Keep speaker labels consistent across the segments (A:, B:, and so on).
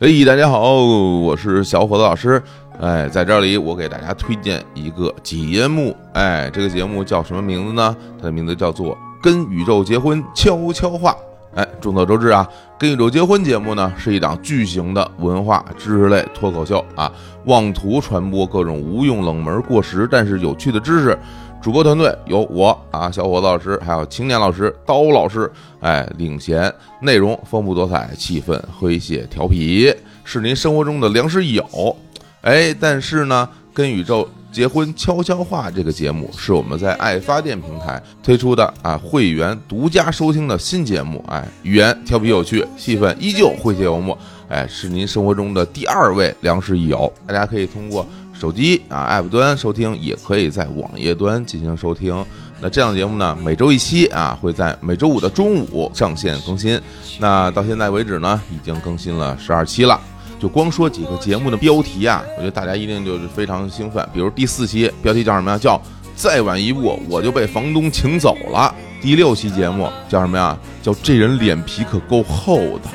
A: 嘿，哎大家好，我是小伙子老师。哎，在这里我给大家推荐一个节目，哎，这个节目叫什么名字呢？它的名字叫做《跟宇宙结婚悄悄话》。哎，众所周知啊，《跟宇宙结婚》节目呢是一档巨型的文化知识类脱口秀啊，妄图传播各种无用、冷门、过时但是有趣的知识。主播团队由我啊，小伙子老师，还有青年老师刀老师，哎，领衔，内容丰富多彩，气氛诙谐调皮，是您生活中的良师益友。哎，但是呢，跟宇宙结婚悄悄话这个节目是我们在爱发电平台推出的啊，会员独家收听的新节目。哎，语言调皮有趣，气氛依旧诙谐幽默。哎，是您生活中的第二位良师益友。大家可以通过手机啊 App 端收听，也可以在网页端进行收听。那这档节目呢，每周一期啊，会在每周五的中午上线更新。那到现在为止呢，已经更新了十二期了。就光说几个节目的标题啊，我觉得大家一定就是非常兴奋。比如第四期标题叫什么呀？叫“再晚一步我就被房东请走了”。第六期节目叫什么呀？叫“这人脸皮可够厚的”。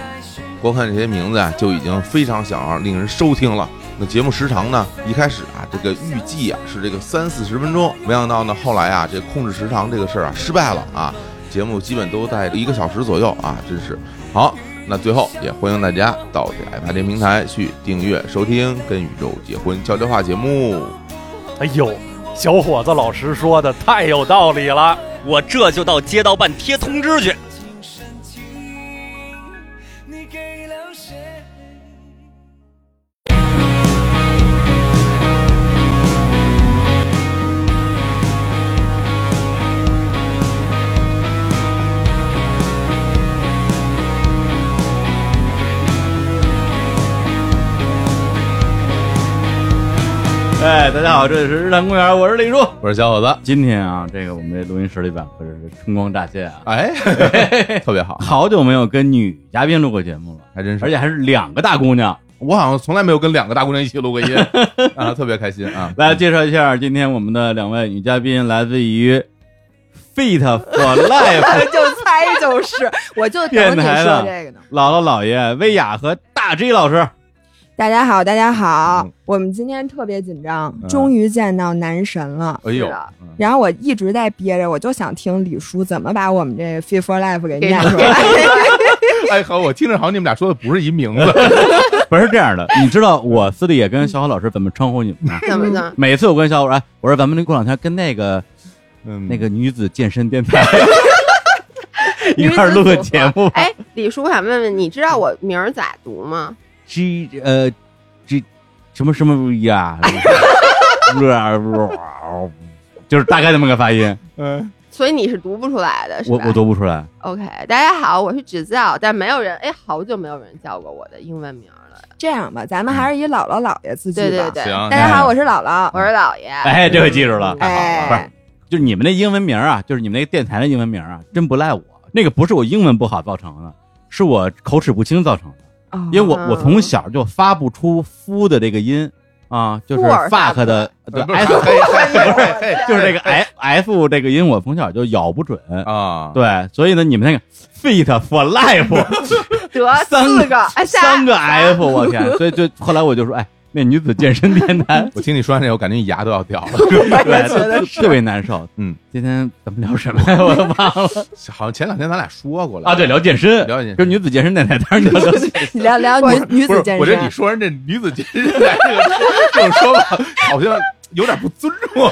A: 光看这些名字啊，就已经非常想要令人收听了。那节目时长呢？一开始啊，这个预计啊是这个三四十分钟，没想到呢，后来啊，这控制时长这个事儿啊失败了啊，节目基本都在一个小时左右啊，真是好。那最后也欢迎大家到这爱发电平台去订阅收听《跟宇宙结婚悄悄话》节目。
B: 哎呦，小伙子老师说的太有道理了。
C: 我这就到街道办贴通知去。
D: 情深情，你给了谁？
E: 哎，大家好，这里是日坛公园，我是李叔。
A: 我是小伙子，
E: 今天啊，这个我们这录音室里边可是春光乍泄啊，
A: 哎，特别好，
E: 好久没有跟女嘉宾录过节目了，
A: 还真是。
E: 而且还是两个大姑娘。
A: 我好像从来没有跟两个大姑娘一起录过 音啊，特别开心啊。
E: 来介绍一下今天我们的两位女嘉宾，来自于 Fit for Life
F: 就猜就是， 我就等你说这个呢。
E: 姥姥姥爷薇娅和大 G 老师。
F: 大家好，大家好
A: 嗯，
F: 我们今天特别紧张
A: 嗯，
F: 终于见到男神了。
A: 哎呦
F: 是的，
A: 嗯
F: 然后我一直在憋着，我就想听李叔怎么把我们这 “fit for life” 给念出来。
A: 哎，好，我听着好像你们俩说的不是一名字。
E: 不是这样的，你知道我私底下跟小虎老师怎么称呼你们吗？
G: 怎么的？
E: 每次我跟小虎哎，我说咱们过两天跟那个
A: 嗯，
E: 那个女子健身电 台 一块儿录个节目吧。
G: 哎，李叔，我想问问，你知道我名儿咋读吗？
E: G 呃 G 什么什么 呀，就是大概那么个发音，
A: 嗯，
G: 所以你是读不出来的，是
E: 我
G: 吧
E: 我读不出来。
G: OK，大家好，我是芷造，但没有人，哎，好久没有人叫过我的英文名了。
F: 这样吧，咱们还是以姥姥姥爷自居吧。
G: 对对对，
A: 行，
F: 大家好，我是姥
A: 嗯
F: 姥。
G: 我是姥爷。嗯
E: 哎，这回记住了。
A: 太
E: 好了
F: 哎，
E: 就是你们那英文名啊，就是你们那个电台的英文名啊，真不赖我。那个不是我英文不好造成的，是我口齿不清造成的。
F: 哦
E: 因为我我
G: 哦
E: 从小就发不出“夫”的这个音啊，就是
G: 富尔发
E: “fuck” 的，对
A: 呃不是
E: f
A: 嘿嘿嘿嘿嘿
E: 就是这个 “f f” 这个音，我从小就咬不准。
A: 啊，，
E: 对，所以呢，你们那个 “fit for life”
G: 得
E: 哎三
G: 四个， 哎，下
E: 三个 “f”，我天！所以就后来我就说，哎，那女子健身电 台
A: 我听你说完这个，我感觉你牙都要 掉了。
E: 对，特特别难受。
A: 嗯，
E: 今天咱们聊什么呀？我都忘了
A: 好像前两天咱俩说过了
E: 啊，对，聊健身，
A: 聊健身
E: 就是女子健身电台，当然聊健 身。
F: 聊聊女女
A: 不是
F: 子健，
A: 我觉得你
F: 身，
A: 说人这女子健身来这个这种说法，好像有点不尊重我。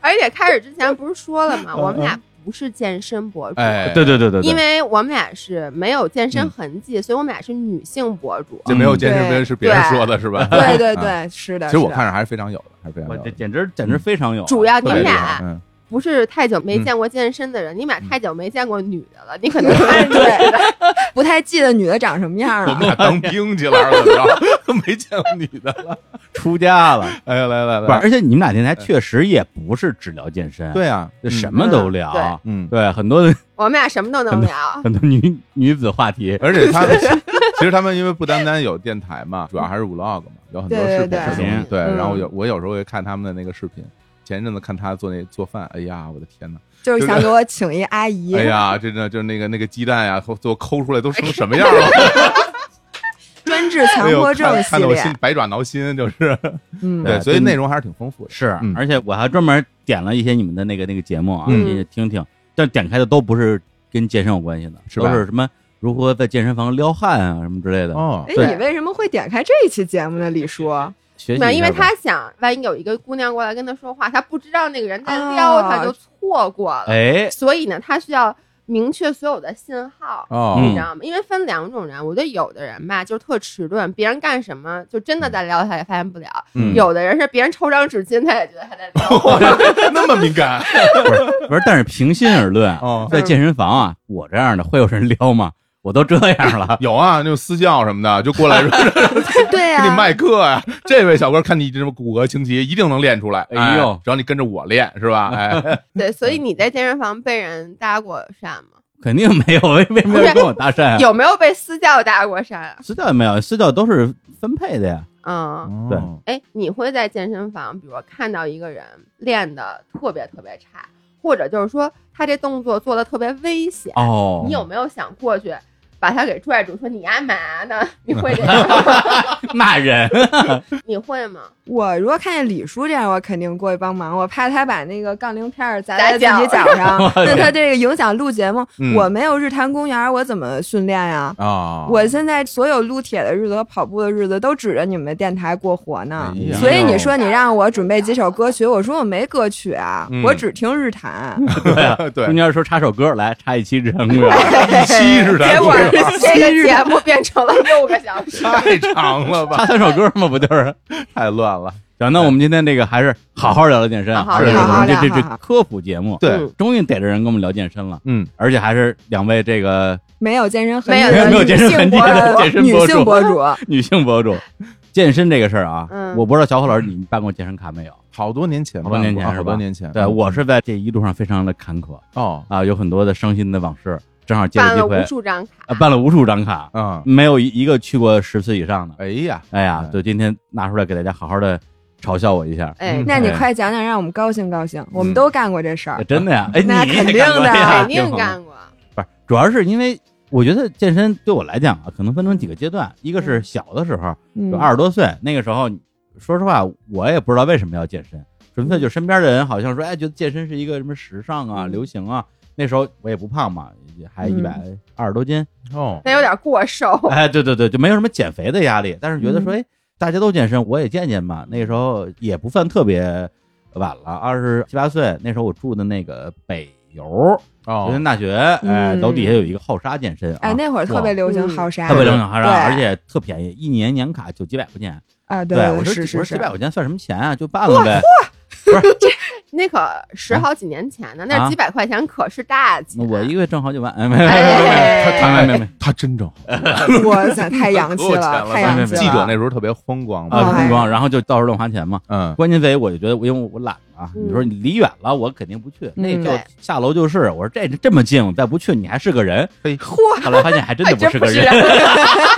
G: 而且开始之前不是说了吗？我们俩不是健身博主，
A: 哎，
E: 对对嗯对对对，嗯
G: 因为我们俩是没有健身痕迹，所以我们俩是女性博主。
A: 这没有健身
F: 对
A: 跟是别人说的是吧？
F: 对对
A: 啊。
F: 对，是的。
A: 其实我
F: 是的
A: 看着还是非常有的，还是非常
E: 我
A: 有
E: 这
A: 的。
E: 简直简直非常有啊
G: 主要你
A: 特别
G: 们
A: 厉害
G: 俩
A: 嗯，
G: 不是太久没
A: 嗯
G: 见过健身的人，你们俩太久没见过女的了，你 可能看着
F: 对，不太记得女的长什么样
A: 我们
F: 了。
A: 俩当兵去了，还是怎么着？ 没见过女的 了。
E: 出家了。
A: 哎呀，来来
E: 不是，
A: 来，
E: 而且你们俩电台确实也不是只聊健身，
A: 对啊，
E: 就什
A: 嗯
E: 么都聊，
A: 嗯，
E: 对，很多
G: 我们俩什么都能聊。
E: 很多女女子话题，
A: 而且他们其实他们因为不单单有电台嘛， 主要还是 vlog 嘛，有很多
F: 对
A: 视频
F: 对
E: 对
A: 东西对，
F: 嗯
A: 然后有我有时候会看他们的那个视频。前一阵子看他做那做饭，哎呀，我的天呐！
F: 就是想给我请一阿姨。
A: 哎呀，真的就是那个那个鸡蛋呀，后最后抠出来都成什么样了？
G: 专
F: 心智 强迫症系
A: 啊哎看得我
F: 列，
A: 心哎百爪挠心，就是
F: 嗯，
A: 对，
E: 对
A: 所以
E: 真
A: 内容还是挺丰富的。
E: 是
A: 嗯，
E: 而且我还专门点了一些你们的那个那个节目啊，
A: 嗯
E: 也听听，但点开的都不是跟健身有关系的，
A: 是吧
E: 都是什么如何在健身房撩汉啊什么之类的，
A: 哦
F: 哎，，
E: 对
F: 你为什么会点开这一期节目呢？李叔，
E: 学
G: 没有，
E: 习一下吧。
G: 因为他想，万一有一个姑娘过来跟他说话，他不知道那个人在撩他，
F: 啊
G: 就错过了。
E: 哎，
G: 所以呢，他需要明确所有的信号。
A: 哦
G: 你
E: 嗯
G: 知道吗？因为分两种人，我觉得有的人吧，就是特迟钝，别人干什么就真的在撩他也发现不了；
A: 嗯
G: 有的人是别人抽张纸巾，他也觉得他在撩。
A: 那么敏感
E: 不是，但是平心而论，
A: 哦，，
E: 在健身房啊，我这样的会有人撩吗？我都这样了
A: 有啊，那种私教什么的就过来说
F: 对
A: 给
F: 呀、
A: 你卖课啊。这位小哥，看你这么骨骼清奇，一定能练出来。
E: 哎呦
A: 只要你跟着我练，是吧？哎，
G: 对，所以你在健身房被人搭过讪吗？
E: 肯定没有，为为什么要跟我搭讪啊？
G: 有没有被私教搭过讪啊？
E: 私教也没有，私教都是分配的呀。
G: 嗯，
E: 对
A: 哦
G: 哎，你会在健身房，比如看到一个人练的特别特别差，或者就是说他这动作做的特别危险，
E: 哦，
G: 你有没有想过去把他给拽住，说你干嘛呢？你会这 样吗？
E: 骂人？
G: 你会吗？
F: 我如果看见李叔这样，我肯定过去帮忙。我怕他把那个杠铃片儿砸
G: 砸
F: 在自己
G: 脚
F: 脚上， 那他这个影响录节目。
A: 嗯
F: 我没有日坛公园，我怎么训练呀？
A: 啊，
E: 哦
F: 我现在所有撸铁的日子和跑步的日子都指着你们电台过活呢。
A: 哎呀
F: 所以你说你让我准备几首歌曲，我说我没歌曲啊，
A: 嗯
F: 我只听日坛。
E: 对啊，
A: 对
E: 中间说插首歌，来插一期《日常公园》。
A: 一期是咱
G: 结 果
A: 录的
G: 这个节目变成了六个小 时。
A: 太长了 吧
E: 插，三首歌嘛，不就是？
A: 太乱了。
E: 行，那我们今天这个还是好好聊聊健身啊，
G: 好好
E: 是
G: 聊
E: 我们这
F: 好好
E: 这
F: 聊好
E: 这
F: 好
E: 科普节目，
A: 对
G: 嗯
E: 终于逮着人跟我们聊健身了，
A: 嗯，
E: 而且还是两位这个
F: 没有健身痕迹
G: 没有
F: 的
G: 没
E: 有健身痕迹的健身
F: 女
E: 博主
F: 性博主，
E: 女性博主。健身这个事儿啊，
G: 嗯
E: 我不知道小伙老师你办过健身卡没有？
A: 好多年前吧，
E: 好多年前
A: 啊
E: 是
A: 好
E: 吧
A: 多年前。
E: 对我是在这一路上非常的坎坷
A: 哦，
E: 啊，有很多的伤心的往事，正好借着
G: 办
E: 机
G: 了
E: 会
G: 无数张卡
E: 啊，办了无数张卡，
A: 嗯，
E: 没有一一个去过十次以上的。
A: 哎呀，
E: 哎呀
A: 嗯，
E: 就今天拿出来给大家好好的嘲笑我一下，
G: 哎，
F: 那你快讲讲，让我们高兴高兴。我
A: 嗯
F: 们都干过这事儿
E: 哎，真的呀，哎，
F: 那
E: 你
F: 肯
E: 也
F: 定
E: 干过
F: 的
E: 哎呀
G: 肯定
E: 挺好
G: 干过。
E: 不是，主要是因为我觉得健身对我来讲啊，可能分成几个阶段，一个是小的时候，
F: 嗯
E: 就，二十多岁那个时候，说实话，我也不知道为什么要健身，纯粹就身边的人好像说，哎，觉得健身是一个什么时尚啊、
F: 嗯
E: 流行啊。那时候我也不胖嘛，也还一
F: 嗯
E: 百二十多斤，
A: 哦，
G: 那有点过瘦，
E: 哎，对对对，就没有什么减肥的压力，但是觉得
F: 嗯
E: 说，哎，大家都健身，我也健健吧。那个时候也不算特别晚了，二十七八岁，那时候我住的那个北邮
A: 哦
E: 邮电大学，哎，
F: 嗯
E: 楼底下有一个浩沙健身啊，
F: 哎，那会儿特别流行
G: 嗯
F: 好杀，
E: 特别流行浩沙，
F: 对
E: 而且特便宜，一年年卡就几百块钱。
F: 啊，
E: 对
F: 对，
E: 我说
F: 是
E: 我
F: 是
E: 说几
F: 是
E: 百。块钱算什么钱啊？就办了呗。
G: 那可十好几年前呢，那
E: 啊
G: 几百块钱可是大
E: 那
G: 钱。
E: 我一个月挣好几万，哎，没有没有
G: 哎
E: 没有没有没有没有没有
A: 他真正
F: 哇塞，太洋气了，太洋气
A: 记
F: 了。
A: 者那时候特别风光
E: 啊，
A: 嘛，
E: 风光，然后就到处乱花钱嘛。
A: 嗯，
E: 关键在于我就觉得，因为我懒嘛，
G: 嗯
E: 你说你离远了，我肯定不去。那
F: 嗯
E: 就下楼就是，我说这这么近，我再不去，你还是个人。
A: 嘿
E: 嚯！后来发现还真的
G: 还真
E: 是
G: 不
E: 个
G: 是
E: 人，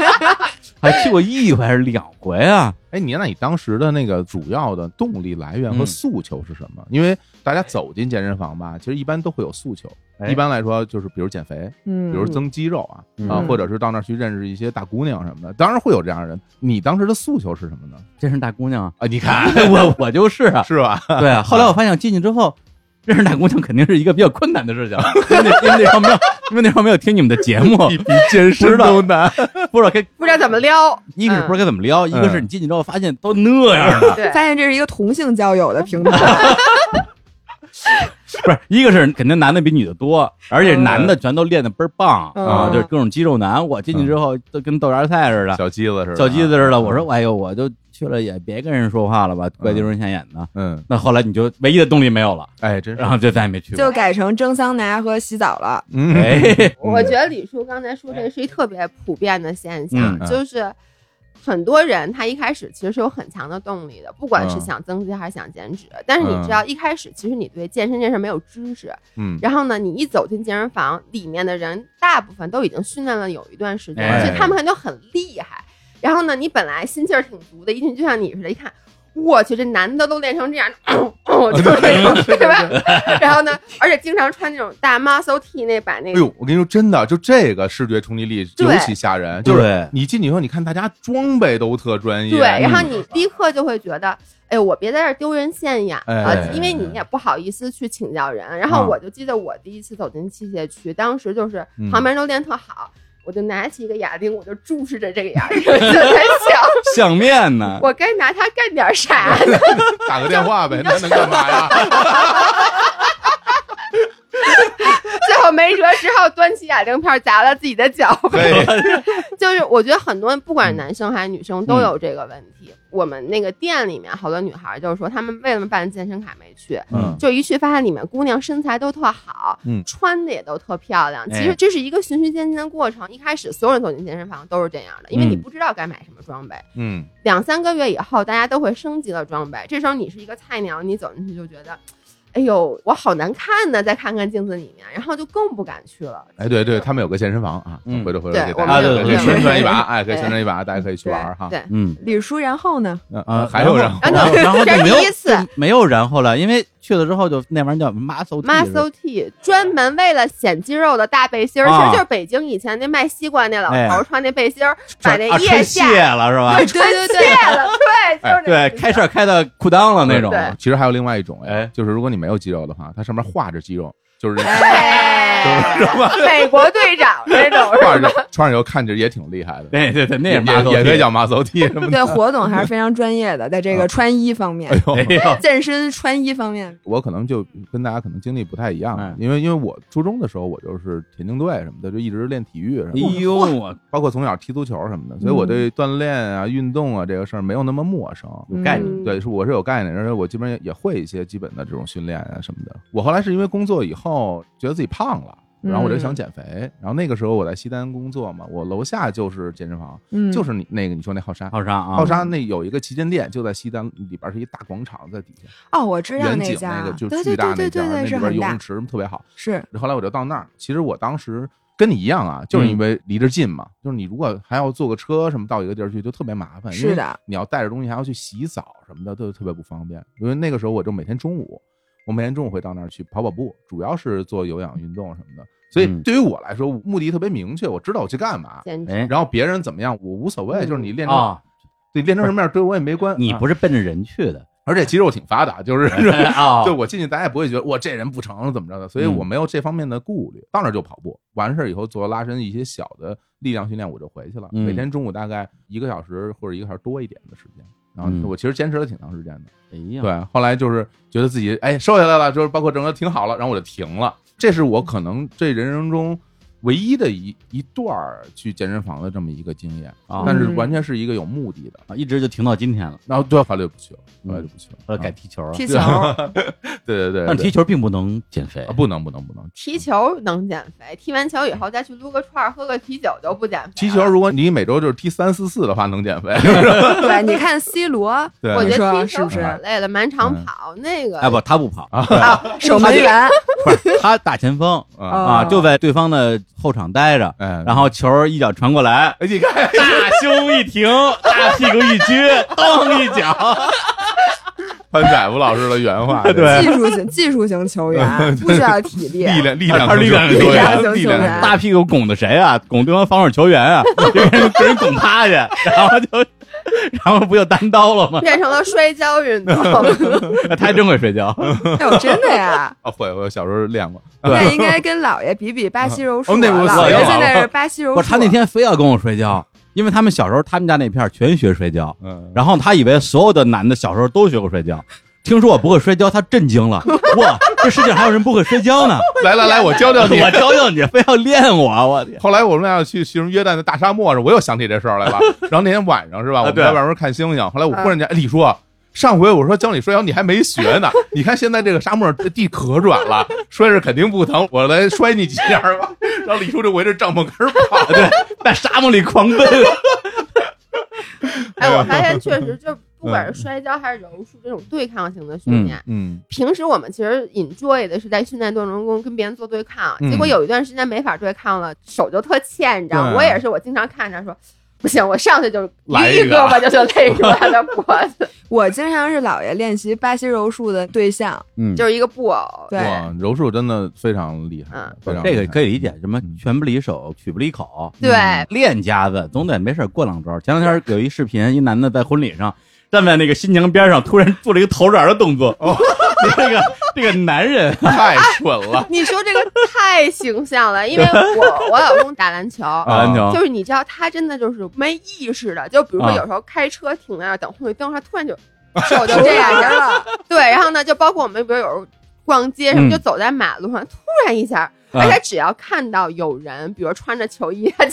E: 还去过一回还是两回啊？
A: 哎，你那你当时的那个主要的动力来源和
E: 嗯
A: 诉求是什么？因为大家走进健身房吧，其实一般都会有诉求，
E: 哎
A: 一般来说就是比如减肥，比
F: 嗯，
A: 如增肌肉啊，
E: 嗯
A: 啊，或者是到那儿去认识一些大姑娘什么的，当然会有这样的人。你当时的诉求是什么呢？！
E: 真是大姑娘啊
A: 啊，你看
E: 我我就是啊，
A: 是吧？
E: 对啊。后来我发现我进去之后，认识大姑娘肯定是一个比较困难的事情， 因为那因为那时候没有，因为那时候没有听你们的节目，
A: 比健
E: 不知道
A: 都难。
E: 不知道该
G: 不知道怎么撩，
E: 一个是不知道该怎么撩，一个是你进去之后发现都那样了，
G: 对，
F: 发现这是一个同性交友的 平台，
E: 不是，一个是肯定男的比女的多，而且
F: 嗯
E: 男的全都练的倍儿棒
F: 嗯
E: 啊，就是各种肌肉男。我进去之后都跟豆芽菜似的，
A: 小鸡子是吧？
E: 啊
A: 啊
E: 小鸡子似的。我说，哎呦，我就去了，也别跟人说话了吧，怪丢人现眼的。
A: 嗯，
E: 那后来你就唯一的动力没有了，
A: 哎，真是
E: 然，后就再也没去
F: 就
E: 过。
F: 改成蒸桑拿和洗澡了。
A: 嗯，
E: 哎，
G: 我觉得李叔刚才说这个是一特别普遍的现象，
A: 嗯
G: 就是很多人他一开始其实是有很强的动力的，不管
A: 嗯
G: 是想增肌还是想减脂。但是你知道，一开始其实你对健身这事儿没有知识，
A: 嗯，
G: 然后呢，你一走进健身房，里面的人大部分都已经训练了有一段时间，
E: 哎
G: 所以他们还都很厉害。然后呢，你本来心气儿挺足的，一进去就像你似的，一看。我去，这男的都练成这样， 就是那种，对吧？ 然后呢，而且经常穿那种大 muscle T 那版那
A: 哎
G: 个，
A: 呦，我跟你说，真的，就这个视觉冲击力
G: 对
A: 尤其吓人。就
E: 对
A: 是你进去以后，你看大家装备都特专业，嗯
G: 对，然后你立刻就会觉得，哎呦，我别在这儿丢人现眼了，
A: 哎
G: 因为你也不好意思去请教人。然
A: 啊
G: 后我就记得我第一次走进器械区，当时就是
A: 嗯
G: 旁边都练特好。我就拿起一个哑铃，我就注视着这个哑铃， 我就在想，
E: 相面呢？
G: 我该拿它干点啥 呢？
A: 打个电话呗，那能干嘛 呀？
G: 最后没辙，只好端起哑铃片儿砸了自己的脚。
A: 嘿，
G: 就是我觉得很多人，不
A: 嗯
G: 管是男生还是女生，都有这个问题。我们那个店里面好多女孩就是说，她们为了办健身卡没去，
E: 嗯
G: 就一去发现里面姑娘身材都特好，
A: 嗯
G: 穿的也都特漂亮。
E: 哎
G: 其实这是一个循序渐进的过程。一开始所有人走进健身房都是这样的，因为你不知道该买什么装备。
H: 嗯，
G: 两三个月以后，大家都会升级了装备。这时候你是一个菜鸟，你走进去就觉得，哎呦，我好难看呢！再看看镜子里面，然后就更不敢去了。
A: 哎，对对，他们有个健身房啊，
E: 嗯
A: 回头回头给
G: 对
A: 大家
E: 我们有
A: 可以
E: 对
A: 宣传一把，
F: 对
A: 哎，可以宣传一把，大家可以去玩儿哈。
G: 对，
E: 嗯
F: 李叔，然后呢？
A: 那
E: 啊，
A: 还有人
E: 然后
G: 然后
E: 然后
G: 这
E: 就是没有
G: 第一次，
E: 没有然后了，因为去了之后就那玩意儿叫 muscle
G: muscle T 专门为了显肌肉的大背心儿，
E: 啊
G: 其实就是北京以前那卖西瓜那老头
E: 哎
G: 儿穿那背心儿，把
E: 穿
G: 那
E: 啊
G: 腋
E: 穿
G: 下
E: 卸了是吧？
G: 对对对了，对，就是那
E: 哎对，
G: 个
E: 开事儿开到裤裆了那种。啊
G: 对
A: 其实还有另外一种，
E: 哎
A: 哎，就是如果你没有肌肉的话，它上面画着肌肉，就是这
G: 哎 美国队长那 种
A: 画
G: 是
A: 着，
G: 吧？
A: 穿上以后看着也挺厉害的。
E: 对对对，那
A: 也
E: 是 muscle
A: 也也可以
E: T
A: 叫马走 T 什 么的。
F: 对，火总还是非常专业的，在这个穿衣方面
A: 啊哎，呦，
E: 哎呦
F: 健身穿衣方面，
A: 我可能就跟大家可能经历不太一样啊
E: 哎，
A: 因为因为我初中的时候我就是田径队什么的，就一直练体育什么
E: 哎
A: 的，
E: 呦我
A: 包括从小踢足球什么的，
G: 嗯
A: 所以我对锻炼啊、运动啊这个事儿没有那么陌生。
E: 有概念
G: 嗯
A: 对，是我是有概念，而且我基本上也也会一些基本的这种训练啊什么的。我后来是因为工作以后觉得自己胖了，然后我就
F: 嗯
A: 想减肥，然后那个时候我在西单工作嘛，我楼下就是健身房，
F: 嗯，哦
A: 就是你那个你说那浩沙。
E: 好伤啊！
A: 浩沙那有一个旗舰店，就在西单里边是一大广场，在底下
F: 哦，我知道
A: 远景
F: 家
A: 那个，就
F: 对
A: 巨
F: 对
A: 大
F: 对对
A: 家，
F: 对
A: 那
F: 对，
A: 里
F: 是
A: 边
F: 很
A: 游泳
F: 大，
A: 池什么特别好。
F: 是
A: 后来我就到那儿，其实我当时跟你一样啊，就是
E: 嗯
A: 因为离着近嘛，就是你如果还要坐个车什么到一个地儿去，就特别麻烦。因为
F: 是的
A: 你要带着东西还要去洗澡什么的，都特别不方便。因为那个时候我就每天中午，我每天中午会到那儿去跑跑步，主要是做有氧运动什么的。所以
E: 嗯
A: 对于我来说，目的特别明确，我知道我去干嘛。
G: 简直
E: 哎
A: 然后别人怎么样，我无所谓，
G: 嗯
A: 就是你练成、
E: 啊，
A: 对练成什么样，对我也没关。
E: 你
A: 啊
E: 不是奔着人去 的
A: 而且肌肉挺发达， 就是。
E: 啊
A: 对我进去，大家也不会觉得我这人不成怎么着的，
E: 嗯
A: 所以我没有这方面的顾虑。到那儿就跑步，完事儿以后做拉伸一些小的力量训练，我就回去了。
E: 嗯
A: 每天中午大概一个小时或者一个小时多一点的时间，然
E: 嗯
A: 后我其实坚持了挺长时间的。
E: 哎呀，
A: 对，后来就是觉得自己哎瘦下来了，就是包括整个挺好了，然后我就停了。这是我可能这人生中唯一的一一段儿去健身房的这么一个经验，
E: 啊
A: 但是完全是一个有目的的。
E: 啊一直就停到今天了，
A: 然后对，后来就不去了，后来就不去了，
E: 嗯后来改
A: 啊
E: 踢球了。
F: 踢球，
A: 对对对，
E: 但
A: 对
E: 踢球并不能减肥
A: 啊，不能不能不能，
G: 踢球能减肥，踢完球以后再去撸个串儿、喝个啤酒就不减肥了。
A: 踢球，如果你每周就是踢三四次的话，能减肥。
F: 对，你看 C 罗，
A: 对
G: 我觉得
F: 你说
G: 踢
F: 是
G: 球
F: 不是
G: 可累了，满场
A: 嗯
G: 跑那个
E: 哎不，他不跑，
F: 守门员，
E: 不是 他打前锋
A: 啊，
E: 啊，
F: 哦
E: 就在对方的后场待着，
A: 哎，
E: 然后球一脚传过来，
A: 哎，你看，
E: 大胸一停，大屁股一撅，当一脚，
A: 潘凯夫老师的原话，
E: 对
F: 技术型技术型球 员，不需要体力，
A: 力量力量
E: 他是力量
A: 球
E: 力
F: 量
A: 员力
F: 球
A: 量
F: 员
E: 大屁股拱的谁啊？拱对方防守球员啊，给人给人拱趴下，然后就，然后不就单刀了吗？
G: 变成了摔跤运动。
E: 他还真会睡觉，
F: 哎呦，真的 呀！
A: 啊，会我小时候练过，
F: 那应该跟姥爷比比巴西柔术
A: 哦
F: 啊。
A: 那我
F: 姥爷
E: 我
F: 现在是巴西柔术。
E: 不
F: 啊
E: 是他那天非要跟我睡觉，因为他们小时候他们家那片儿全学摔跤，
A: 嗯，
E: 然后他以为所有的男的小时候都学过摔跤。听说我不会摔跤，他震惊了。哇，这世界上还有人不会摔跤呢！
A: 来来来，我教教你。
E: 我教教你， 非要练我，我 天！
A: 后来我们俩去形容约旦的大沙漠上，我又想起这事儿来了。然后那天晚上是吧，我们
E: 啊对
A: 在外面看星星，后来我忽然间，哎李叔。上回我说教你摔跤，你还没学呢。你看现在这个沙漠地可软了，摔着肯定不疼。我来摔你几下吧。然后李叔就围着帐篷根儿跑。
E: 对，在沙漠里狂奔。
G: 哎，我发现确实，就不管是摔跤还是柔术这种对抗型的训练，
A: 嗯，
G: 平时我们其实 enjoy 的是在训练过程中跟别人做对抗，
A: 嗯
G: 结果有一段时间没法对抗了，手就特欠，你知道吗？
A: 对
G: 我也是，我经常看着说。不行，我上去就
A: 来一
G: 一
A: 个
G: 个吧，就就勒住他的脖子，
F: 我经常是姥爷练习巴西柔术的对象，
E: 嗯，
G: 就是一个布偶。
F: 对，
A: 哇，柔术真的非常厉害
G: 嗯，
A: 非常
E: 这个可
A: 以。
E: 以理解，什么
A: 嗯
E: 拳不离手，曲不离口，嗯
G: 对
E: 练家子总得没事儿过两招。前两天有一视频，一男的在婚礼上站在那个新娘边上，突然做了一个投篮的动作。
A: 哦，
E: 这个这个男人，
A: 太蠢 了
G: 你说这个太形象了，因为我我老公打篮 球，
A: 啊
E: 打啊篮球
G: 啊就是你知道他真的就是没意识的，就比如说
E: 啊
G: 有时候开车停在那儿等红绿灯，他突然就手就这样人 了。对，然后呢，就包括我们比如有时候逛街什
E: 嗯
G: 么，就走在马路上，突然一下，
E: 啊
G: 而且只要看到有人，比如穿着球衣，他 就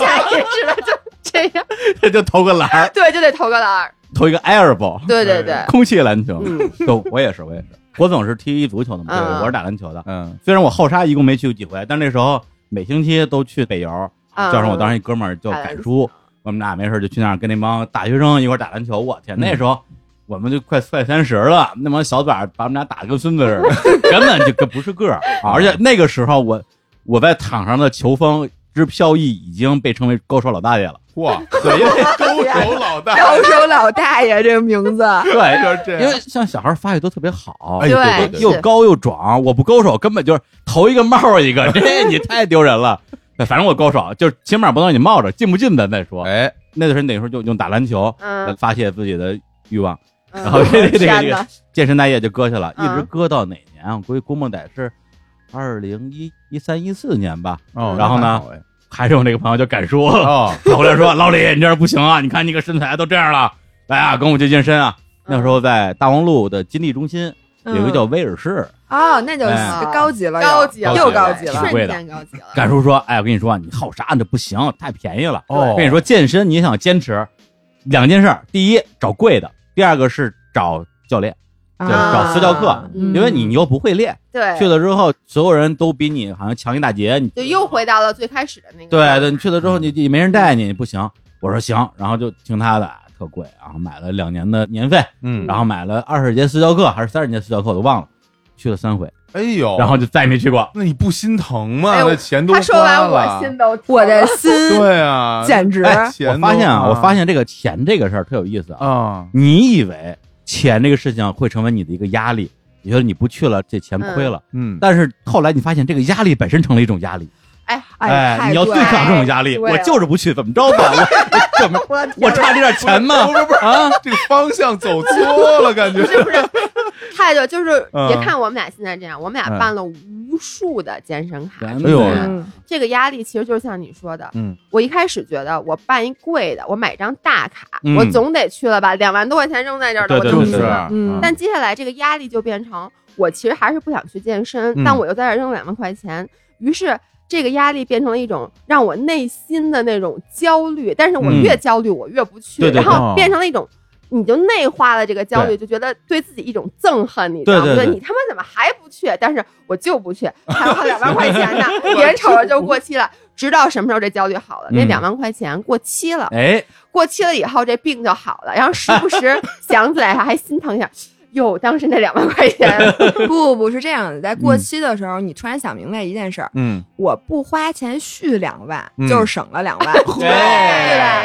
G: 下意识的就这样，
E: 他 就投个篮儿，
G: 对，就得投个篮儿。
E: 投一个 air ball，
G: 对对对，
E: 空气篮球。
G: 嗯，
E: 就我也是，我也是。我总是踢足球的嘛，
G: 嗯
E: 我是打篮球的。
A: 嗯，
E: 虽然我后沙一共没去过几回，但那时候每星期都去北邮，
G: 嗯
E: 叫上我当时一哥们儿叫改叔，我们俩没事就去那儿跟那帮大学生一块儿打篮球。我天，
A: 嗯
E: 那时候我们就快快三十了，那帮小崽儿把我们俩打得跟孙子似的，根本就跟不是个儿啊！而且那个时候我我在场上的球风之飘逸已经被称为高手老大爷了，
A: 哇，
E: 对，因为
A: 勾手老 大，
F: 高手老大爷这个名字，
E: 对。
A: 就是这
E: 因
A: 样
E: 为像小孩儿发育都特别好，
A: 哎对
G: 对
A: 对，
E: 又高又壮，我不勾手根本就是头一个冒 一个，这你太丢人了。反正我勾手，就是起码不能让你冒着，进不进咱再说。
A: 哎，
E: 那段时间等于说就用打篮球
G: 嗯，
E: 发泄自己的欲望，
G: 然
E: 然后这个这个这
G: 天
E: 个
G: 哪，
E: 健身大业就搁下了，一
G: 嗯
E: 直搁到哪年啊？我估计估摸得是二零一一三一四年吧。
A: 哦
E: 然后呢
A: 那还好哎
E: 还是我那个朋友叫敢说，
A: 哦，
E: 跑过来说：“老李，你这样不行啊！你看你个身材都这样了，来啊，跟我去健身啊！”
G: 嗯
E: 那时候在大望路的金地中心 有一个叫威尔士，
F: 嗯哦，那就
E: 哎
F: 高级了又，
G: 高级了，
F: 又高级了
E: 挺。贵
G: 瞬
E: 的
G: 间高级了。
E: 敢叔说：“哎，我跟你说，你好啥？你这不行，太便宜了。
A: 哦
E: 我跟你说，健身你想坚持，两件事儿：第一，找贵的；第二个是找教练，
F: 啊
E: 对找私教课
F: 嗯
E: 因为你又不会练，
G: 对，
E: 去了之后，所有人都比你好像强一大截，你
G: 就又回到了最开始的那个。
E: 对对，你去了之后你你没人带你，你不行。我说行，然后就听他的，特贵，然后买了两年的年费，
A: 嗯，
E: 然后买了二十节私教课还是三十节私教课，我都忘了，去了三回，
A: 哎呦，
E: 然后就再也没去过。
A: 那你不心疼吗？
G: 哎呦
A: 那钱都
G: 他说完，
A: 花了
G: 我心都
F: 我的心
A: 对
E: 嗯
A: 啊，
F: 简直
A: 哎钱
E: 我
A: 都
E: 发现啊，
A: 花
E: 我
A: 了
E: 发现这个钱这个事儿特有意思啊。
A: 啊，
E: 你以为钱这个事情会成为你的一个压力，你觉得你不去了这钱亏了，
A: 嗯，
E: 但是后来你发现这个压力本身成了一种压力，哎，
F: 太
E: 你要
F: 对
E: 对抗这种压力，
G: 对
E: 我就是不去，怎么着吧？我我怎么我差这点钱吗？
A: 不是不是
E: 啊，
A: 这个方向走错了，感觉
G: 是不是？态度就是，
A: 嗯
G: 别看我们俩现在这样，我们
A: 嗯
G: 俩办了无数的健身卡，
E: 哎
G: 真
E: 呦
G: 的
F: 嗯
G: 这个压力其实就是像你说的，
A: 嗯，
G: 我一开始觉得我办一贵的，我买张大卡，
E: 嗯
G: 我总得去了吧，两万多块钱扔在这儿了，我
E: 对
G: 就
E: 对
G: 去
E: 对
A: 是
E: 对
G: 了。
F: 嗯
G: 但接下来这个压力就变成，我其实还是不想去健身，
A: 嗯
G: 但我又在这儿扔两万块钱，于是这个压力变成了一种让我内心的那种焦虑，但是我
E: 嗯
G: 越焦虑我越不去，
E: 对对对
G: 然后变成了一种。你就内化了这个焦虑，就觉得对自己一种憎恨，你知道吗？
E: 对对对
G: 觉得你他妈怎么还不去？但是我就不去，还花两万块钱 呢，眼瞅着就过期了。直到什么时候这焦虑好了？那
E: 嗯
G: 两万块钱过期了，
E: 哎，
G: 过期了以后这病就好了，然后时不 时想起来还心疼一下，哟，当时那两万块钱，
F: 不不不是这样的，在过期的时候，你突然想明白一件事儿：
A: 嗯，
F: 我不花钱续两万
A: 嗯，
F: 就是省了两 万。
A: 对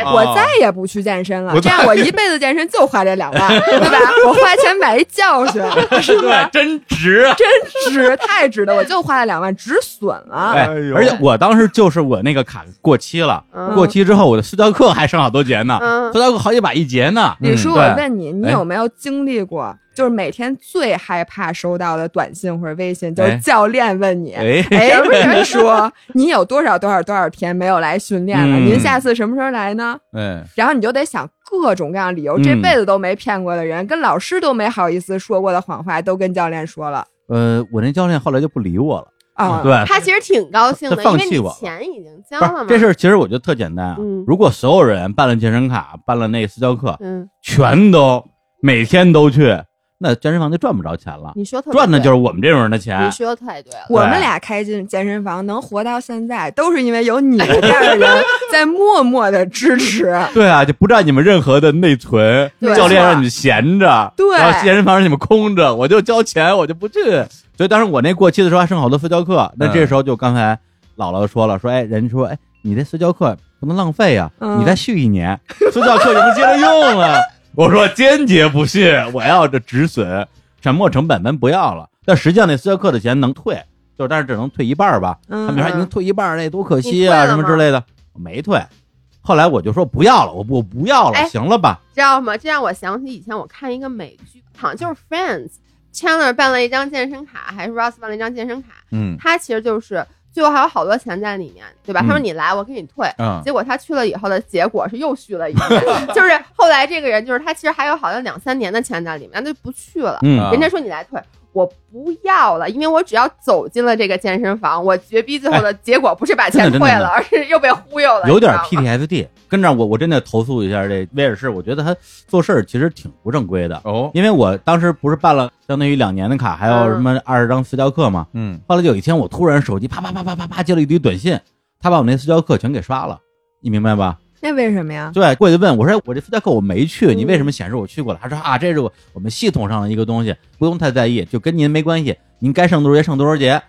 F: 我
E: 哦
F: 再也不去健身
A: 我
F: 了，这样我一辈子健身就花这两 万，对吧？我花钱买一教训，是不 是？
E: 对，真值啊！
F: 真值，太值得，我就花了两万，止损了。
E: 哎
A: 哎呦，
E: 而且我当时就是我那个卡过期了，
G: 嗯
E: 过期之后我的私教课还剩好多节呢，
G: 嗯
E: 私教课好几百一节呢。
F: 李叔，我
E: 对
F: 问嗯你，你
E: 哎
F: 有没有经历过，就是每天最害怕收到的短信或者微信，就是
E: 哎
F: 教练问你，
E: 哎，
F: 哎，为什么说你有多少多少多少天没有来训练了？
E: 嗯
F: 您下次什么时候来呢？
A: 哎，
F: 然后你就得想各种各样理由，
E: 嗯
F: 这辈子都没骗过的人，跟老师都没好意思说过的谎话，都跟教练说了
E: 呃，我那教练后来就不理我了。
F: 啊。
E: 嗯对，
G: 他其实挺高兴
E: 他
G: 的，因
E: 放
G: 为
E: 弃
G: 你
E: 我了
G: 钱已经交
E: 不
G: 了嘛
E: 是。这事儿，其实我觉得特简单啊。
G: 嗯
E: 如果所有人办了健身卡，办了那私教课，
G: 嗯，
E: 全都每天都去，那健身房就赚不着钱了，
G: 你说特别
E: 赚的就是
G: 是
E: 我们这种人的钱
G: 你。说得太对了。
F: 我们俩开进健身房能活到现在，都是因为有你这样的人在默默的支持。
E: 对啊，就不占你们任何的内存，
G: 对
E: 教练让你们闲着，
F: 对
E: 然后健身房让你们空着，我就交钱，我就不去。所以当时我那过期的时候还剩好多私教课，那
A: 嗯
E: 这时候就刚才姥姥说了，说哎，人说哎，你这私教课不能浪费呀、
F: 嗯
E: 你再续一年， 私教课就能接着用了。 我说坚决不续，我要这止损，沉没成本咱不要了。但实际上那私教课的钱能退，就是但是只能退一半儿吧。
F: 嗯
E: 他们说
G: 嗯
E: 已经退一半儿，那多可
G: 你退
E: 惜啊，
G: 了
E: 什么
G: 吗
E: 之类的。我没退，后来我就说不要了，我不我不要了，
G: 哎
E: 行了吧？
G: 知道吗？这让我想起以前我看一个美剧，好像就是 Friends。Chandler 办了一张健身卡，还是 Ross 办了一张健身卡？
A: 嗯
G: 他其实就是最后还有好多钱在里面，对吧？他
E: 嗯
G: 说你来，我给你退。
A: 啊，
G: 结果他去了以后的结果是又续了一 年，就是后来这个人就是他其实还有好像两三年的钱在里面，他就不去了。
E: 嗯，
A: 啊
G: 人家说你来退，我不要了，因为我只要走进了这个健身房，我绝逼最后的结果不是把钱
E: 真的真的
G: 退了，而是又被忽悠了，
E: 有点
G: 你知道吗
E: PTSD。跟这儿我我真的投诉一下这威尔士，我觉得他做事儿其实挺不正规的。
A: 哦，
E: 因为我当时不是办了相当于两年的卡，还
G: 嗯
E: 有什么二十张私教课嘛。
A: 嗯
E: 后来有一天，我突然手机啪啪啪啪啪啪接了一堆短信，他把我那私教课全给刷了，你明白吧？
F: 那为什么呀？
E: 对，过去问我说：“我这私教课我没去，
F: 嗯
E: 你为什么显示我去过了？”他说：“啊，这是我我们系统上的一个东西，不用太在意，就跟您没关系，您该上多少节上多少节。”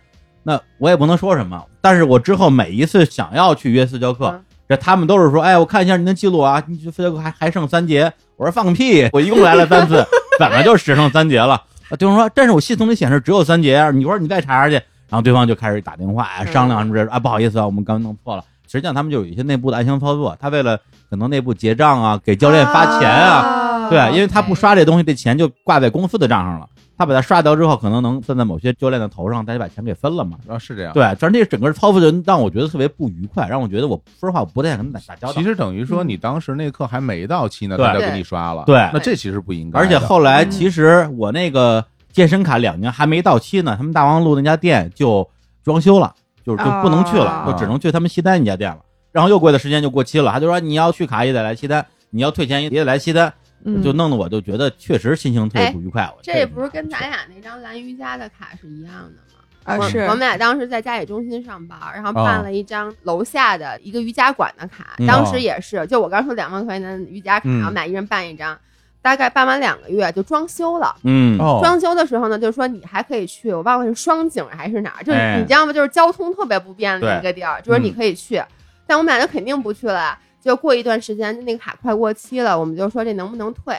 E: 那我也不能说什么，但是我之后每一次想要去约私教课
G: 嗯，
E: 这他们都是说：“哎，我看一下您的记录啊，你这私教课还还剩三节。”我说：“放屁，我一共来了三次， 怎么就只剩三节了？”啊，对方说：“但是我系统里显示只有三节啊，你一会儿你再查查去。”然后对方就开始打电话哎
G: 嗯
E: 商量什么这啊，不好意思啊，我们刚刚弄错了。实际上他们就有一些内部的暗箱操作，他为了可能内部结账啊，给教练发钱啊，
G: 啊
E: 对，因为他不刷这东西，这钱就挂在公司的账上了。他把它刷掉之后，可能能算在某些教练的头上，大家把钱给分了嘛。
A: 啊是这样。
E: 对，反正这整个操作就让我觉得特别不愉快，让我觉得我说实话我不太想跟他打交道
A: 其。实等于说你当时那课还没到期呢，
E: 对
A: 他就给你刷了。
E: 对
A: 那这其实不应该的。
E: 而且后来
F: 嗯
E: 其实我那个健身卡两年还没到期呢，他们大望路那家店就装修了，就是就不能去了，
F: 啊
G: 哦
E: 就只能去他们西单一家店了。然后又过一段时间就过期了，他就说你要续卡也得来西单，你要退钱也得来西单，
F: 嗯
E: 就弄得我就觉得确实心情特别不愉快。我
G: 哎这不是跟咱俩那张蓝瑜伽的卡是一样的吗？
F: 啊
G: 我
F: 是
G: 我们俩当时在家里中心上班，然后
A: 哦
G: 办了一张楼下的一个瑜伽馆的卡，
E: 嗯
G: 当时也是，就我刚说两万块钱的瑜伽卡，
A: 嗯
G: 然后买一人办一张，大概办完两个月就装修了。
E: 嗯
A: 哦，
G: 装修的时候呢，就说你还可以去，我忘了是双井还是哪儿，就是
E: 哎
G: 你知道吗？就是交通特别不便的
E: 对
G: 一个地儿，就是你可以去，但我们俩就肯定不去了。就过一段时间，那个卡快过期了，我们就说这能不能退？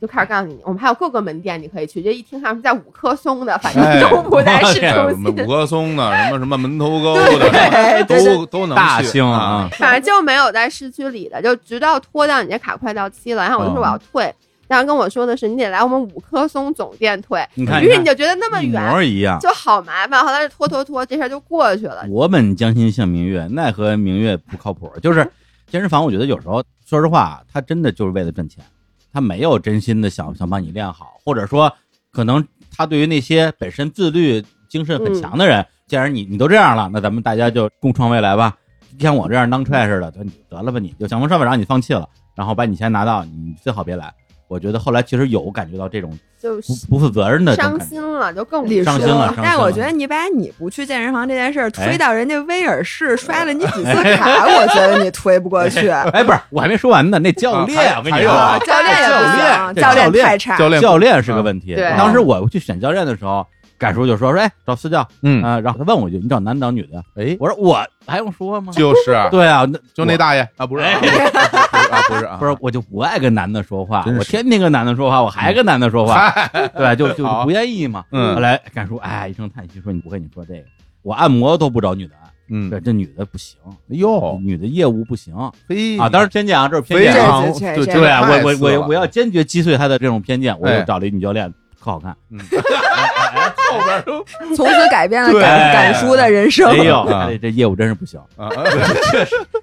G: 就开始告诉你，我们还有各个门店你可以去。这一听上是在五棵松的，反
A: 哎
G: 正都不在市
E: 我
G: 中
A: 哎
G: 心。
A: 五棵松的，什么什么门头沟的，
F: 对对对
A: 都都能去
E: 大兴
A: 啊
E: 啊，，
G: 反正就没有在市区里的，就直到拖到你这卡快到期了，然后我
E: 嗯
G: 就说我要退，然后跟我说的是你得来我们五棵松总店退，
E: 你看，
G: 于是你就觉得那么
E: 一
G: 远
E: 模一样。嗯
G: 就好麻烦，后来就拖拖拖，这事儿就过去了。
E: 我本将心向明月，奈何明月不靠谱。就是健身房，我觉得有时候说实话，他真的就是为了赚钱，他没有真心的想想把你练好，或者说，可能他对于那些本身自律精神
G: 嗯
E: 很强的人，既然你你都这样了，那咱们大家就共创未来吧。就像我这样当踹似的，就你得了吧你，就想方设法让你放弃了，然后把你钱拿到，你最好别来。我觉得后来其实有感觉到这种
G: 就
E: 不不负责任的这种
G: 伤
E: 感觉
G: 心了，就更
F: 李叔
E: 伤心了伤心了
F: 但我觉得你把你不去健身房这件事儿推
E: 哎
F: 到人家威尔士摔了你几 次卡，我觉得你推不过去。
E: 哎，不是，我还没说完呢。那教练，
A: 啊
E: 我跟你
A: 还有
E: 说
A: 啊
E: 啊，
F: 啊教练也不行，
E: 教练
F: 练太差。
A: 教练嗯
E: 教练是个问题。
G: 对
E: 当时我去选教练的时候，改叔就说说，哎，找私教啊、
A: 嗯，
E: 然后他问我一句，你找男的找女的呀？
A: 哎，
E: 我说我还用说吗？
A: 就是
E: 对啊，那
A: 就那
E: 我
A: 大爷啊，不是啊，不是啊，
E: 不是，我就不爱跟男的说话
A: 真，是
E: 我天天跟男的说话，我还跟男的说话，对，就就
A: 好
E: 不愿意嘛。
A: 嗯
E: 后来改叔哎一声叹息说，你不跟你说这个，我按摩都不找女的按，
A: 嗯，
E: 这
A: 哎
E: 这女的不行，
A: 呦，
E: 女的业务不行
A: 嘿
E: 啊。当然偏见啊，这是偏
A: 非
E: 见啊，
A: 常
F: 这这
A: 就
F: 这
A: 就
E: 对啊，
A: 太
E: 我我
A: 次了
E: 我我要坚决击碎他的这种偏见，我
A: 哎
E: 就找了一女教练，可好看。
A: 嗯后边都
F: 从此改变了
A: 对
F: 敢敢叔的人生
E: 哎，呦，
A: 啊
E: 这这业务真是不行，
A: 啊，啊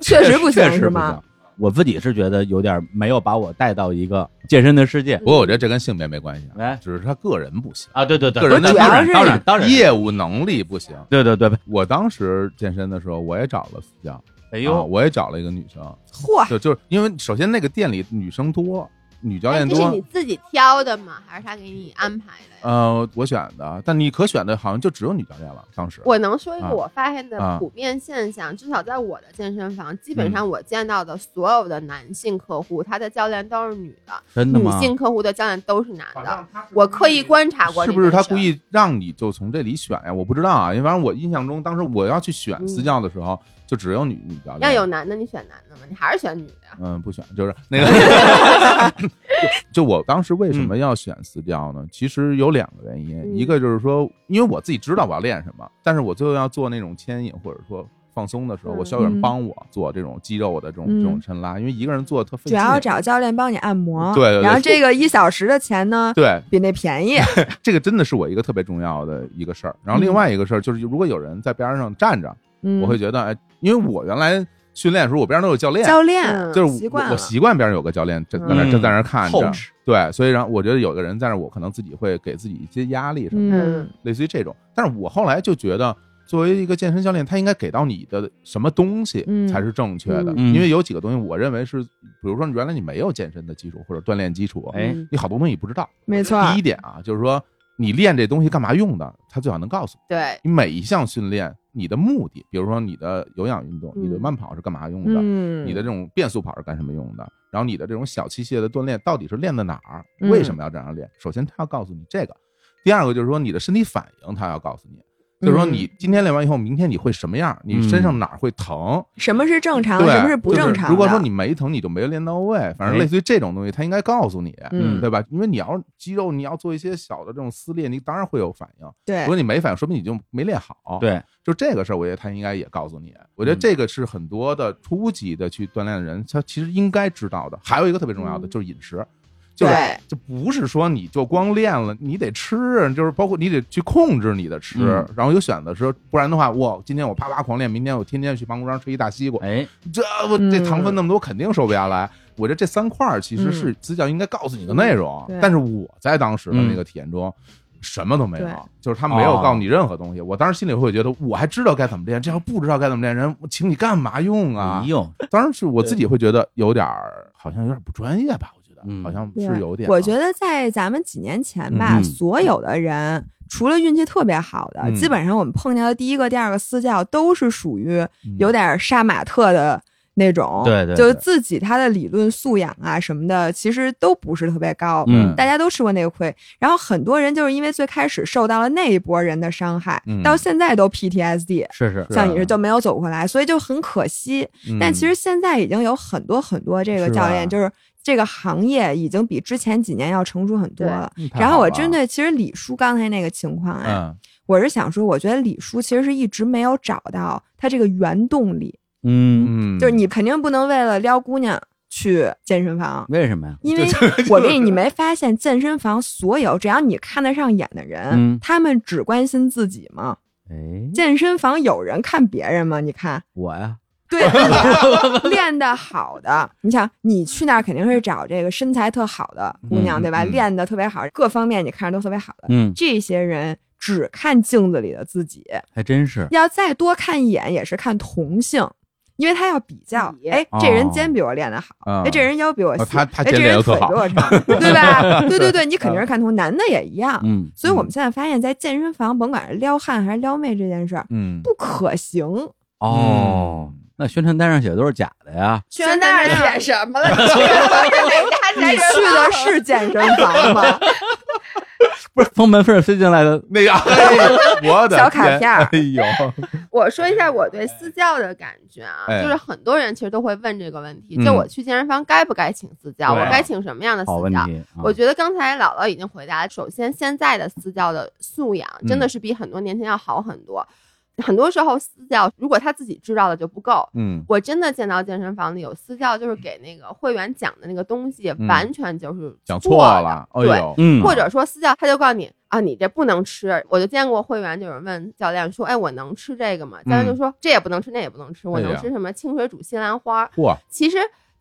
F: 确实不行
E: 确实
F: 是
E: 不
F: 吗
E: 行？。我自己是觉得有点没有把我带到一个健身的世界
A: 不。过我觉得这跟性别没关系啊，
E: 来
A: 只是他个人不行，
E: 啊，对对对，
A: 个人的
E: 当
A: 主要
E: 然
F: 是
E: 当然哎啊当然，
A: 业务能力不行。
E: 对对对，
A: 我当时健身的时候，我也找了私教，啊
E: 哎呦，
A: 我也找了一个女生，
F: 嚯，
A: 就就是因为首先那个店里女生多，女教
G: 哎
A: 练
G: 这是
A: 多
G: 你，自己挑的吗？还是他给你安排
E: 嗯
G: 的呀？
A: 呃，我选的，但你可选的好像就只有女教练了，当时
G: 我能说一个
A: 啊
G: 我发现的
A: 啊
G: 普遍现象，至少在我的健身房，
A: 嗯
G: 基本上我见到的所有的男性客户，他的教练都是女的，
E: 真的
G: 女
E: 吗？
G: 性客户的教练都是男的。我刻意观察过
A: 是
G: 这件事儿，
A: 不是他故意让你就从这里选呀？我不知道啊，因为反正我印象中，当时我要去选私教的时候，就只有女女表
G: 嗯要
A: 演。
G: 有男的，你选男的嘛，你还是选女的呀？
A: 嗯，不选，就是那个 就，就我当时为什
F: 嗯
A: 么要选私教呢？其实有两个原因，
G: 嗯
A: 一个就是说，因为我自己知道我要练什么，但是我最后要做那种牵引或者说放松的时候，
G: 嗯
A: 我需要有人帮我做这种肌肉的这种、
F: 嗯
A: 这种抻拉，因为一个人做特费
F: 主
A: 劲。
F: 要找教练帮你按摩，
A: 对对对
F: 然后这个一小时的钱呢，
A: 对，
F: 比那 便宜，
A: 这个真的是我一个特别重要的一个事儿。然后另外一个事儿就是，如果有人在边上站着，
F: 嗯，
A: 我会觉得，哎，因为我原来训练的时候，我边上都有教练，
F: 教练
G: 嗯
A: 就是
F: 习
A: 我
F: 惯
A: 我
F: 了
A: 习惯边上有个教练正在那儿
E: 嗯
A: 正在那儿看着，
E: Coach
A: 对，所以然后我觉得有个人在那儿，我可能自己会给自己一些压力什么的，
F: 嗯
A: 类似于这种。但是我后来就觉得，作为一个健身教练，他应该给到你的什么东西
F: 嗯
A: 才是正确的？
E: 嗯
A: 因为有几个东西，我认为是，比如说原来你没有健身的基础或者锻炼基础，
E: 哎，
A: 你好多东西不知道。
F: 没错，
A: 第一点啊，就是说你练这东西干嘛用的，他最好能告诉
G: 对，
A: 你。你每一项训练，你的目的，比如说你的有氧运动，你的
G: 嗯
A: 慢跑是干嘛用的？
F: 嗯，
A: 你的这种变速跑是干什么用的？然后你的这种小器械的锻炼到底是练的哪儿？
F: 嗯
A: 为什么要这样练？首先，他要告诉你这个；第二个就是说你的身体反应，他要告诉你，就是
F: 嗯
A: 说你今天练完以后，明天你会什么样？你身上哪儿会疼？
F: 什么是正常，
A: 对，
F: 什嗯么是不正
A: 就
F: 常
A: 是
F: 的？哎
A: 如果说你没疼，你就没有练到位。反正类似于这种东西，他应该告诉你，
F: 嗯
A: 对吧？因为你要是肌肉，你要做一些小的这种撕裂，你当然会有反应。
F: 对
A: 如果你没反应，说明你就没练好。
E: 对，
A: 就这个事儿，我觉得他应该也告诉你。我觉得这个是很多的初级的去锻炼的人，他其实应该知道的。还有一个特别重要的
G: 嗯
A: 就是饮食，就是
F: 对，
A: 就不是说你就光练了，你得吃，就是包括你得去控制你的吃，
E: 嗯
A: 然后有选择吃，不然的话，哇，今天我啪啪狂练，明天我天天去办公室吃一大西瓜，
E: 哎，
A: 这我这
F: 嗯嗯
A: 糖分那么多，肯定瘦不下来。我觉得这三块儿其实是私教应该告诉你的内容，
F: 对
A: 但是我在当时的
E: 嗯
A: 那个体验中。什么都没有
F: 对，
A: 就是他没有
E: 哦
A: 告诉你任何东西。我当时心里会觉得，我还知道该怎么练，这要不知道该怎么练，人我请你干嘛用啊
E: 哎？呦，
A: 当然是我自己会觉得有点儿，好像有点不专业吧？我觉得
E: 嗯
A: 好像
F: 对
A: 是有点啊。
F: 我觉得在咱们几年前吧，
E: 嗯
F: 所有的人除了运气特别好的，
A: 嗯
F: 基本上我们碰见的第一个、第二个私教都是属于
A: 嗯
F: 有点杀马特的那种，
E: 对对对
F: 就是自己他的理论素养啊什么的，其实都不是特别高。
E: 嗯
F: 大家都吃过那个亏，然后很多人就是因为最开始受到了那一波人的伤害，
A: 嗯
F: 到现在都 PTSD，
E: 是是， 啊
F: 像你是就没有走过来，所以就很可惜。
A: 嗯，
F: 但其实现在已经有很多很多这个
A: 是
F: 教练，
A: 吧
F: 就是这个行业已经比之前几年要成熟很多
G: 对
F: 了。
A: 嗯太
F: 然后
A: 好
F: 我
A: 了
F: 针对其实李叔刚才那个情况啊，
A: 嗯
F: 我是想说，我觉得李叔其实是一直没有找到他这个原动力，
E: 嗯，
A: 嗯，
F: 就是你肯定不能为了撩姑娘去健身房。
E: 为什么呀？
F: 因为 我跟你，你没发现健身房所有只要你看得上眼的人，
E: 嗯
F: 他们只关心自己吗？
E: 哎，
F: 健身房有人看别人吗？你看，
E: 我呀，
F: 对，那你练得好的，你想你去那儿肯定是找这个身材特好的姑娘，
E: 嗯
F: 对吧？
A: 嗯
F: 练得特别好，各方面你看着都特别好的，
E: 嗯，
F: 这些人只看镜子里的自己，
E: 还真是，
F: 要再多看一眼也是看同性。因为他要比较
G: 比，
F: 哎，这人
E: 哦
F: 肩比我练得好，
A: 嗯
F: 哎，这人腰比我细
A: 哦，他他
F: 哎，这
A: 肩练
F: 人
A: 得
F: 腿
A: 特
F: 比
A: 好嗯
F: 我长，对吧？对对对，你肯定是看同，男的也一样。
E: 嗯，
F: 所以我们现在发现，在健身房，甭管是撩汉还是撩妹这件事儿，
A: 嗯
F: 不可行。
E: 哦，那宣传单上写的都是假的呀，
G: 宣单上写什么了？你去
F: 你
G: 的
F: 去的是健身房 吗？
E: 不是从门缝儿飞进来的，
A: 那个，哎呦我的
F: 小卡
A: 天
F: 片儿
A: 哎 呦，
G: 我说一下我对私教的感觉啊，
A: 哎
G: 就是很多人其实都会问这个问题，
E: 嗯
G: 就我去健身房该不该请私教？
E: 对啊
G: 我该请什么样的私
E: 好问
G: 教？
E: 题，啊
G: 我觉得刚才姥姥已经回答了。首先，现在的私教的素养
A: 嗯
G: 真的是比很多年前要好很多。很多时候，私教如果他自己知道的就不够。
A: 嗯
G: 我真的见到健身房里有私教，就是给那个会员讲的那个东西，
A: 嗯
G: 完全就是
A: 讲
G: 错
A: 错了，哎
G: 对
A: 呦，
E: 嗯，
G: 或者说私教他就告诉你啊，你这不能吃。我就见过会员就有人问教练说，哎，我能吃这个吗？教练就说、这也不能吃，那也不能吃，
A: 嗯
G: 我
A: 哎呀
G: 能吃什么清水煮西兰花？
A: 嚯，
G: 其实。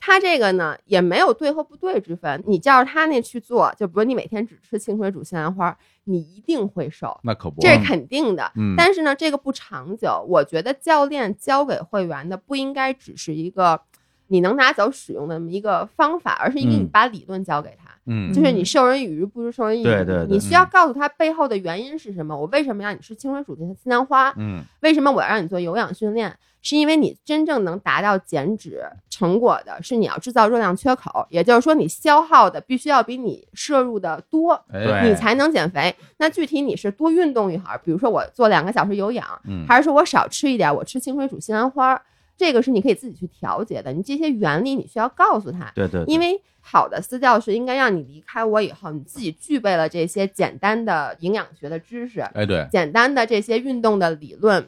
G: 他这个呢也没有对和不对之分，你照着他那去做，就比如你每天只吃清水煮西兰花，你一定会瘦，
A: 那可不，
G: 这是肯定的。
A: 嗯
G: 但是呢，这个不长久。我觉得教练教给会员的不应该只是一个你能拿走使用的一个方法，而是应该你
E: 嗯
G: 把理论教给他。
A: 嗯
G: 就是你授人以鱼不如授人以渔，
E: 对对对
G: 你需要告诉他背后的原因是什么。我为什么让你吃清水煮的西兰花？
A: 嗯
G: 为什么我要让你做有氧训练？是因为你真正能达到减脂成果的是你要制造热量缺口，也就是说你消耗的必须要比你摄入的多，
A: 哎
E: 对
G: 你才能减肥。那具体你是多运动一会儿，比如说我做两个小时有氧，
A: 嗯
G: 还是说我少吃一点，我吃清水煮西兰花？这个是你可以自己去调节的，你这些原理你需要告诉他，
E: 对对，
G: 因为好的私教是应该让你离开我以后，你自己具备了这些简单的营养学的知识，
A: 哎，对，
G: 简单的这些运动的理论。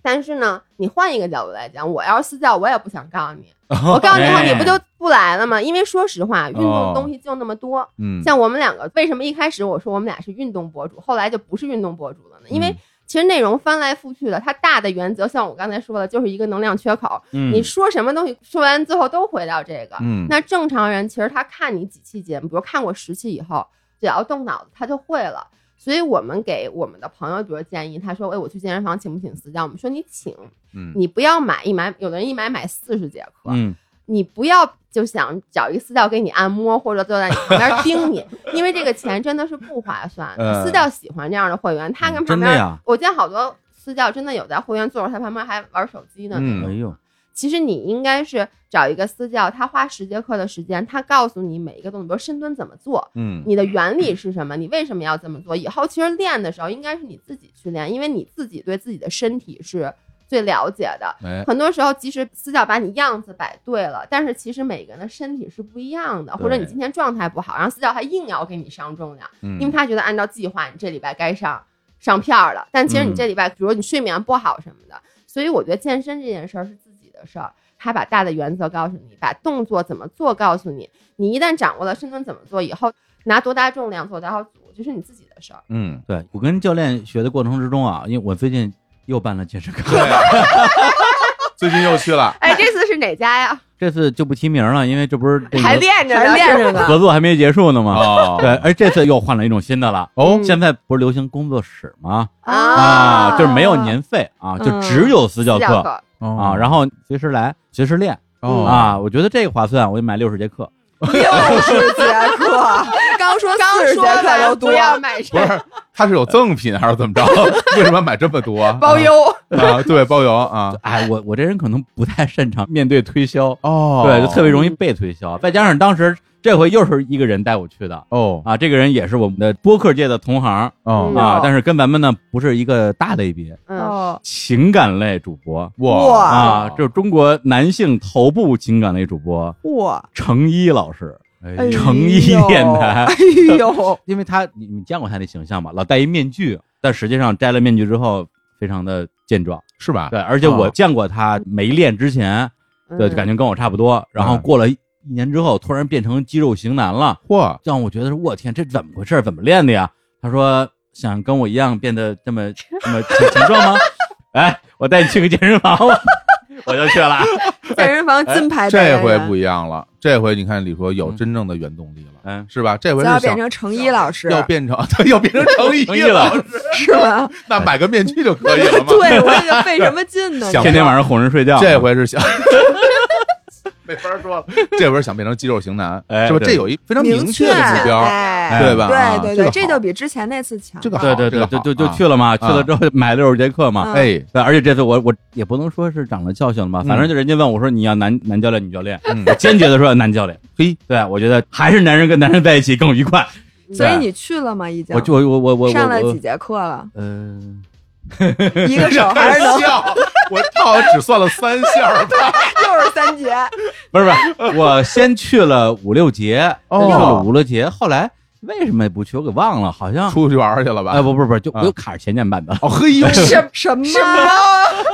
G: 但是呢，你换一个角度来讲，我要是私教，我也不想告诉你。
A: 哦
G: 我告诉你后，
A: 哎
G: 你不就不来了吗？因为说实话，运动
A: 哦
G: 东西就那么多。
A: 嗯，
G: 像我们两个，为什么一开始我说我们俩是运动博主，后来就不是运动博主了呢？因
A: 嗯
G: 为其实内容翻来覆去的，它大的原则，像我刚才说的，就是一个能量缺口。
E: 嗯
G: 你说什么东西，说完最后都回到这个。
A: 嗯
G: 那正常人其实他看你几期节目，比如看过十期以后，只要动脑子他就会了。所以我们给我们的朋友，比如建议，他说：“哎，我去健身房请不请私教？”我们说：“你请，
A: 嗯
G: 你不要买一买，有的人一买买四十节课，
E: 嗯
G: 你不要就想找一个私教给你按摩，或者坐在你旁边盯 你，因为这个钱真的是不划算的。
A: 呃
G: 私教喜欢这样的会员，他跟
E: 嗯
G: 旁
E: 真
G: 边，
E: 的呀
G: 我见好多私教真的有在会员坐着，他旁边还玩手机呢。
A: 嗯
E: 哎呦，
G: 其实你应该是找一个私教，他花十节课的时间，他告诉你每一个动作，比如深蹲怎么做，
A: 嗯
G: 你的原理是什么，你为什么要这么做。以后其实练的时候，应该是你自己去练，因为你自己对自己的身体是最了解的。
A: 哎，
G: 很多时候，即使私教把你样子摆对了，但是其实每个人的身体是不一样的，或者你今天状态不好，然后私教还硬要给你上重量，
A: 嗯
E: 嗯
G: 因为他觉得按照计划你这礼拜该上上片儿了，但其实你这礼拜，比
E: 嗯
G: 如你睡眠不好什么的，所以我觉得健身这件事儿是自己的事儿。他把大的原则告诉你，把动作怎么做告诉你，你一旦掌握了深蹲怎么做以后，拿多大重量做多少组，这是你自己的事儿。
A: 嗯，
E: 对我跟教练学的过程之中啊，因为我最近又办了健身卡，
A: 最近又去 了，
G: 哎，这次是哪家呀？
E: 这次就不提名了，因为这不是这
G: 还
E: 个
G: 练着呢，
F: 还练着呢
E: 合作还没结束呢嘛。
A: 哦
E: 对，而这次又换了一种新的了。
A: 哦，
E: 现在不是流行工作室吗？
G: 啊
E: 啊，就是没有年费啊，就
F: 嗯
E: 只有私教
G: 私教
E: 课
G: 课，
E: 啊，然后随时来，随时练
A: 哦
E: 啊。我觉得这个划算，我就买六十节课。
F: 六十节课，刚说
G: 刚
F: 四十节
G: 说
F: 课
G: 完
F: 都多
G: 不，要买
A: 不
G: 这
A: 是，他是有赠品还是怎么着？为什么买这么多？
G: 包邮。
A: 啊，对，包邮啊，
E: 哎，我我这人可能不太擅长面对推销，
A: 哦，
E: 对，就特别容易被推销。再加上当时这回又是一个人带我去的
A: 哦
E: 啊，这个人也是我们的播客界的同行
A: 哦
G: 嗯
E: 啊，但是跟咱们呢不是一个大类别，
F: 哦
G: 嗯，
E: 情感类主播
A: 哇
E: 啊，就是中国男性头部情感类主播
F: 哇，
E: 程一老师，
F: 哎呦
E: 程一电台
F: 哎 呦，
E: 因为他你你见过他那形象吧，老戴一面具，但实际上摘了面具之后非常的健壮。
A: 是吧？
E: 对，而且我见过他没练之前，
F: 嗯
E: 对，感
G: 觉
E: 觉跟我差不多。然后
A: 嗯
E: 过了一年之后，突然变成肌肉型男了，
A: 嚯，
E: 让我觉得是我天，这怎么回事？怎么练的呀？他说想跟我一样变得这么这么强 强壮吗？哎，我带你去个健身房吧，我就去了。
F: 健身房金牌代言
A: 哎这
F: 人
A: 回不一样了，这回你看李叔有真正的原动力了，
E: 嗯，
A: 是吧？这回
F: 咱
A: 是
F: 要
A: 想
F: 变成程一老师，
A: 要变成 要变成成毅
E: 成毅了
A: 了，
F: 是吧？
A: 那买个面具就可以了嘛？
F: 对，我也费什么劲呢？
A: 想
E: 天天晚上哄人睡觉，
A: 这回是想。 没法说了，这回是想变成肌肉型男，
E: 哎
A: 是吧？这
E: 对
A: 有一非常
F: 明
A: 明确的目标，
F: 哎，
A: 对吧啊
F: 对对对，
A: 这
F: 这
A: 个好
F: 就比之前那次强。
A: 这个
E: 对对
A: 这个
E: 对，
A: 好
E: 就就
A: 啊
E: 就去了嘛，去
A: 啊
E: 了之后买六十节课嘛。
F: 嗯
A: 哎，
E: 对，而且这次我我也不能说是长了教训了吧，反正就人家问我说你要男男教练女教练，
A: 嗯
E: 我坚决的说要男教练。
A: 嘿，
E: 对我觉得还是男人跟男人在一起更愉快。
F: 所以你去了吗？已经
E: 哎我就我我我我
F: 上了
E: 我，
F: 几节课了
E: 嗯，
F: 一个手还是 能，
A: 笑，我好像只算了三下吧。
F: 又是三 节。
E: 不是不是，我先去了五六节，
A: 哦
E: 先去了五六节，后来为什么不去我给忘了，好像
A: 出去玩去了吧？
E: 哎不不不，就
A: 啊
E: 我又卡着前年办的，
A: 哦，嘿呦，
F: 什什么？
G: 什么？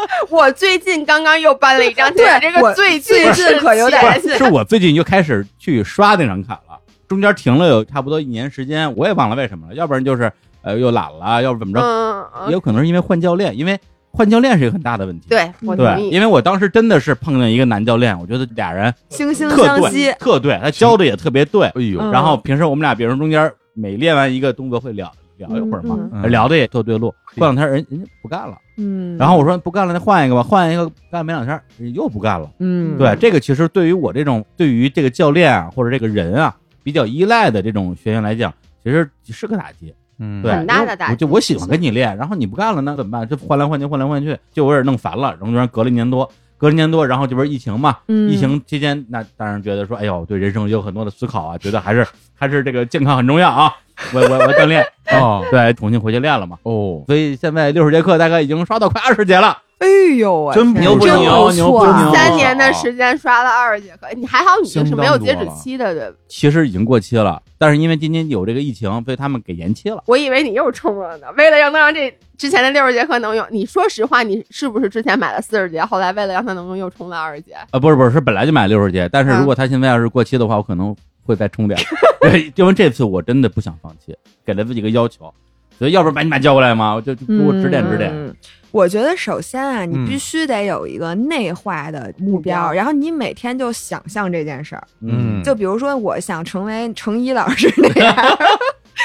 G: 我最近刚刚又搬了一张
F: 对
G: 卡，这
F: 我
G: 个最
F: 最
G: 近
F: 近可有点
G: 是
F: 哎
E: 是是我最近又开始去刷那张卡了，中间停了有差不多一年时间，我也忘了为什么了，要不然就是呃又懒了，要不怎么着，
G: 嗯，嗯
E: 也有可能是因为换教练，因为换教练是一个很大的问题。
G: 对，我同
F: 嗯
E: 对，
G: 意。
E: 因为我当时真的是碰见一个男教练，我觉得俩人
F: 惺惺
E: 特啊
F: 相
E: 对，
F: 惜。
E: 特对，他教的也特别对。
A: 哎呦，
F: 嗯
E: 然后平时我们俩，比如说中间每练完一个动作会聊聊一会儿嘛，
A: 嗯嗯
E: 聊的也特对路。
A: 嘿
E: 过两天人人家不干了，
F: 嗯，
E: 然后我说不干了，那换一个吧，换一个干没两天人又不干了。
F: 嗯，
E: 对，这个其实对于我这种对于这个教练啊或者这个人啊比较依赖的这种学员来讲，其实是个打击。
A: 嗯
E: 对，
G: 很大的打击
E: 我就我喜欢跟你练，然后你不干了，那怎么办？这换来换去，换来换去，就有点弄烦了。然后就让隔了一年多，隔了一年多，然后这不是疫情嘛？
F: 嗯
E: 疫情期间，那当然觉得说，哎呦，对人生有很多的思考啊，觉得还是还是这个健康很重要啊。我我我锻炼，
A: 哦
E: 对，重新回去练了嘛。
A: 哦，
E: 所以现在六十节课大概已经刷到快二十节了，
F: 哎呦我
E: 真
F: 天
E: 牛
F: 不
E: 不牛？
F: 错
E: 牛不牛？
G: 三年的时间刷了二十节课，你还好，你就是没有截止期的，对吧？
E: 其实已经过期了，但是因为今年有这个疫情，被他们给延期了。
G: 我以为你又冲了呢，为了让能让这之前的六十节课能用，你说实话，你是不是之前买了四十节，后来为了让它能用又充了二十节？
E: 啊，不是不是，是本来就买六十节，但是
F: 嗯
E: 如果他现在要是过期的话，我可能会再充点儿， 对因为这次我真的不想放弃，给了自己个要求，所以要不然把你们俩叫过来嘛，我就就给我指点指点。
F: 嗯我觉得首先啊，你
A: 嗯
F: 必须得有一个内化的目标，
G: 标
F: 然后你每天就想象这件事儿。
A: 嗯，
F: 就比如说，我想成为程一老师那样，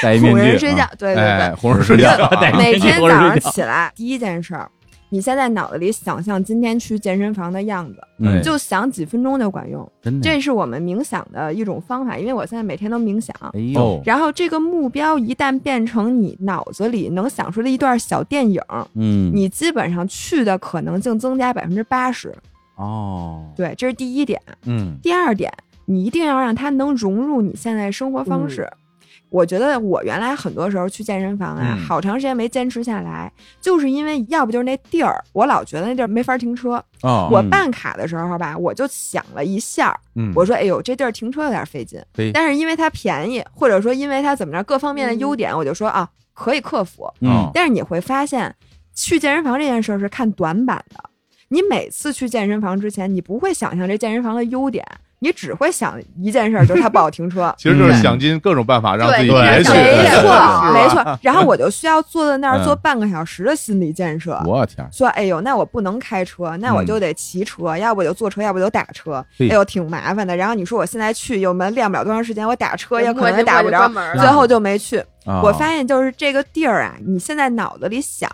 E: 戴一面
F: 哄
E: 具，啊
F: 人睡觉，对对对，
A: 哎，哄睡觉啊，
E: 戴一面
F: 每
E: 具
F: 天早
E: 或者睡
F: 上
E: 觉
F: 起来第一件事儿，你先在脑子里想象今天去健身房的样子，
E: 嗯，
F: 就想几分钟就管用。
E: 真的，
F: 这是我们冥想的一种方法，因为我现在每天都冥想。
E: 哎
A: 哦
E: 呦，
F: 然后这个目标一旦变成你脑子里能想出的一段小电影，
E: 嗯，
F: 你基本上去的可能性增加百分之八十。
E: 哦，
F: 对，这是第一点。
A: 嗯
F: 第二点，你一定要让它能融入你现在生活方式。我觉得我原来很多时候去健身房啊，
A: 嗯嗯
F: 好长时间没坚持下来，就是因为要不就是那地儿，我老觉得那地儿没法停车。
A: 哦，
F: 我办卡的时候吧，我就想了一下，
A: 嗯
F: 我说哎呦这地儿停车有点费劲
A: 对，。
F: 但是因为它便宜，或者说因为它怎么着各方面的优点，我就说啊可以克服。
E: 嗯，
F: 但是你会发现，去健身房这件事儿是看短板的。你每次去健身房之前，你不会想象这健身房的优点，你只会想一件事儿，就是它不好停车
A: 其实就是想尽各种办法让自己
G: 对
A: 别
G: 没
A: 去
G: 错。
F: 没
G: 是
F: 错，
G: 吧
F: 没 错。然后我就需要坐在
A: 嗯
F: 那儿做半个小时的心理建设，
A: 我天儿，
F: 说：“哎呦，那我不能开车，那我
A: 嗯
F: 就得骑车，要不就坐车，要不就打车。哎
A: 对
F: 呦，挺麻烦的。然后你说我现在去又没练不了多长时间，我打车也可能也打不
G: 关
F: 着，
G: 门
F: 最后就没去。
A: 啊
F: 我发现就是这个地儿啊，你现在脑子里想，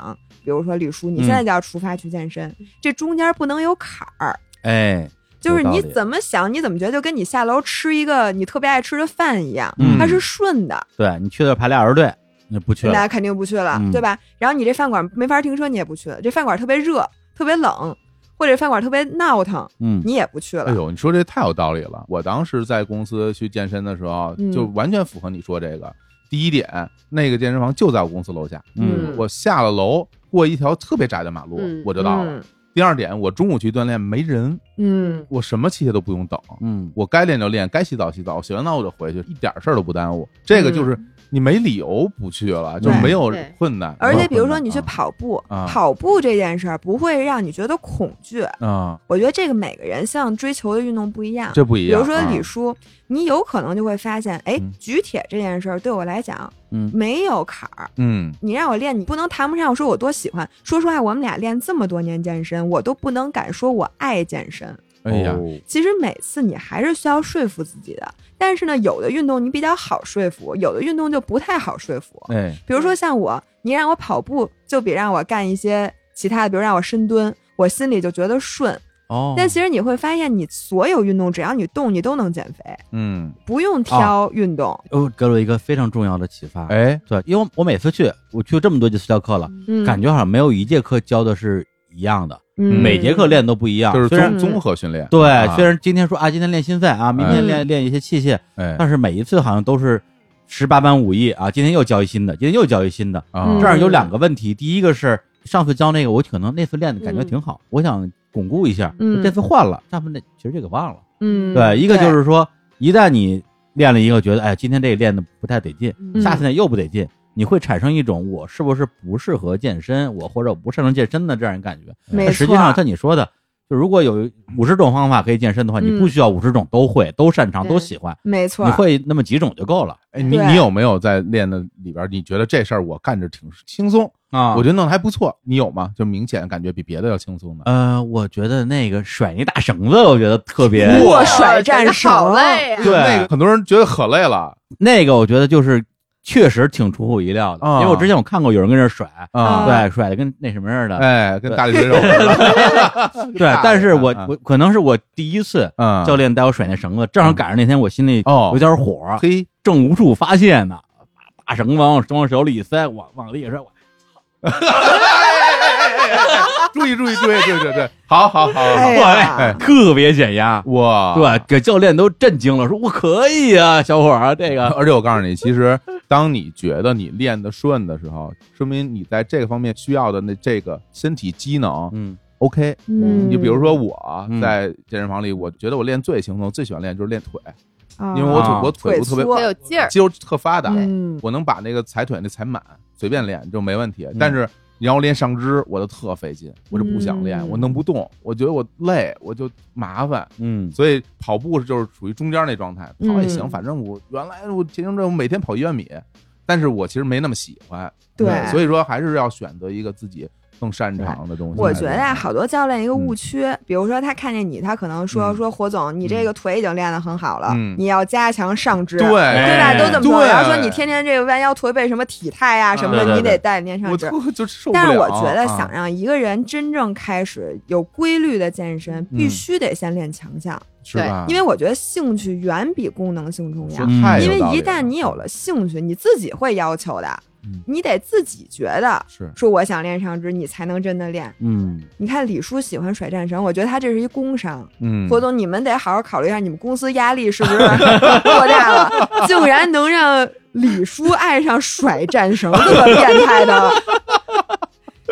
F: 比如说李叔，你
A: 嗯
F: 现在就要出发去健身，这中间不能有坎儿，
E: 哎，
F: 就是
E: 有道
F: 你
E: 理
F: 怎么想，你怎么觉得，就跟你下楼吃一个你特别爱吃的饭一样，
E: 嗯
F: 它是顺的，
E: 对你去那儿排俩人队，你不去了，
F: 那肯定不去了，
E: 嗯
F: 对吧？然后你这饭馆没法停车，你也不去了，这饭馆特别热，特别冷，或者饭馆特别闹腾，
E: 嗯，
F: 你也不去
A: 哎
F: 了。
A: 呦，你说这太有道理了！我当时在公司去健身的时候，
F: 嗯
A: 就完全符合你说这个。第一点，那个健身房就在我公司楼下，
E: 嗯
A: 我下了楼过一条特别窄的马路，
G: 嗯
A: 我就到了。第二点，我中午去锻炼没人，
F: 嗯
A: 我什么器械都不用等，
E: 嗯，
A: 我该练就练，该洗澡洗澡，洗完澡我就回去，一点事儿都不耽误。这个就是你没理由不去了，就
F: 嗯对
A: 没有
G: 对
A: 困难。
F: 而
A: 没
F: 且
A: 有
F: 比如
A: 困
F: 说
A: 难
F: 你去
A: 啊
F: 跑步，
A: 啊
F: 跑步这件事儿不会让你觉得恐惧，
A: 啊，
F: 我觉得这个每个人向追求的运动不一样。
A: 这不一
F: 比
A: 样。
F: 如说
A: 啊
F: 李叔，你有可能就会发现，哎
A: 嗯，
F: 举铁这件事儿对我来讲，
E: 嗯
F: 没有坎儿。
A: 嗯，
F: 你让我练，你不能谈不上说我多喜欢。说实话，我们俩练这么多年健身，我都不能敢说我爱健身。
A: 哎呀，
E: 哦
F: 其实每次你还是需要说服自己的，但是呢，有的运动你比较好说服，有的运动就不太好说
A: 嗯
F: 服。
E: 哎，
F: 比如说像我，你让我跑步，就比让我干一些其他的，比如让我深蹲，我心里就觉得顺。
E: 哦，
F: 但其实你会发现，你所有运动只要你动，你都能减肥，
A: 嗯，
F: 不
E: 啊
F: 用挑运动。
E: 哦，给了我一个非常重要的启发，，
A: 哎，
E: 对，因为我每次去，我去这么多节私教课了，
F: 嗯，
E: 感觉好像没有一节课教的是一样的，
F: 嗯
E: 每节课练都不一样，
A: 就是
E: 啊虽然
A: 综综合训练。
E: 对，
A: 啊
E: 虽然今天说啊，今天练心肺啊，明天练练一些器械，
A: 哎，
E: 但是每一次好像都是十八般武艺啊，今天又教一新的，今天又教一新的。
A: 啊
F: 嗯
E: 这样有两个问题，第一个是上次教那个，我可能那次练的感觉
G: 嗯
E: 挺好，我想巩固一下，
F: 嗯
E: 这次换了，上次那其实这个忘了。
F: 嗯，
E: 对，一个就是说，一旦你练了一个，觉得哎，今天这个练的不太得劲，
F: 嗯
E: 下次呢又不得劲。你会产生一种我是不是不适合健身，我或者我不擅长健身的这样一个感觉。
F: 没
E: 但
F: 错，
E: 实际上，像你说的，就如果有五十种方法可以健身的话，你不
F: 嗯
E: 需要五十种都会、都擅长、
G: 对
E: 都喜欢，
F: 没错，
E: 你会那么几种就够了
A: 哎，你
F: 对
A: 你有没有在练的里边儿，你觉得这事儿我干着挺轻松，
E: 啊
A: 我觉得弄得还不错，你有吗？就明显感觉比别的要轻松的。
E: 呃，我觉得那个甩那大绳子，我觉得特别
F: 哇甩战
G: 神，好
F: 绳
G: 累啊！
A: 那
E: 对啊
A: 个，很多人觉得可累了
E: 那个我觉得就是确实挺出乎我意料的，
A: 啊
E: 因为我之前我看过有人跟这甩，
A: 啊，
E: 对，甩的跟那什么似的，
A: 哎，跟大力水手似的。
E: 对
A: 大。
E: 但是
A: 人
E: 我
A: 啊
E: 我可能是我第一次
A: 嗯，
E: 教练带我甩那绳子，正好赶上那天我心里
A: 哦
E: 有点火，
A: 嘿，
E: 正无处发泄呢，把大绳子往我往手里一塞，往往地下摔，我
A: 注意注意注意，对对对，好好好 好，
F: 哎
A: 好
F: 呀
A: 哎
E: 特别减压。
A: 哇，
E: 对，给教练都震惊了，说我可以啊，小伙儿，这个
A: 而且我告诉你，其实当你觉得你练得顺的时候，说明你在这个方面需要的那这个身体机能
E: 嗯
A: OK。
F: 嗯，
A: 你比如说我
E: 嗯
A: 在健身房里，我觉得我练最轻松，最喜欢练就是练腿，
F: 啊，
A: 因为我腿
E: 啊
A: 我腿
F: 腿
A: 部特别
F: 粗
G: 特有劲儿。
A: 肌肉特发达，
F: 嗯，
A: 我能把那个踩腿那踩满，随便练就没问题。但是你要练上肢，我就特费劲，我就不想练，
F: 嗯
A: 我弄不动，我觉得我累，我就麻烦。
E: 嗯
A: 所以跑步就是属于中间那状态，跑也行，
F: 嗯
A: 反正我原来我田径队我每天跑一万米，但是我其实没那么喜欢。
F: 对
A: 所以说还是要选择一个自己更擅长的东西。
F: 我觉得呀，好多教练一个
E: 嗯
F: 误区，比如说他看见你，他可能说
A: 嗯
F: 说火总，你这个腿已经练得很好了
A: 嗯，
F: 你要加强上肢，
A: 对
F: 对吧？
E: 哎
F: 都这么说，
A: 对
F: 然后说你天天这个弯腰驼背什么体态呀什么
E: 啊对对
F: 的，你
E: 对
F: 得带练上
A: 我
F: 肢。
A: 特 就受不了。
F: 但是我觉得，
A: 啊
F: 想让一个人真正开始有规律的健身，
A: 嗯
F: 必须得先练强项，
A: 是吧？
F: 因为我觉得兴趣远比功能性重要。
A: 说啊太
E: 嗯
F: 因为
A: 有道理
F: 一
A: 了
F: 旦你有了兴趣，你自己会要求的
A: 嗯，
F: 你得自己觉得
A: 是
F: 说我想练上肢，你才能真的练。
E: 嗯，
F: 你看李叔喜欢甩战绳，我觉得他这是一工伤。
A: 嗯，
F: 霍总，你们得好好考虑一下，你们公司压力是不 是过大了，竟然能让李叔爱上甩战绳这么变态 的？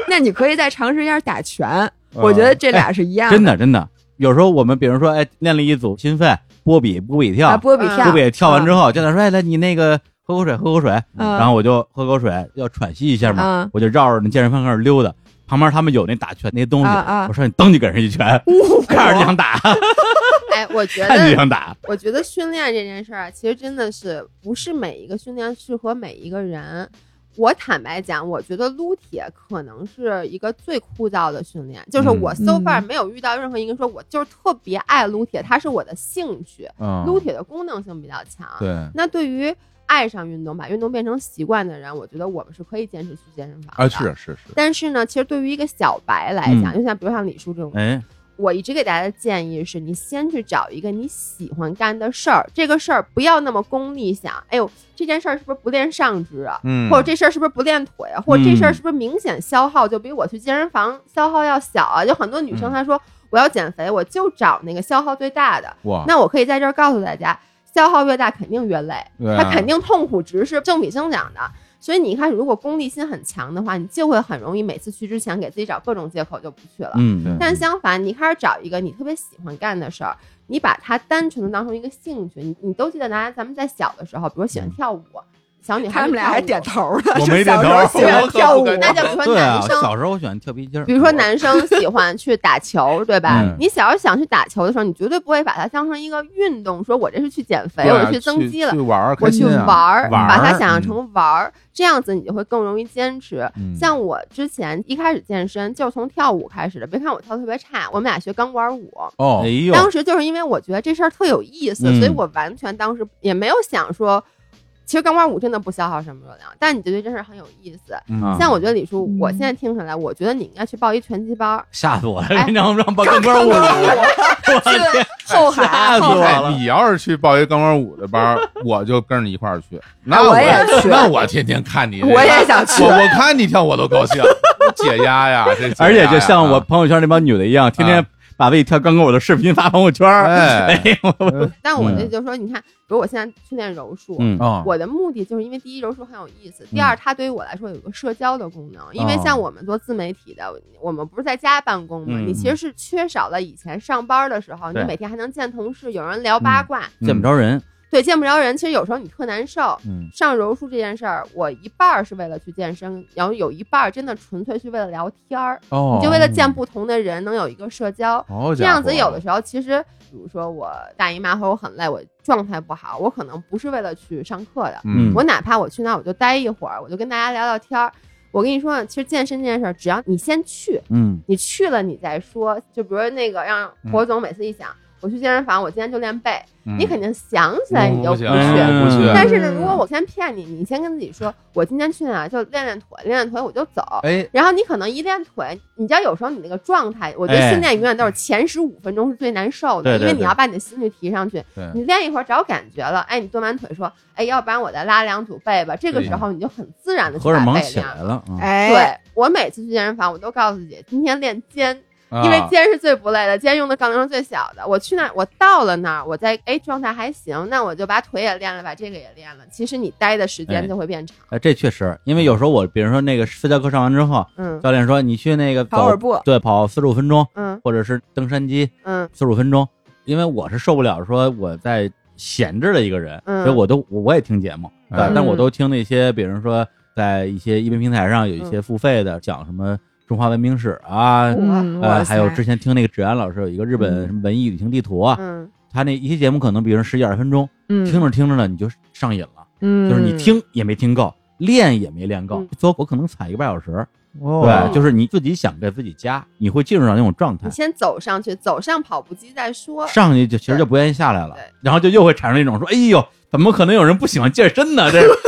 F: 那你可以再尝试一下打拳，我觉得这俩是一样
E: 啊哎真的真的，有时候我们比如说，哎，练了一组心肺、波比、波比
F: 啊，
E: 跳、
F: 波比跳，
E: 波比跳完之
G: 嗯
E: 后，教练说：“哎，来你那个喝口水，喝口水。”
F: 嗯
E: 然后我就喝口水，要喘息一下嘛
F: 嗯，
E: 我就绕着那健身房开始溜达。旁边他们有那打拳那东西
F: 啊啊，
E: 我说你蹬就给人一拳，看着就 想打，
G: 哎，我觉
E: 看着就
A: 啊
G: 得，
E: 想打。
G: 我觉得训练这件事儿啊，其实真的是不是每一个训练适合每一个人。我坦白讲，我觉得撸铁可能是一个最枯燥的训练，就是
A: 嗯
G: 我 so far
F: 嗯
G: 没有遇到任何一个人说我就是特别爱撸铁，它是我的兴趣。
A: 嗯
G: 撸铁的功能性比较强，
A: 对。
G: 那对于爱上运动、把运动变成习惯的人，我觉得我们是可以坚持去健身房的。
A: 啊，是。嗯是是，
G: 但是呢，其实对于一个小白来讲，就像比如像李叔这种，
E: 哎，
G: 我一直给大家的建议是，你先去找一个你喜欢干的事儿，这个事儿不要那么功利想，哎呦，这件事儿是不是不练上肢啊？
A: 嗯，
G: 或者这事儿是不是不练腿啊？或者这事儿
E: 嗯
G: 是不是明显消耗就比我去健身房消耗要小啊？有很多
A: 嗯
G: 女生她说我要减肥，我就找那个消耗最大的，
A: 哇，
G: 那我可以在这儿告诉大家，消耗越大肯定越累，
A: 对啊
G: 它肯定痛苦值是正比增长的。所以你一开始如果功利心很强的话，你就会很容易每次去之前给自己找各种借口就不去了。
E: 嗯，
G: 但相反，你开始找一个你特别喜欢干的事儿，你把它单纯的当成一个兴趣。你你都记得，大家咱们在小的时候，比如喜欢跳舞，小女
F: 他
G: 孩
F: 们俩还点
G: 跳舞，
F: 头呢，
A: 我
F: 是
A: 没点
F: 小时候
A: 头
F: 喜欢
A: 我
F: 跳舞
A: 我，
G: 那就比如说
E: 对啊
G: 男，生
E: 小时候我喜欢跳皮筋儿，
G: 比如说男生喜欢去打球，对吧？
E: 嗯
G: 你小时候想去打球的时候，你绝对不会把它当成一个运动，说我这是去减肥，
A: 对啊
G: 我是去增肌了
A: 去，玩儿，
G: 我
A: 开
G: 去
A: 心
G: 玩
A: 啊，
G: 儿，
E: 玩儿
G: 把它想象成玩儿，这样子你就会更容易坚持。
A: 嗯
G: 像我之前一开始健身就是从跳舞开始的，别看我跳得特别差，我们俩学钢管舞。
A: 哦
E: 哎，呦，
G: 当时就是因为我觉得这事儿特有意思，
E: 嗯
G: 所以我完全当时也没有想说，其实钢管舞真的不消耗什么热量，但你就觉得这事儿很有意思。
E: 啊
G: 像我觉得李叔，
F: 嗯
G: 我现在听下来，我觉得你应该去报一拳击班儿，
E: 吓死我了，
G: 哎
E: 让让报钢管舞，
F: 后海
E: 吓死
F: 后
E: 我
F: 海。
A: 哎
E: 了。
A: 你要是去报一钢管舞的班儿，我就跟着你一块儿 去。那
F: 我
A: 我
F: 也去
A: 那我天天看你这个，
F: 我也想去
A: 我我看你跳我都高兴， 解压呀，这解压呀
E: 而且就像我，朋友圈那帮女的一样，天天
A: 啊
E: 把自己跳钢管舞的视频发朋友圈儿。
A: 哎
E: 哎，我
G: 但我
E: 嗯
G: 这就是说，你看，比如我现在去练柔术，
E: 嗯
A: 啊
G: 我的目的就是因为第一，柔术很有意思；第二，它对于我来说有个社交的功能。因为像我们做自媒体的，我们不是在家办公嘛，
E: 啊嗯
G: 你其实是缺少了以前上班的时候，你
E: 对
G: 每天还能见同事，有人聊八卦，
E: 见不着人，
G: 对，见不着人，其实有时候你特难受。
A: 嗯
G: 上柔术这件事儿，我一半儿是为了去健身，然后有一半儿真的纯粹是为了聊天儿，
A: 哦
G: 你就为了见不同的人，能有一个社交。
A: 哦，
G: 这样子有的
A: 时
G: 时候，其实比如说我大姨妈或者我很累，我状态不好，我可能不是为了去上课的，
A: 嗯
G: 我哪怕我去那儿我就待一会儿，我就跟大家聊聊天儿。我跟你说，其实健身这件事儿，只要你先去，
E: 嗯，
G: 你去了你再说。就比如那个让
A: 嗯
G: 火总每次一想，我去健身房，我今天就练背，
E: 嗯
G: 你肯定想起来你就
A: 不
G: 嗯不去。
A: 行我不去，
G: 但是呢，如果我先骗你，你先跟自己说，我今天去哪儿就练练腿，练练腿我就走。
A: 哎，
G: 然后你可能一练腿，你知道有时候你那个状态，我觉
E: 哎
G: 得训练永远都是前十五分钟是最难受的，
E: 对对
G: 因为你
E: 对
G: 要把你的心率提上去。
A: 对
G: 你练一会儿找感觉了，哎，你蹲完腿说，哎，要不然我再拉两组背吧。这个
A: 对
G: 时候你就很自然的去
E: 荷尔
G: 把
E: 蒙
G: 背
E: 起
G: 练
E: 来
G: 了。
E: 了。嗯
F: 哎，
G: 啊对我每次去健身房，我都告诉自己今天练肩，
E: 啊
G: 因为肩是最不累的，肩用的杠铃是最小的。我去那，我到了那儿，我在哎状态还行，那我就把腿也练了，把这个也练了。其实你待的时间就会变长。
E: 哎，这确实，因为有时候我，比如说那个私教课上完之后，
G: 嗯
E: 教练说你去那个
F: 跑
E: 走
F: 会儿步
E: 对，跑四十五分钟，
G: 嗯
E: 或者是登山机
G: 嗯
E: 四十五分钟，因为我是受不了说我在闲置的一个人，
G: 嗯
E: 所以我都我我也听节目，对，
A: 嗯
E: 但我都听那些，比如说在一些音频平台上有一些付费的，讲什么中华文明史啊，
F: 嗯，哇塞
E: 呃，
F: 嗯
E: 还有之前听那个芷安老师有一个日本什么文艺旅行地图啊，
G: 嗯
E: 他那一期节目可能比如说十几二十分钟，
F: 嗯
E: 听着听着呢你就上瘾了，
F: 嗯，
E: 就是你听也没听够。练也没练够
G: 嗯，
E: 所以我可能踩一个半小时。
A: 哦
E: 对，就是你自己想给自己加，你会进入到那种状态
G: 你。先走上去，走上跑步机再说。
E: 上去就其实就不愿意下来了
G: 对，
E: 然后就又会产生一种说，哎呦，怎么可能有人不喜欢健身呢？这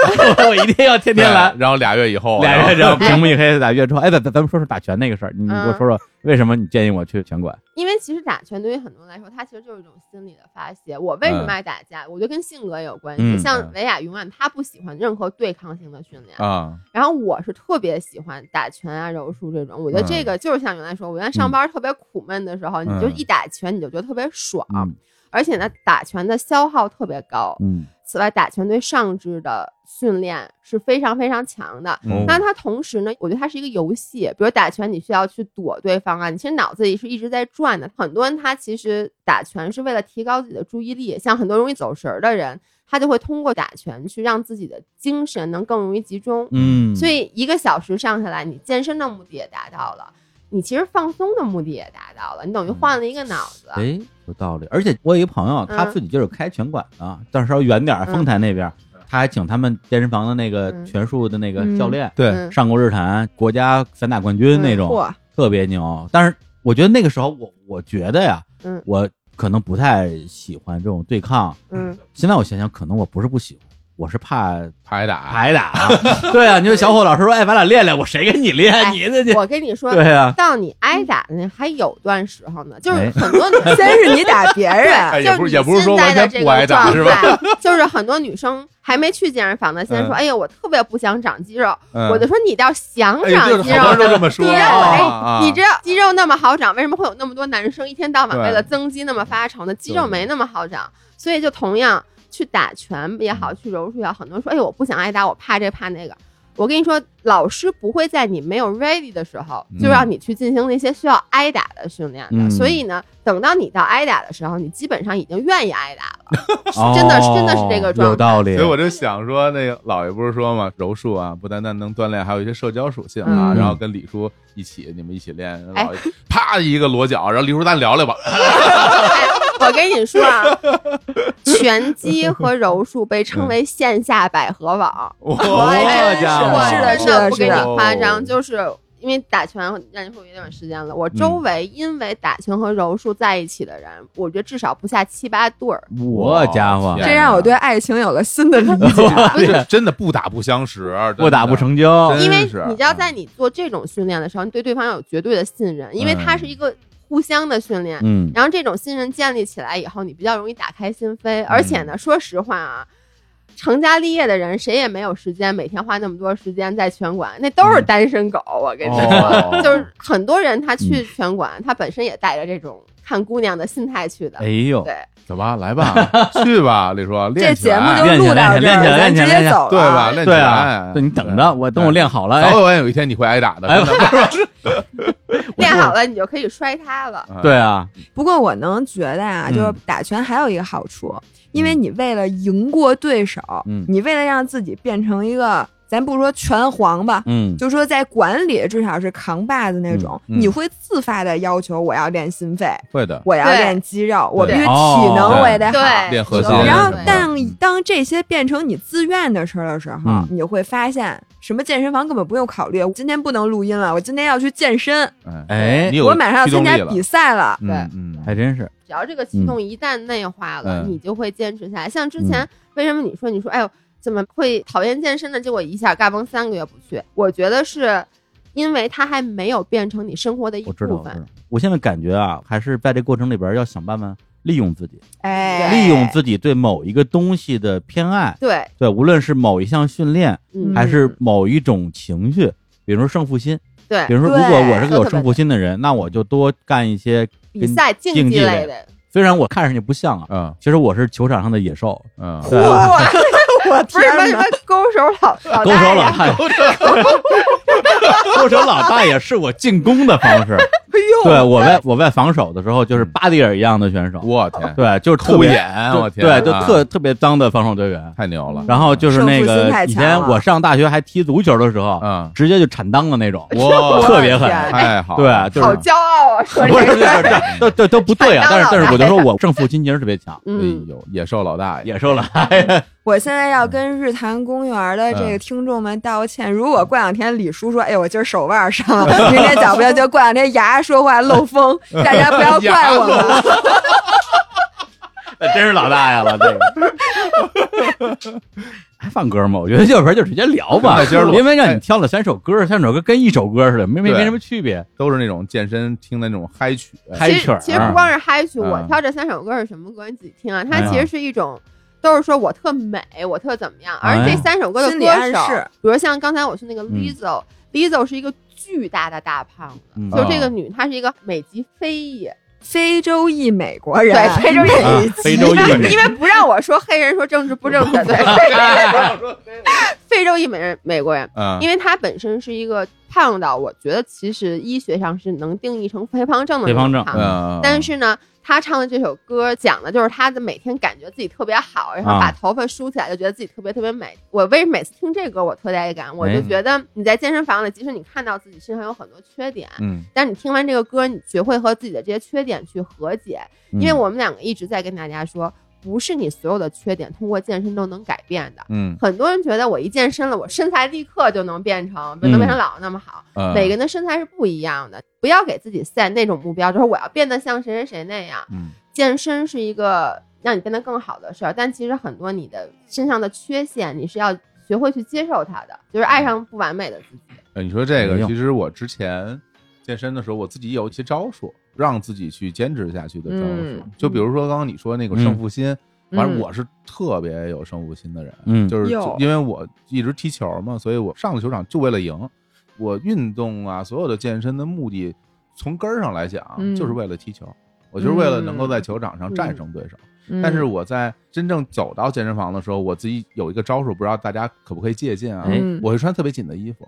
E: 我一定要天天来
A: 对。然后俩月以后，
E: 俩月
A: 然后
E: 然后屏幕一黑，打月之后，哎，咱咱咱们说说打拳那个事儿，你你给
G: 嗯
E: 我说说为什么你建议我去拳馆？
G: 因为其实打拳对于很多人来说，它其实就是一种心理的发泄。我为什么爱打架？我觉得跟性格有关系。
E: 嗯
G: 像维亚永远他不喜欢任何对抗性的训练，
A: 啊，
G: 然后我是特别喜欢打拳啊、柔术这种。我觉得
E: 嗯
G: 这个就是像原来说，我原来上班特别苦闷的时候，你就一打拳你就觉得特别爽，
E: 嗯
G: 而且呢，打拳的消耗特别高。
E: 嗯
G: 此外，打拳对上肢的训练是非常非常强的。
A: 嗯
G: 那它同时呢，我觉得它是一个游戏，比如打拳，你需要去躲对方啊，你其实脑子里是一直在转的。很多人他其实打拳是为了提高自己的注意力，像很多容易走神儿的人，他就会通过打拳去让自己的精神能更容易集中。
E: 嗯，
G: 所以一个小时上下来，你健身的目的也达到了，你其实放松的目的也达到了，你等于换了一个脑子。
E: 哎有道理。而且我有一个朋友，
G: 嗯
E: 他自己就是开拳馆的，但是稍微远点儿，
G: 嗯
E: 丰台那边，他还请他们健身房的那个
G: 嗯
E: 拳术的那个
F: 嗯
E: 教练
A: 对
G: 嗯
E: 上过日坛国家散打冠军那种，
G: 嚯
E: 特别牛。但是我觉得那个时候我，我觉得呀，
G: 嗯
E: 我可能不太喜欢这种对抗。
G: 嗯，
E: 现在我想想，可能我不是不喜欢，我是怕
A: 拍打，
E: 挨打。 对啊，你说小伙老师说，哎，咱俩练练，我谁跟你练？
G: 哎
E: 你这这，
G: 我跟你说，
E: 对啊，
G: 到你挨打的那还有段时候呢，就是
E: 哎
G: 很多女 生。
F: 先是你打别人，
A: 哎也不
G: 就是
A: 也不是说
G: 你现
A: 完全
G: 在的这
A: 不
G: 个
A: 挨打
G: 状
A: 是吧
G: 态，就是很多女生还没去健身 房呢，先说：“
A: 嗯
G: 哎呀，我特别不想长肌肉。”
A: 嗯
G: 我就说：“你倒想
A: 哎，
G: 长
A: 就是
G: 肌
A: 好多人
G: 肉
A: 都
G: 呢，
A: 这么说，
G: 你让我哎
A: 啊，
G: 你这肌肉那么好长，为什么会有那么多男生一天到晚
A: 对
G: 为了增肌那么发愁呢？肌肉没那么好长，所以就同样去打拳也好，去柔术也好，很多人说，哎呦，我不想挨打，我怕这怕那个。我跟你说，老师不会在你没有 ready 的时候
A: 嗯
G: 就让你去进行那些需要挨打的训练的。
E: 嗯
G: 所以呢，等到你到挨打的时候，你基本上已经愿意挨打了。
E: 哦
G: 真的是真的是这个状态
E: 有道理
A: 所以。我就想说，那个姥爷不是说嘛，柔术啊，不单单能锻炼，还有一些社交属性啊。
E: 嗯
A: 然后跟李叔一起，你们一起练，
G: 哎
A: 姥爷啪一个裸脚，然后李叔咱聊聊吧。
G: 哎我跟你说啊，拳击和柔术被
A: 嗯
G: 称为线下百合网。
A: 我
G: 哎
E: 这家伙
G: 是的，
F: 是的
G: 真的，不
F: 是
G: 跟
F: 的
G: 你夸
A: 哦嗯
G: 张，就是因为打拳，让你会有一段时间了。我周围因为打拳和柔术在一起的人，我觉得至少不下七八对儿。
E: 我家伙，
A: 天
F: 这让我对爱情有了新的理解。
A: 哦这真的不打不相识，啊真的
E: 不打不。成交。
A: 哦真
G: 因为
A: 是啊
G: 你知道，在你做这种训练的时候，你对对方有绝对的信任，因为
A: 嗯
G: 它是一个互相的训练。
E: 嗯，
G: 然后这种信任建立起来以后，你比较容易打开心扉。而且
A: 嗯
G: 呢，说实话啊，成家立业的人谁也没有时间每天花那么多时间在拳馆，那都是单身狗。我跟你
A: 嗯哦嗯
G: 说， 就是很多人他去拳馆，他本身也带着这种看姑娘的心态去的
E: 哎。呦，
G: 对，
A: 走吧，来吧，去吧，李叔，
F: 这
A: 练起
F: 节
A: 来
F: 目就
E: 练起
F: 录
E: 来
F: 到这
E: 练起来
F: 儿，咱
E: 练起来
F: 直
E: 练起
F: 接
E: 来
F: 走了，
A: 对吧？？练起
E: 对啊
A: 来，，
E: 对你等着，我等我练好了，
A: 早
E: 哎，
A: 晚有一天你会挨打的。
E: 哎
A: 真的
G: 练好了你就可以摔它了。
A: 哎
E: 对，啊，
F: 不过我能觉得啊，
E: 嗯
F: 就是打拳还有一个好处，因为你为了赢过对手，
E: 嗯
F: 你为了让自己变成一个，咱不说拳皇吧。
E: 嗯，
F: 就说在管理，至少是扛把子那种，
A: 嗯嗯
F: 你会自发的要求我要练心肺，
A: 会的。
F: 我要
G: 对
F: 练肌肉，我必须
E: 对
F: 体
E: 哦
F: 能我也得好。
G: 对，
A: 练核心
G: 对
F: 然后
G: 对，
F: 但
A: 嗯
F: 当这些变成你自愿的事儿的时候，
E: 嗯
F: 你会发现什么健身房根本不用考虑，我今天不能录音了，我今天要去健身，
A: 哎，
E: 哎
A: 你，有
F: 我马上要参加
A: 驱动力
F: 比
A: 了
F: 赛了。
G: 对
A: 嗯嗯，
E: 还真是，
G: 只要这个启动一旦内化了，
A: 嗯
G: 你就会坚持下来。像之前为什么你说你说哎呦怎么会讨厌健身呢？结果一下嘎嘣三个月不去，我觉得是因为它还没有变成你生活的一
E: 我知
G: 部
E: 道，我知
G: 分
E: 道。。我现在感觉啊，还是在这过程里边要想办法利用自己，
F: 哎，
E: 利用自己对某一个东西的偏爱，
G: 对，
E: 对，无论是某一项训练，
G: 嗯，
E: 还是某一种情绪，比如说胜负心，
G: 对
E: 比如说，
F: 对
E: 如果我是个
G: 说
E: 有
G: 特别
E: 胜负心的人，那我就多干一些
G: 比赛
E: 竞
G: 竞
E: 技
G: 技
E: 类
G: 类的，
E: 虽然我看上去不像啊，
A: 嗯
E: 其实我是球场上的野兽，
A: 嗯，
E: 对
F: 哇，我
G: 不是
F: 天
G: 什么什
F: 哪
G: 么！勾手老老
E: 勾手
G: 大
E: 老
G: 呀，
E: 太， 勾手老大爷是我进攻的方式。
F: 哎呦，
E: 对我外我外防守的时候就是巴蒂尔一样的选手，
A: 我天，
E: 对，就是特
A: 抠
E: 别
A: 眼，
E: 就
A: 我天，
E: 对，就
A: 啊嗯
E: 特特别脏的防守队员。
A: 太牛了，
E: 然后就是那
F: 胜负
E: 个
F: 心太
E: 以
F: 强
E: 前
F: 了
E: 我上大学还踢足球的时候，
A: 嗯，
E: 直接就铲裆的那种，
A: 哇，
E: 特别狠
F: 我的。天
A: 太好，
E: 对，就
G: 好
E: 是
G: 骄傲啊！说这
E: 不是
G: 个
E: 不是，不是都都都不对啊！
G: 铲裆
E: 但是但是
G: 老
E: 我就
G: 太
E: 说我胜负心其实特别强，
A: 哎
G: 嗯，
A: 呦，野兽老大爷，
E: 野兽了，哎呀
F: 我现
A: 嗯
F: 在要跟日坛公园的这个听众们道歉。如果过两天李叔说：“哎，我今儿手腕 上了，明天脚不行，就过两天牙说话漏风，大家不要怪我们。
E: 真是老大爷了，这个。 还放歌吗？我觉得要不然就直接聊吧
A: 那今儿，录
E: 因为让你挑了三首歌，三首歌跟一首歌似的，没没
A: 对
E: 没什么区别。
A: 都是那种健身听的那种嗨曲，哎
E: 嗨
G: 其
E: 曲儿
G: 实其实不光是嗨曲，
A: 嗯
G: 我挑这三首歌是什么歌？你自己听啊。它
E: 哎呀
G: 其实是一种，都是说我特美，我特怎么样。
E: 哎
G: 而这三首歌的
F: 心理
G: 歌
F: 暗
G: 手
F: 示，
G: 比如像刚才我说那个
E: 嗯
G: Lizzo，Lizzo 是一个巨大的大胖子，
E: 嗯
G: 就这个女，她是一个美籍非 裔，”
F: 非洲裔美国人，
G: 对非洲裔
E: 啊
F: 美籍
E: 非洲裔美 人
G: 因为不让我说黑人说政治不正确，对， 非洲裔美人美国人，
E: 啊
A: 嗯，
G: 因为她本身是一个胖到，我觉得其实医学上是能定义成肥胖症的
E: 肥胖
G: 那种
E: 症
G: 胖子
A: 嗯，
G: 但是呢，他唱的这首歌讲的就是他的每天感觉自己特别好，然
A: 啊
G: 后把头发梳起来就觉得自己特别特别美。我为什么每次听这歌我特带感？
A: 哎
G: 我就觉得你在健身房里，即使你看到自己身上有很多缺点，
A: 嗯，
G: 但你听完这个歌，你学会和自己的这些缺点去和解。因
A: 嗯
G: 为我们两个一直在跟大家说，不是你所有的缺点通过健身都能改变的。
A: 嗯，
G: 很多人觉得我一健身了，我身材立刻就能变成，就能变成老那么好。
A: 嗯
G: 每个人的身材是不一样的，不要给自己 set 那种目标，就是我要变得像谁谁谁那样。
A: 嗯
G: 健身是一个让你变得更好的事儿，但其实很多你的身上的缺陷，你是要学会去接受它的，就是爱上不完美的自己。
A: 呃你说这
E: 没
A: 个，
E: 用
A: 其实我之前健身的时候，我自己有一些招数，让自己去坚持下去的招数
G: 嗯。
A: 就比如说刚刚你说那个胜负心，
G: 嗯
A: 反正我是特别有胜负心的人，
E: 嗯
A: 就是
F: 哟
A: 就因为我一直踢球嘛，所以我上了球场就为了赢。我运动啊，所有的健身的目的，从根儿上来讲，
G: 嗯
A: 就是为了踢球。我就是为了能够
G: 嗯
A: 在球场上战胜对手，
G: 嗯
A: 但是我在真正走到健身房的时候，我自己有一个招数，不知道大家可不可以借鉴啊？
E: 哎
G: 嗯
A: 我会穿特别紧的衣服，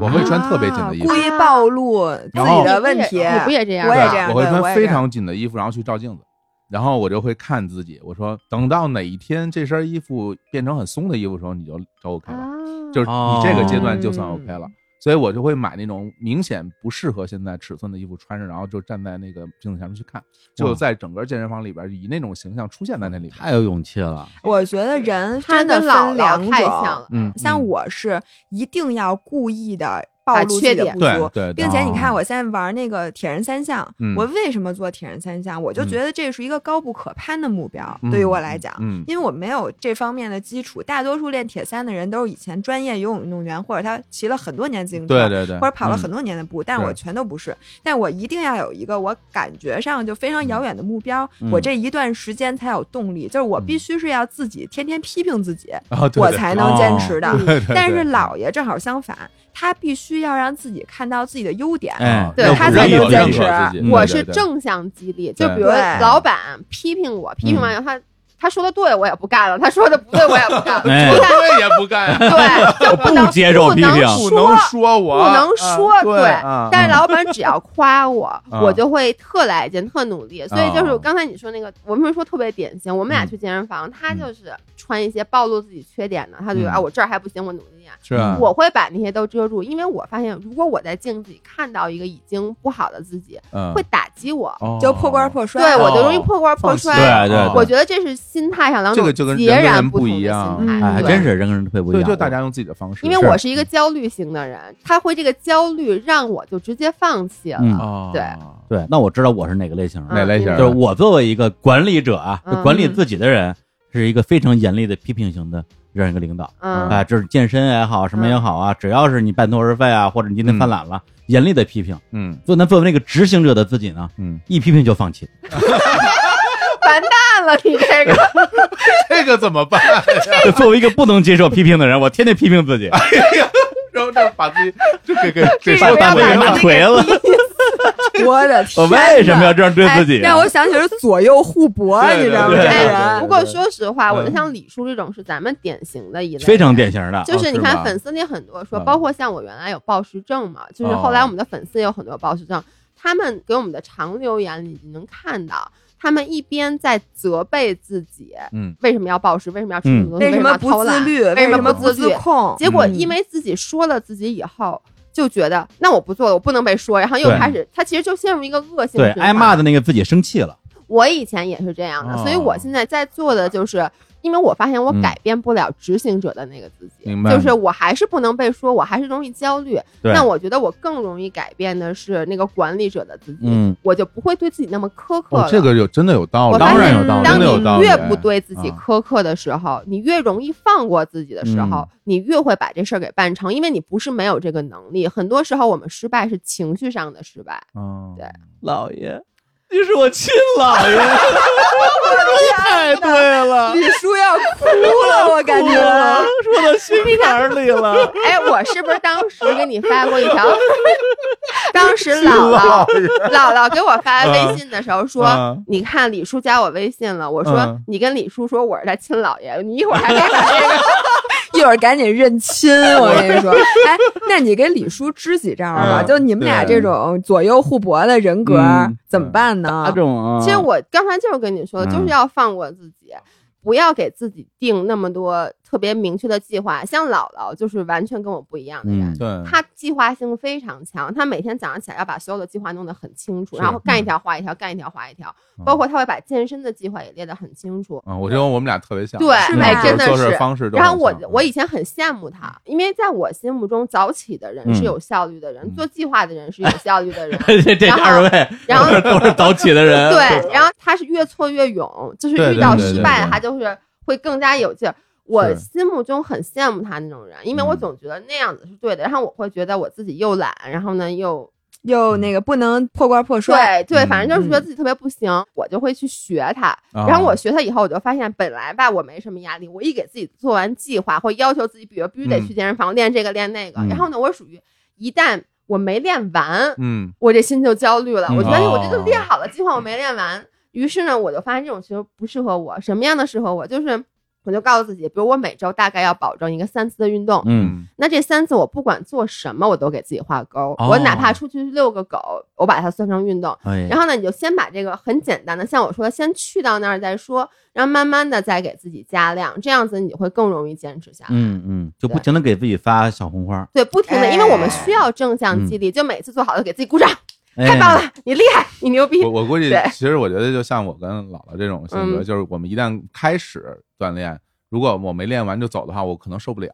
A: 我
E: 啊
A: 会穿特别紧的衣服，
F: 故意暴露自己的问题。
G: 你不也这样吗？
F: 我也这样
A: 啊我会
F: 对我
A: 穿非
F: 也这样
A: 常紧的衣服，然后去照镜子，然后我就会看自己，我说等到哪一天这身衣服变成很松的衣服的时候，你就就 OK 了，
G: 啊，
A: 嗯就是你这个阶段就算
G: 哦
A: OK 了。所以我就会买那种明显不适合现在尺寸的衣服穿上，然后就站在那个镜子前面去看，就在整个健身房里边以那种形象出现在那里边。
E: 太有勇气了，
F: 我觉得人
G: 他
F: 真的
G: 跟老
F: 分
G: 老
F: 两
G: 太像
F: 种
G: 了，，
A: 嗯，
F: 像
A: 嗯
F: 我是一定要故意的暴露自己的不
A: 把缺点
F: 足
A: 对对对，
F: 并且你看
E: 哦
F: 我现在玩那个铁人三项
A: 嗯，
F: 我为什么做铁人三项？我就觉得这是一个高不可攀的目标，
A: 嗯
F: 对于我来讲。
A: 嗯，
F: 因为我没有这方面的基础，大多数练铁三的人都是以前专业游泳运动员，或者他骑了很多年自行车，
A: 对对对，
F: 或者跑了
A: 嗯
F: 很多年的步，但
A: 对
F: 我全都不是。但我一定要有一个我感觉上就非常遥远的目标，
E: 嗯
F: 我这一段时间才有动力。就是我必须是要自己天天批评自己，
A: 啊，嗯对
F: 我
A: 对
F: 才能坚持的。
G: 哦
A: 对对对
F: 但是姥爷正好相反，他必须要让自己看到自己的优点。
E: 哎，
G: 对
A: 要
G: 他
A: 不
G: 才
A: 然
G: 能
A: 有
G: 坚
A: 认可自
F: 持
A: 己
G: 我
A: 嗯对
G: 是
A: 对对
G: 正向激励，就
A: 对嗯
G: 比如
F: 对
G: 老板批评我，批评完以后他他说的对我也不干了，他说的不对我也不干 了，
E: 哎
G: 你看
A: 对也不干，
G: 对，就
E: 不
G: 能
E: 接受批评
G: 不能
A: 不
G: 说
A: 能说我，
G: 不能说
A: 啊
G: 对
A: 啊
G: 但是老板只要夸我，
A: 嗯
G: 我就会特来劲、特努力。所以就是
A: 哦
G: 刚才你说那个，我们说特别典型。我
A: 嗯
G: 们俩去健身房，他就是穿一些暴露自己缺点的，他就觉得
A: 嗯
G: 啊，我这儿还不行，我努力点。
A: 是啊
G: 嗯我会把那些都遮住，因为我发现，如果我在镜子里看到一个已经不好的自己，
A: 嗯
G: 会打击我，
A: 哦
F: 就破罐破摔，
G: 对
E: 哦
G: 我就容易破罐破
E: 对
G: 摔。
E: 对
A: 哦
E: 对，
G: 我觉得这是心态上两
A: 这
G: 种
A: 个就跟
G: 截
A: 人跟
G: 然
A: 人
G: 不
A: 不
G: 同
A: 一
G: 的
A: 样
G: 心态，
E: 哎，还
G: 对
E: 真是人跟人特别不一
A: 对，
E: 样，
A: 就大家用自己的方式，
G: 因为我是一
E: 嗯
G: 个焦虑型的人，他会这个焦虑让我就直接放弃了。
E: 嗯
A: 啊，
G: 对
E: 对，那我知道我是哪个类型了
G: 嗯。
A: 哪类型
E: 就
A: 的？
E: 是我作为一个管理者啊，
G: 嗯
E: 就管理自己的人，是一个非常严厉的批评型的这样一个领导。
G: 嗯
E: 啊，就是健身也好，什么也好啊，只要是你半途而废啊，或者你今天犯懒了，严厉的批评。
A: 嗯
E: 做那作为那个执行者的自己呢，
A: 嗯，
E: 一批评就放弃。
G: 完蛋了，你这 个
A: 这个怎么办？
E: 作为一个不能接受批评的人，我天天批评自己，
A: 哎呀，然后这把自己就给给给
F: 这
A: 说
F: 个
A: 大
F: 要
A: 腿
F: 把
A: 上
F: 那
E: 大
F: 个
E: 腿了，
F: 我的天
E: 我
F: 哪！
E: 为什么要这样对自己啊
F: 哎？让我想起了左右互搏，
A: 对
F: 你知道吗？
E: 对
F: 这个
E: 对对
G: 哎，
F: 人
G: 不过说实话，
E: 嗯
G: 我觉得像李叔这种是咱们典型的一类，
E: 非常。典型的，啊
G: 就是你看粉
E: 丝
G: 丝里很多说，
E: 嗯哦
G: 包括像我原来有暴食症嘛，就是后来我们的粉丝也有很多暴食症，他们给我们的长留言里你能看到，他们一边在责备自己，
A: 嗯，
G: 为什么要暴食，为什么要吃
E: 嗯
G: 这么多东
F: 为
G: 西，
F: 什
G: 么
F: 么
G: 要
F: 不
G: 偷
F: 自
G: 懒，
F: 律？
G: 为
F: 什
G: 什
F: 么
G: 么
F: 不
G: 不自律
F: 控？
G: 结果
E: 嗯
G: 因为自己说了自己以后，就觉得那我不做了，我不能被说，然后又
E: 对
G: 开始，他其实就陷入一个恶性
E: 对
G: 循环
E: 挨骂的那个自己生气了，
G: 我以前也是这样的，
E: 哦
G: 所以我现在在做的就是，因为我发现我
E: 嗯
G: 改变不了执行者的那个自己，
E: 明白
G: 就是我还是不能被说，我还是容易焦虑。
E: 对
G: 那我觉得我更容易改变的是那个管理者的自己，
E: 嗯
G: 我就不会对自己那么苛刻了。
A: 哦，这个有真的有道
G: 我
A: 理，
G: 发
E: 哦当然
G: 现
E: 有道理嗯
G: 当
A: 真的有道
G: 你
A: 理
G: 越不对自己苛刻的时候，你越容易放过自己的时候，
E: 嗯
G: 你越会把这事儿给办成，因为你不是没有这个能力。很多时候我们失败是情绪上的失败，
A: 嗯
G: 对
E: 老爷，你是我亲老爷，太对了，
F: 李叔要哭 了，我感 觉。
E: 说到心坎儿里了，
G: 哎，我是不是当时给你发过一 条？当时姥姥姥姥给我发
E: 嗯
G: 微信的时候说：“
A: 嗯
G: 你看李叔加我微信了。”我说：“
A: 嗯
G: 你跟李叔说我是他亲姥爷，你一会儿还给他这个。
F: 一会儿赶紧认 亲，我跟你说。哎，那你给李叔支几招啊？
A: 嗯
F: 就你们俩这种左右互搏的人格
E: 嗯
F: 怎么办呢
E: 哪？种啊？
G: 其实我刚才就是跟你说的，就是要放过自己，不要给自己定那么多特别明确的计划。像姥姥就是完全跟我不一样的人，
E: 嗯，，
A: 对，
G: 他计划性非常强，他每天早上起来要把所有的计划弄得很清楚，
A: 是
G: 然后干一条画一条，干一条画一条，包括他会把健身的计划也列得很清楚。
A: 嗯，我觉得我们俩特别像，
G: 对
A: 嗯
F: 哎
A: 就是
F: 真
G: 的
A: 做事
G: 是
A: 方式都很
G: 然后
A: 像。
G: 我我以前很羡慕他，因为在我心目中，早起的人是有效率的人，
A: 嗯
G: 做计划的人是有效率的人
E: 这这二位
G: 然后
E: 都是早起的 人，
G: 对，然后他是越挫越勇，就是
A: 对
G: 遇
A: 对
G: 到
A: 对
G: 失
A: 对
G: 败了，
A: 对
G: 他就是会更加有劲儿。我
A: 是
G: 心目中很羡慕他那种人，因为我
A: 嗯
G: 总觉得那样子是对的，然后我会觉得我自己又懒，然后呢又
F: 又那个不能破罐破摔，
G: 对对，
A: 嗯
G: 反正就是觉得
F: 嗯
G: 自己特别不行，我就会去学它。
A: 啊
G: 然后我学它以后，我就发现本来吧，我没什么压力，我一给自己做完计划或要求自己，比如必须得
A: 嗯
G: 去健身房练这个练那个，
E: 嗯
G: 然后呢，我属于一旦我没练完，
A: 嗯，
G: 我这心就焦虑了。
E: 嗯
G: 我觉得哎我这
A: 哦
G: 个列好了计划，我没练完，于是呢，我就发现这种其实不适合我。什么样的适合我？就是我就告诉自己，比如我每周大概要保证一个三次的运动，
E: 嗯，
G: 那这三次我不管做什么，我都给自己画勾。
E: 哦
G: 我哪怕出去遛个狗，我把它算成运动。
E: 哎，
G: 然后呢，你就先把这个很简单的，像我说的，先去到那儿再说，然后慢慢的再给自己加量，这样子你会更容易坚持下来。
E: 嗯嗯，就不停的给自己发小红花，
G: 对，不停的，因为我们需要正
E: 哎
G: 向激励，就每次做好了给自己鼓掌，
E: 哎
G: 太棒了，你厉害，你牛逼
A: 我，我估计
G: 对，
A: 其实我觉得就像我跟姥姥这种性格，
G: 嗯
A: 就是我们一旦开始锻炼，如果我没练完就走的话，我可能受不了，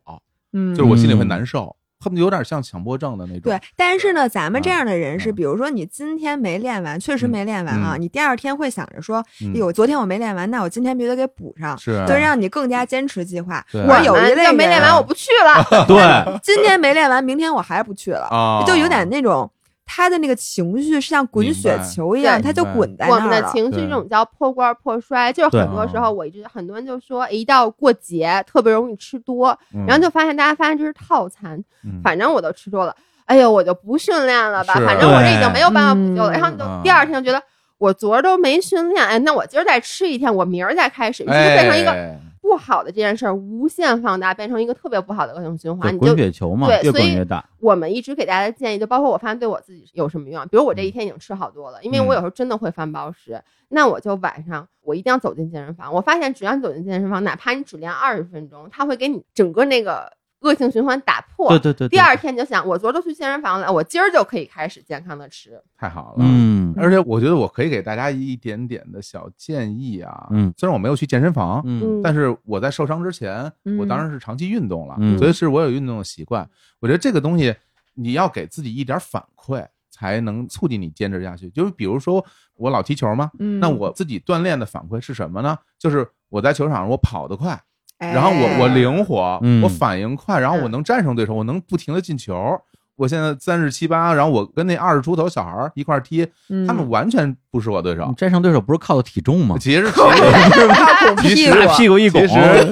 F: 嗯，
A: 就是我心里会难受，恨不得有点像强迫症的那种。
F: 对，但是呢，咱们这样的人是，
A: 嗯
F: 比如说你今天没练完，确实没练完啊，
A: 嗯
F: 你第二天会想着说，
A: 嗯
F: 哎呦，昨天我没练完，那我今天必须得给补上，
A: 是啊
F: 就让你更加坚持计划。
A: 对
F: 我有一类
G: 要没练
F: 人啊
G: 完我不去了，
E: 对，
F: 今天没练完，明天我还不去了，
A: 啊，
F: 就有点那种他的那个情绪是像滚雪球一样，
G: 明
F: 他
A: 白
F: 就
A: 对
F: 滚在
G: 我
F: 那
G: 们
F: 儿
G: 的
F: 了。嗯
G: 情绪这种叫破罐破摔，就是
E: 对
G: 很多时候我一直很多人就说，哎一到过节特别容易吃多，然后就发现大家发现这是套餐，
A: 嗯
G: 反正我都吃多了，哎呦，我就不训练了吧，
A: 是啊
G: 反正我这已
E: 对
G: 经没有办法补救了。
F: 嗯
G: 然后你就
A: 嗯
G: 第二天就觉得。我昨儿都没训练，哎，那我今儿再吃一天，我明儿再开始，于是就变成一个
A: 哎
G: 不好的这件事儿无限放大，变成一个特别不好的恶性循环。
E: 就
G: 你
E: 滚
G: 就
E: 雪球嘛，
G: 对
E: 越
G: 所
E: 滚
G: 以
E: 越大，
G: 我们一直给大家的建议，就包括我发现对我自己有什么用啊，比如我
E: 嗯
G: 这一天已经吃好多了，因为我有时候真的会翻暴食，那我就晚上我一定要走进健身房。我发现只要你走进健身房，哪怕你只练二十分钟，它会给你整个那个恶性循环打破。
E: 对对对，对
G: 第二，天你就想，我昨儿都去健身房了，我今儿就可以开始健康的吃。
A: 太好了，
E: 嗯
A: 而且我觉得我可以给大家一点点的小建议啊，
E: 嗯
A: 虽然我没有去健身房，
E: 嗯
A: 但是我在受伤之前，
F: 嗯
A: 我当然是长期运动了，
E: 嗯
A: 所以是我有运动的习惯。我觉得这个东西你要给自己一点反馈，才能促进你坚持下去。就是比如说我老踢球嘛，
F: 嗯，
A: 那我自己锻炼的反馈是什么呢？就是我在球场上我跑得快，
F: 哎，
A: 然后我我灵活
E: 嗯，
A: 我反应快，然后我
G: 嗯
A: 能战胜对手，我能不停的进球。我现在三十七八，然后我跟那二十出头小孩儿一块儿踢，
F: 嗯
A: 他们完全不是我对手
E: 你。战胜对手不是靠体重吗？
A: 其 实，其实
F: 他拱屁股，
E: 大屁股一拱
A: 其，实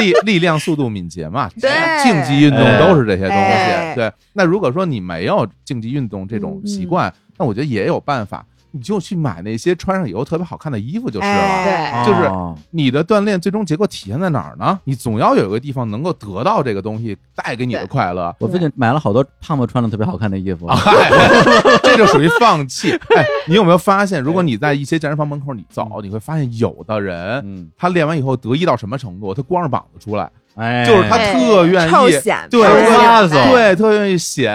A: 力力量、速度敏捷嘛，
F: 对
A: 竞技运动都是这些东
F: 哎嗯
A: 西。对，那如果说你没有竞技运动这种习惯，那我觉得也有办法，你就去买那些穿上以后特别好看的衣服就是了。
F: 哎
A: 就是
E: 哦
A: 你的锻炼最终结果体现在哪儿呢？你总要有一个地方能够得到这个东西带给你的
G: 对
A: 快乐。
E: 我最近买了好多胖子穿的特别好看的衣服，
A: 嗨， 这就属于放弃。哎，你有没有发现，如果你在一些健身房门口你走，你会发现有的人
E: 嗯，
A: 他练完以后得意到什么程度？他光着膀子出来，
E: 哎，
A: 就是他特愿
F: 臭
A: 意。
F: 显
A: 对
F: 摆
E: 拉走
A: 对，特愿意显，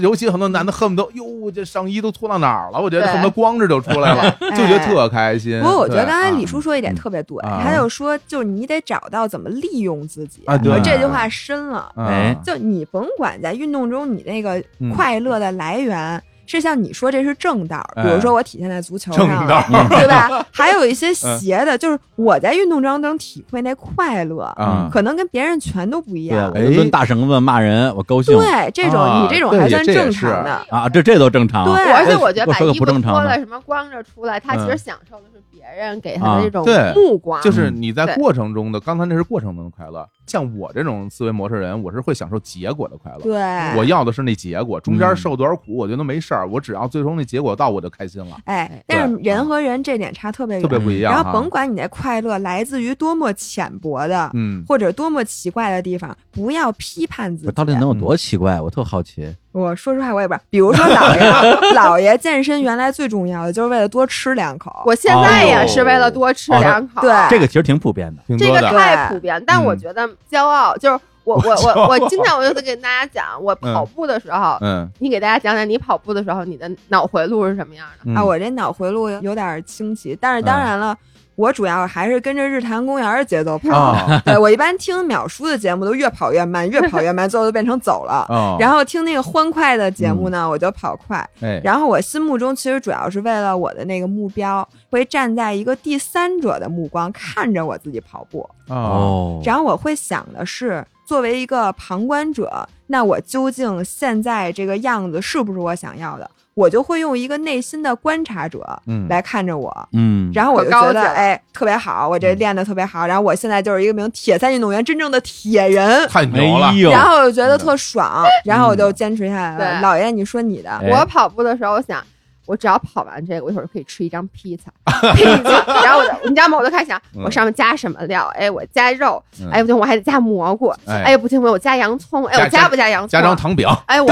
A: 尤其很多男的恨不得，哟，我这上衣都脱到哪儿了？我觉得
G: 对
A: 恨不得光着就出来了，就觉得特开心。
F: 不过我觉得
A: 对
F: 刚才李
A: 啊
F: 叔说一点特别对，
A: 啊
F: 他就说就是你得找到怎么利用自己。
A: 啊，对
F: 我这句话深了，
E: 哎
F: 就你甭管在运动中你那个
A: 嗯
F: 快乐的来源。是像你说这是正道，
A: 哎
F: 比如说我体现在足球
A: 正
F: 上
A: 道嗯
F: 了， 对 吧？还有一些邪的，就是我在运动当中能体会那快乐，
A: 啊
F: 嗯可能跟别人全都不一
E: 对，
F: 样
E: 我。就哎抡大绳子骂人，我高兴
F: 对，这种
A: 啊
F: 你这种
A: 对
F: 还算
A: 这也
F: 正
A: 是
F: 常的，
E: 啊，这这都正常。
F: 对
G: 而且我觉得把
E: 我说
G: 衣
E: 个
G: 服
E: 不正常
G: 脱了，
E: 的，嗯
G: 什么光着出来，他其实享受的是别人给
E: 啊
G: 他的这种
A: 对
G: 目光，
A: 就是
F: 嗯
A: 你在
G: 对
A: 过程中的，刚才那是过程中的快乐。像我这种思维模式人，我是会享受结果的快乐。
F: 对，
A: 我要的是那结果，中
E: 嗯
A: 间受多少苦我觉得没事儿，我只要最终那结果到我就开心了，
F: 哎，但是人和人这点差特别远
A: 啊特，别不一样
F: 然
A: 哈。
F: 后甭管你的快乐来自于多么浅薄的，
A: 嗯，
F: 或者多么奇怪的地方，不要批判自
E: 我
F: 己。
E: 到底能有多奇怪？我特好奇。
F: 我说实话，我也不知道。比如说老爷，老爷健身原来最重要的就是为了多吃两口。
G: 我现
E: 哦
G: 在也是为了多吃两口，
F: 哦对
E: 这个其实挺普遍的，
A: 挺
G: 这
A: 多
G: 个
A: 的。嗯
G: 太普遍，但我觉得骄傲就是我我我我经常我就得跟大家讲，我
A: 嗯
G: 跑步的时候，
A: 嗯
G: 你给大家讲讲你跑步的时候你的脑回路是什么样的。
A: 嗯
F: 啊，我这脑回路有点清奇，但是当然了。我主要还是跟着日坛公园的节奏跑，
A: 啊
F: 对我一般听淼叔的节目都越跑越慢，越跑越慢，最后就变成走了。
A: 啊，
F: 然后听那个欢快的节
A: 嗯
F: 目呢，我就跑快。
A: 哎，
F: 然后我心目中其实主要是为了我的那个目标，会站在一个第三者的目光看着我自己跑步，
A: 哦，
E: 哦
F: 然后我会想的是，作为一个旁观者，那我究竟现在这个样子是不是我想要的？我就会用一个内心的观察者
A: 嗯，
F: 来看着我。
E: 嗯，
F: 然后我就
G: 可高
F: 觉得，
G: 级了
F: 哎，特别好，我这练的特别
A: 嗯
F: 好。然后我现在就是一名铁三运动员，真正的铁人。
A: 太牛了
E: 哎，呦，
F: 然后我就觉得特爽，
A: 嗯
F: 然后我就坚持下来了。
G: 对
F: 老爷，你说你的，
E: 哎
G: 我跑步的时候，我想，我只要跑完这个，我一会儿可以吃一张披萨，披萨。然后我就，你知道吗？我就开始想，
A: 嗯
G: 我上面加什么料？哎，我加肉
A: 嗯，
G: 哎，不行，我还得加蘑菇，
A: 哎
G: 哎，不行，我我加洋葱，哎，
A: 加
G: 我加不加洋葱？
A: 加张糖饼，
G: 哎，我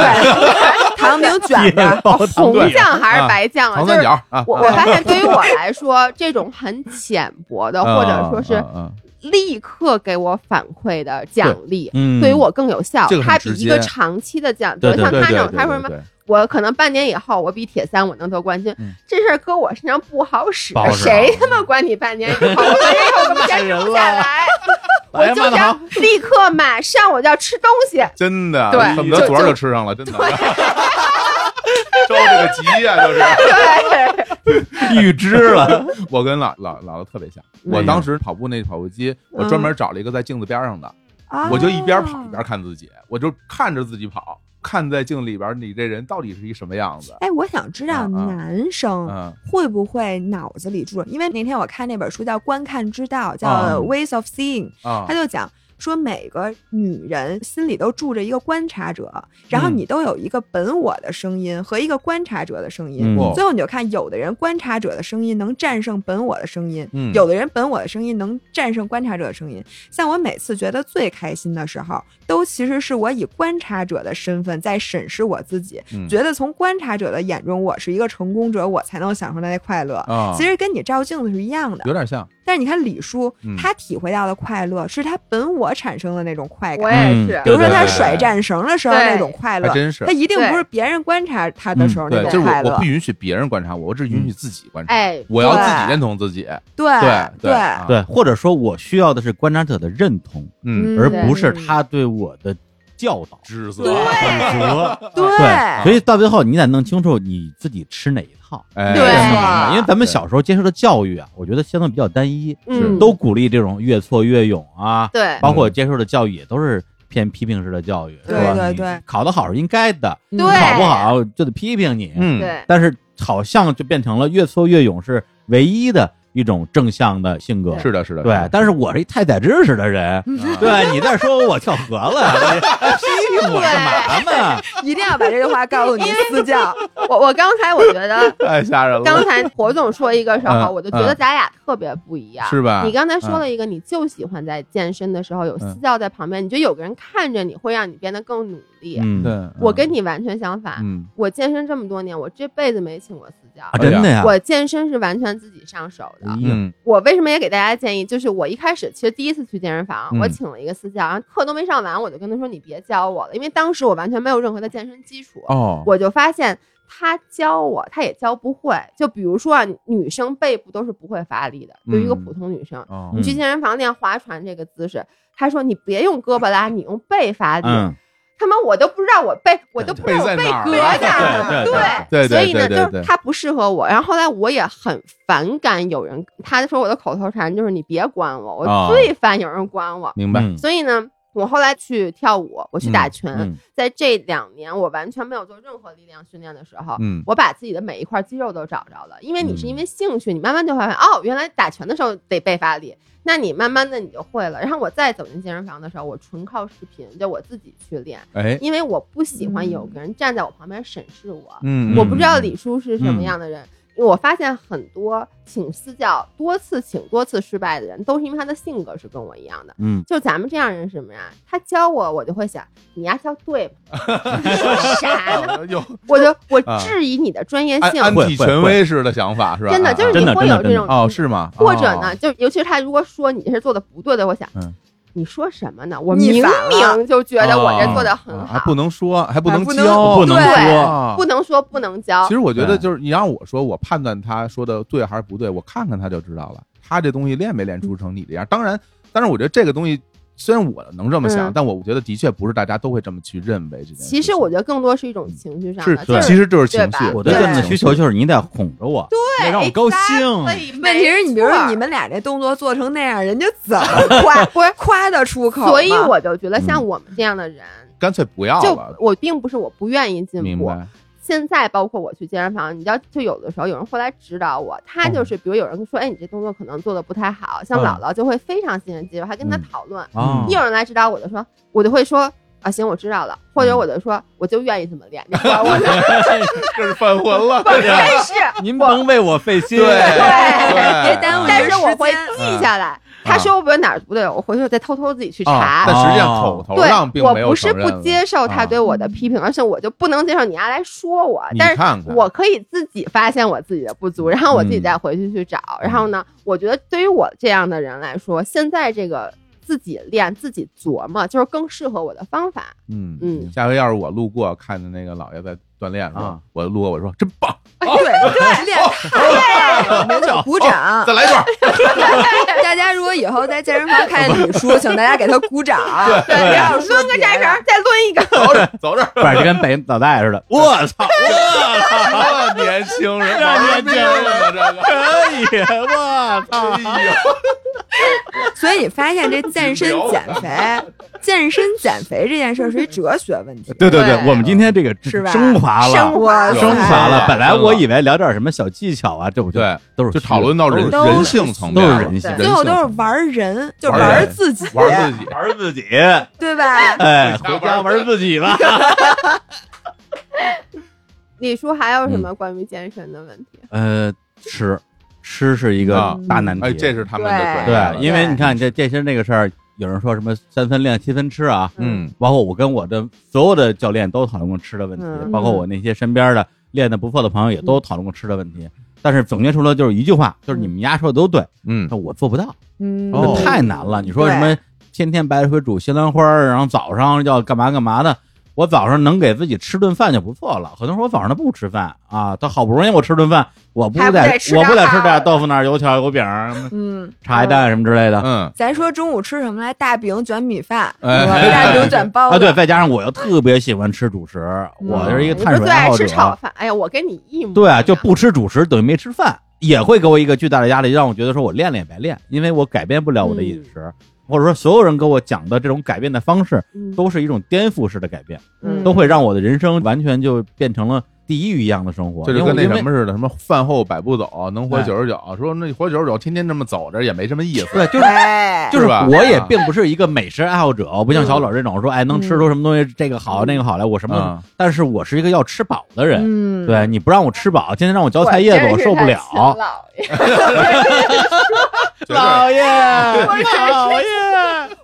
F: 糖饼卷
A: 哎
F: 子，
G: 哦红酱还是白酱啊？
A: 糖
G: 就
A: 三
G: 是
A: 角啊，
G: 我我发现对于我来说，这种很浅薄的，呃或
E: 啊
G: 者说是
A: 嗯嗯嗯
G: 立刻给我反馈的奖励。
E: 嗯，
G: 对于我更有效
A: 这个，很
G: 它比
A: 直
G: 一个
A: 接
G: 长期的奖，
E: 对
G: 就
E: 对
G: 像
A: 对
G: 他
A: 对对
G: 那种，他说什么
A: 对对
G: 我可能半年以后我比铁三我能得冠军，
A: 嗯
G: 这事儿搁我身上不好使
B: 不好，使
G: 谁他妈管你半年以后？我半年以后我们坚持不下来，我
E: 哎呀
G: 就
E: 妈的
G: 要立刻马上我就要吃东西。
A: 真的，啊
G: 对
A: 恨不得
G: 就
A: 昨儿
G: 就
A: 就吃上了，真的， 着这个急呀，就是。
G: 对，
E: 预知了，
A: 我跟老老姥姥特别像，我当时跑步那跑步机，我专
G: 嗯
A: 门找了一个在镜子边上的，
F: 啊
A: 我就一边跑一边看自己，我就看着自己跑，看在镜子里边你这人到底是一什么样子。
F: 哎，我想知道
A: 啊啊
F: 男生
A: 嗯，
F: 会不会脑子里住？因为那天我看那本书叫《观看之道》，叫
A: 啊
F: 《Ways of Seeing》，
A: 啊
F: 他，就讲说每个女人心里都住着一个观察者，然后
A: 嗯
F: 你都有一个本我的声音和一个观察者的声音。
E: 嗯
F: 最后你就看，有的人观察者的声音能战胜本我的声音，
A: 嗯
F: 有的人本我的声音能战胜观察者的声音。像我每次觉得最开心的时候，都其实是我以观察者的身份在审视我自己，
A: 嗯
F: 觉得从观察者的眼中我是一个成功者，我才能享受那些快乐。
A: 啊，
F: 其实跟你照镜子是一样的
A: 有，点像，
F: 但是你看李叔
A: 嗯，
F: 他体会到的快乐是他本我产生的那种快
G: 我
F: 感，
G: 也是
E: 嗯。
F: 比如说
A: 对
F: 他
A: 对
F: 甩战绳的时候
G: 对
F: 那种快
A: 还
F: 乐，
A: 真是
F: 他。一定
G: 对
F: 不是别人观察他的时候那
A: 对，就
F: 种
A: 是
F: 快
A: 我我
F: 乐
A: 不。允许别人观察我，我只
E: 嗯
A: 允许自己观察。
G: 哎，
A: 我要自己
F: 对
A: 认同自己。
F: 对
A: 对啊
F: 对，
E: 对，或者说我需要的是观察者的认同，
A: 嗯，
E: 而不是他对我的教导、
A: 指责。
E: 选 择。
F: 对
E: 对，所以到最后你得弄清楚你自己吃哪一套。
A: 哎，
G: 对
E: 这弄明
F: 啊
E: 白因为咱们小时候接受的教育啊，我觉得相对比较单一，
G: 嗯，
E: 都鼓励这种越挫越勇啊，
G: 对
A: 嗯
E: 包括接受的教育也都是偏批评式的教育，是
F: 对
E: 吧？
F: 对
E: 你
F: 对
E: 考得好是应该的，
F: 对
E: 考不好就得批评你。
A: 嗯，
G: 对，
E: 但是好像就变成了越挫越勇是唯一的一种正向的性格。
A: 是的，是的，，
E: 对，但是我是一太宰治似的人， 对你再说我跳河了，你批评我干嘛呢？
F: 一定要把这句话告诉你私 教。
G: 我我刚才我觉 得
A: 太吓人
G: 刚
A: 了，
G: 才火总说一个时候，
A: 嗯
G: 我就觉得咱俩特别不一样。
A: 是吧
G: 你？刚
E: 嗯
G: 才说了一个，你就喜欢在健身的时候有私教在旁边，你觉得有个人看着你会让你变得更努力。
E: 嗯，
A: 对，，
G: 我跟你完全相反，
E: 嗯
G: 我健身这么多年，我这辈子没请过私教。
E: 啊，真的呀，
G: 我健身是完全自己上手的。
E: 哎呀
A: 嗯
G: 我为什么也给大家建议，就是我一开始其实第一次去健身房，
A: 嗯
G: 我请了一个私教，然后课都没上完，我就跟他说你别教我了，因为当时我完全没有任何的健身基础。
A: 哦，
G: 我就发现他教我，他也教不会。就比如说啊，女生背部都是不会发力的，对于一个
A: 嗯
G: 普通女生，
A: 哦
G: 你去健身房练划船这个姿势，他说你别用胳膊拉，你用背发力。
E: 嗯，
G: 他妈，我都不知道我背，我都不知道我
A: 背在哪儿啊
G: 胳瘩，
A: 对对对
E: 对对
G: 所以呢，
A: 对对
G: 就
A: 对
G: 是他不适合我。然后后来我也很反感有人，他说我的口头禅就是你别管我，
A: 哦
G: 我最烦有人管我。
A: 明白，
E: 嗯
G: 所以呢，我后来去跳舞，我去打拳，
E: 嗯
G: 在这两年我完全没有做任何力量训练的时候，
A: 嗯
G: 我把自己的每一块肌肉都找着了。因为你是
E: 嗯
G: 因为兴趣，你慢慢就会发现，哦，原来打拳的时候得背发力，那你慢慢的你就会了。然后我再走进健身房的时候，我纯靠视频，就我自己去练，
A: 哎，
G: 因为我不喜欢
E: 嗯
G: 有个人站在我旁边审视我。
A: 嗯，
G: 我不知道李叔是什么样的人。我发现很多请私教多次请多次失败的人，都是因为他的性格是跟我一样的。
E: 嗯，
G: 就咱们这样人是什么呀？他教我，我就会想，你丫教对吗？ 你说啥呢？
A: 啊有
G: 我就我
A: 啊
G: 质疑你的专业
A: 安
G: 性，
A: 安
E: 会
A: 体
E: 会
A: 权威式的想法是吧？
G: 哎真的
A: 啊
G: 就是
E: 真
G: 你
E: 的
G: 会
E: 真的
G: 有这
E: 真的
G: 种嗯
A: 哦，是吗？
G: 或者呢，
A: 哦，
G: 就尤其是他如果说你这是做的不对的，我想
A: 嗯，
G: 你说什么呢？我
F: 你
G: 明
F: 反了
G: 明就觉得我这
A: 哦
G: 做的
A: 哦
G: 很
A: 还
G: 好，
A: 不能说，还不能
F: 还不能
A: 教，
E: 不能
G: 对
E: 说，
A: 啊
G: 不能说不能教
A: 其。实我觉
E: 对
A: 得就是你让我说，我判断他说的对还是不对，我看看他就知道了，他这东西练没练出成你这样。当然，当然，我觉得这个东西虽然我能这么想，
G: 嗯
A: 但我觉得的确不是大家都会这么去认为这件事情。
G: 其实我觉得更多是一种情绪上
A: 是
G: 的，就，
A: 其实就是情
G: 对
A: 绪
G: 吧。
E: 我对
G: 对
E: 锻炼的需求就是你得哄着我，对得让我高兴。
G: 兴
F: 问题是你比如说你。们俩这动作做成那样，人家怎么夸
G: 不是
F: 夸得出口吗？
G: 所以我就觉得像我们这样的人，
A: 干脆不要
G: 就
A: 了，
G: 我并不是我不愿意进
A: 明
G: 步。
A: 白？
G: 现在包括我去健身房，你知道，就有的时候有人会来指导我，
A: 哦
G: 他就是比如有人说，哎，你这动作可能做的不太好，像
E: 嗯
G: 姥姥就会非常信任肌肉，还跟他
E: 嗯
G: 讨
A: 哦
G: 论。
E: 啊
G: 一有人来指导我就说，我就会说。啊，行，我知道了，
A: 嗯
G: 或者我就说，我就愿意这么 练，你管我呢？
A: 这是犯浑了，
G: 真是，
E: 您甭为我费 心。
F: 别耽误你
G: 但
F: 的
G: 是我
F: 时
G: 会
F: 间。嗯
G: 记下来。他说我哪儿不对，我回去再偷偷自己去
A: 啊
G: 查。
A: 但实际上口头上
G: 对，
A: 并
G: 我
A: 没有
G: 不是
A: 承认啊
G: 不接受他对我的批评，而是我就不能接受你丫来说我。
A: 你
G: 但
A: 看看
G: 是我可以自己发现我自己的不足，然后我自己
A: 嗯
G: 再回去去找。然后呢，我觉得对于我这样的人来说，现在这个自己练、自己琢磨，就是更适合我的方法。
A: 嗯
G: 嗯
A: 下回要是我路过看见那个老爷在锻炼，是吧
E: 啊？
A: 我路过我说真棒，
F: 对对，练对，没错，鼓掌
A: 再。来一段。
F: 大家如果以后在健身房看见李叔，请大家给他鼓掌，对，不要说
G: 抡个战绳，再抡 一个。
A: 走着走着，
E: 反正跟北脑袋似的。我操，我操，
A: 这年轻人，
E: 这年轻人
A: 这个。
E: 可以，我操，
A: 哎呦，
F: 所以你发现这健身减肥、健身减肥这件事儿是一哲学问题，
E: 对对
G: 对
E: 我们今天这个
F: 是吧？
E: 升华了。
F: 哇塞
E: 升华
A: 哎
E: 了！本来我以为聊点什么小技巧啊，这不就
A: 对
E: 都是
A: 就讨论到人
E: 都
F: 是
A: 人性层
E: 都
A: 面
E: 是
A: 了，
E: 人性，
F: 最
A: 人
F: 后
A: 性
F: 都是玩人，就
A: 玩
F: 玩
A: 人
F: 自己，
A: 玩自己。
E: 玩自己，
F: 对吧？
E: 哎，回家玩自己吧。
G: 李叔还有什
A: 嗯
G: 么关于健身的问题？
E: 呃，吃吃是一个
A: 啊
E: 大难题，
A: 哎，这是他们的专业了
E: 对，因为你看这健身这个事儿，有人说什么三分练七分吃啊，
A: 嗯
E: 包括我跟我的所有的教练都讨论过吃的问题，
G: 嗯
E: 包括我那些身边的练的不错的朋友也都讨论过吃的问题。但是总结出来就是一句话，就是你们丫说的都对，
A: 嗯
E: 但我做不到，
F: 嗯
A: 哦
E: 这太难了。你说什么天天白水煮西兰花儿，然后早上要干嘛干嘛的？我早上能给自己吃顿饭就不错了。很多人说我早上他不吃饭啊，他好不容易我吃顿饭，我不
G: 还不
E: 得
G: 得吃
E: 我不得
G: 点
E: 吃
G: 好
E: 点
G: 的
E: 豆腐脑、油条、油饼儿、
F: 嗯，
E: 茶叶蛋什么之类的。
A: 嗯，
F: 咱说中午吃什么来？大饼卷米饭，
A: 哎
F: 是吧大饼卷包
E: 啊，
F: 子，
E: 对，再加上我又特别喜欢吃主食，
F: 嗯
E: 我就是一个
G: 你
E: 碳
G: 不是
E: 水
G: 最
E: 爱
G: 爱
E: 好者
G: 吃。炒嗯饭？哎呀，我跟你一模一
A: 啊
E: 对，啊
G: 样
E: 就不吃主食等于没吃饭，也会给我一个巨大的压力，让我觉得说我练练也白练，因为我改变不了我的饮食。或者说所有人给我讲的这种改变的方式，
G: 嗯
E: 都是一种颠覆式的改变，
G: 嗯
E: 都会让我的人生完全就变成了地狱一样的生活。
A: 这就
E: 因为
A: 跟那
E: 因为
A: 什么似的，什么饭后百步走，能活
E: 哎
A: 九十九。说那活九十九，天天这么走着也没什么意思。
E: 对，就是
F: 哎，
E: 就是
A: 是吧
E: 我也并不是一个美食爱好者，我不像小老这种说，哎，能吃出什么东西这个好那个好来，我什么都
A: 嗯
E: 但是我是一个要吃饱的人。
F: 嗯，
E: 对你不让我吃饱，天天让我嚼菜叶子，我受不了。
H: 绝对
E: 爷，
G: 老
E: 爷，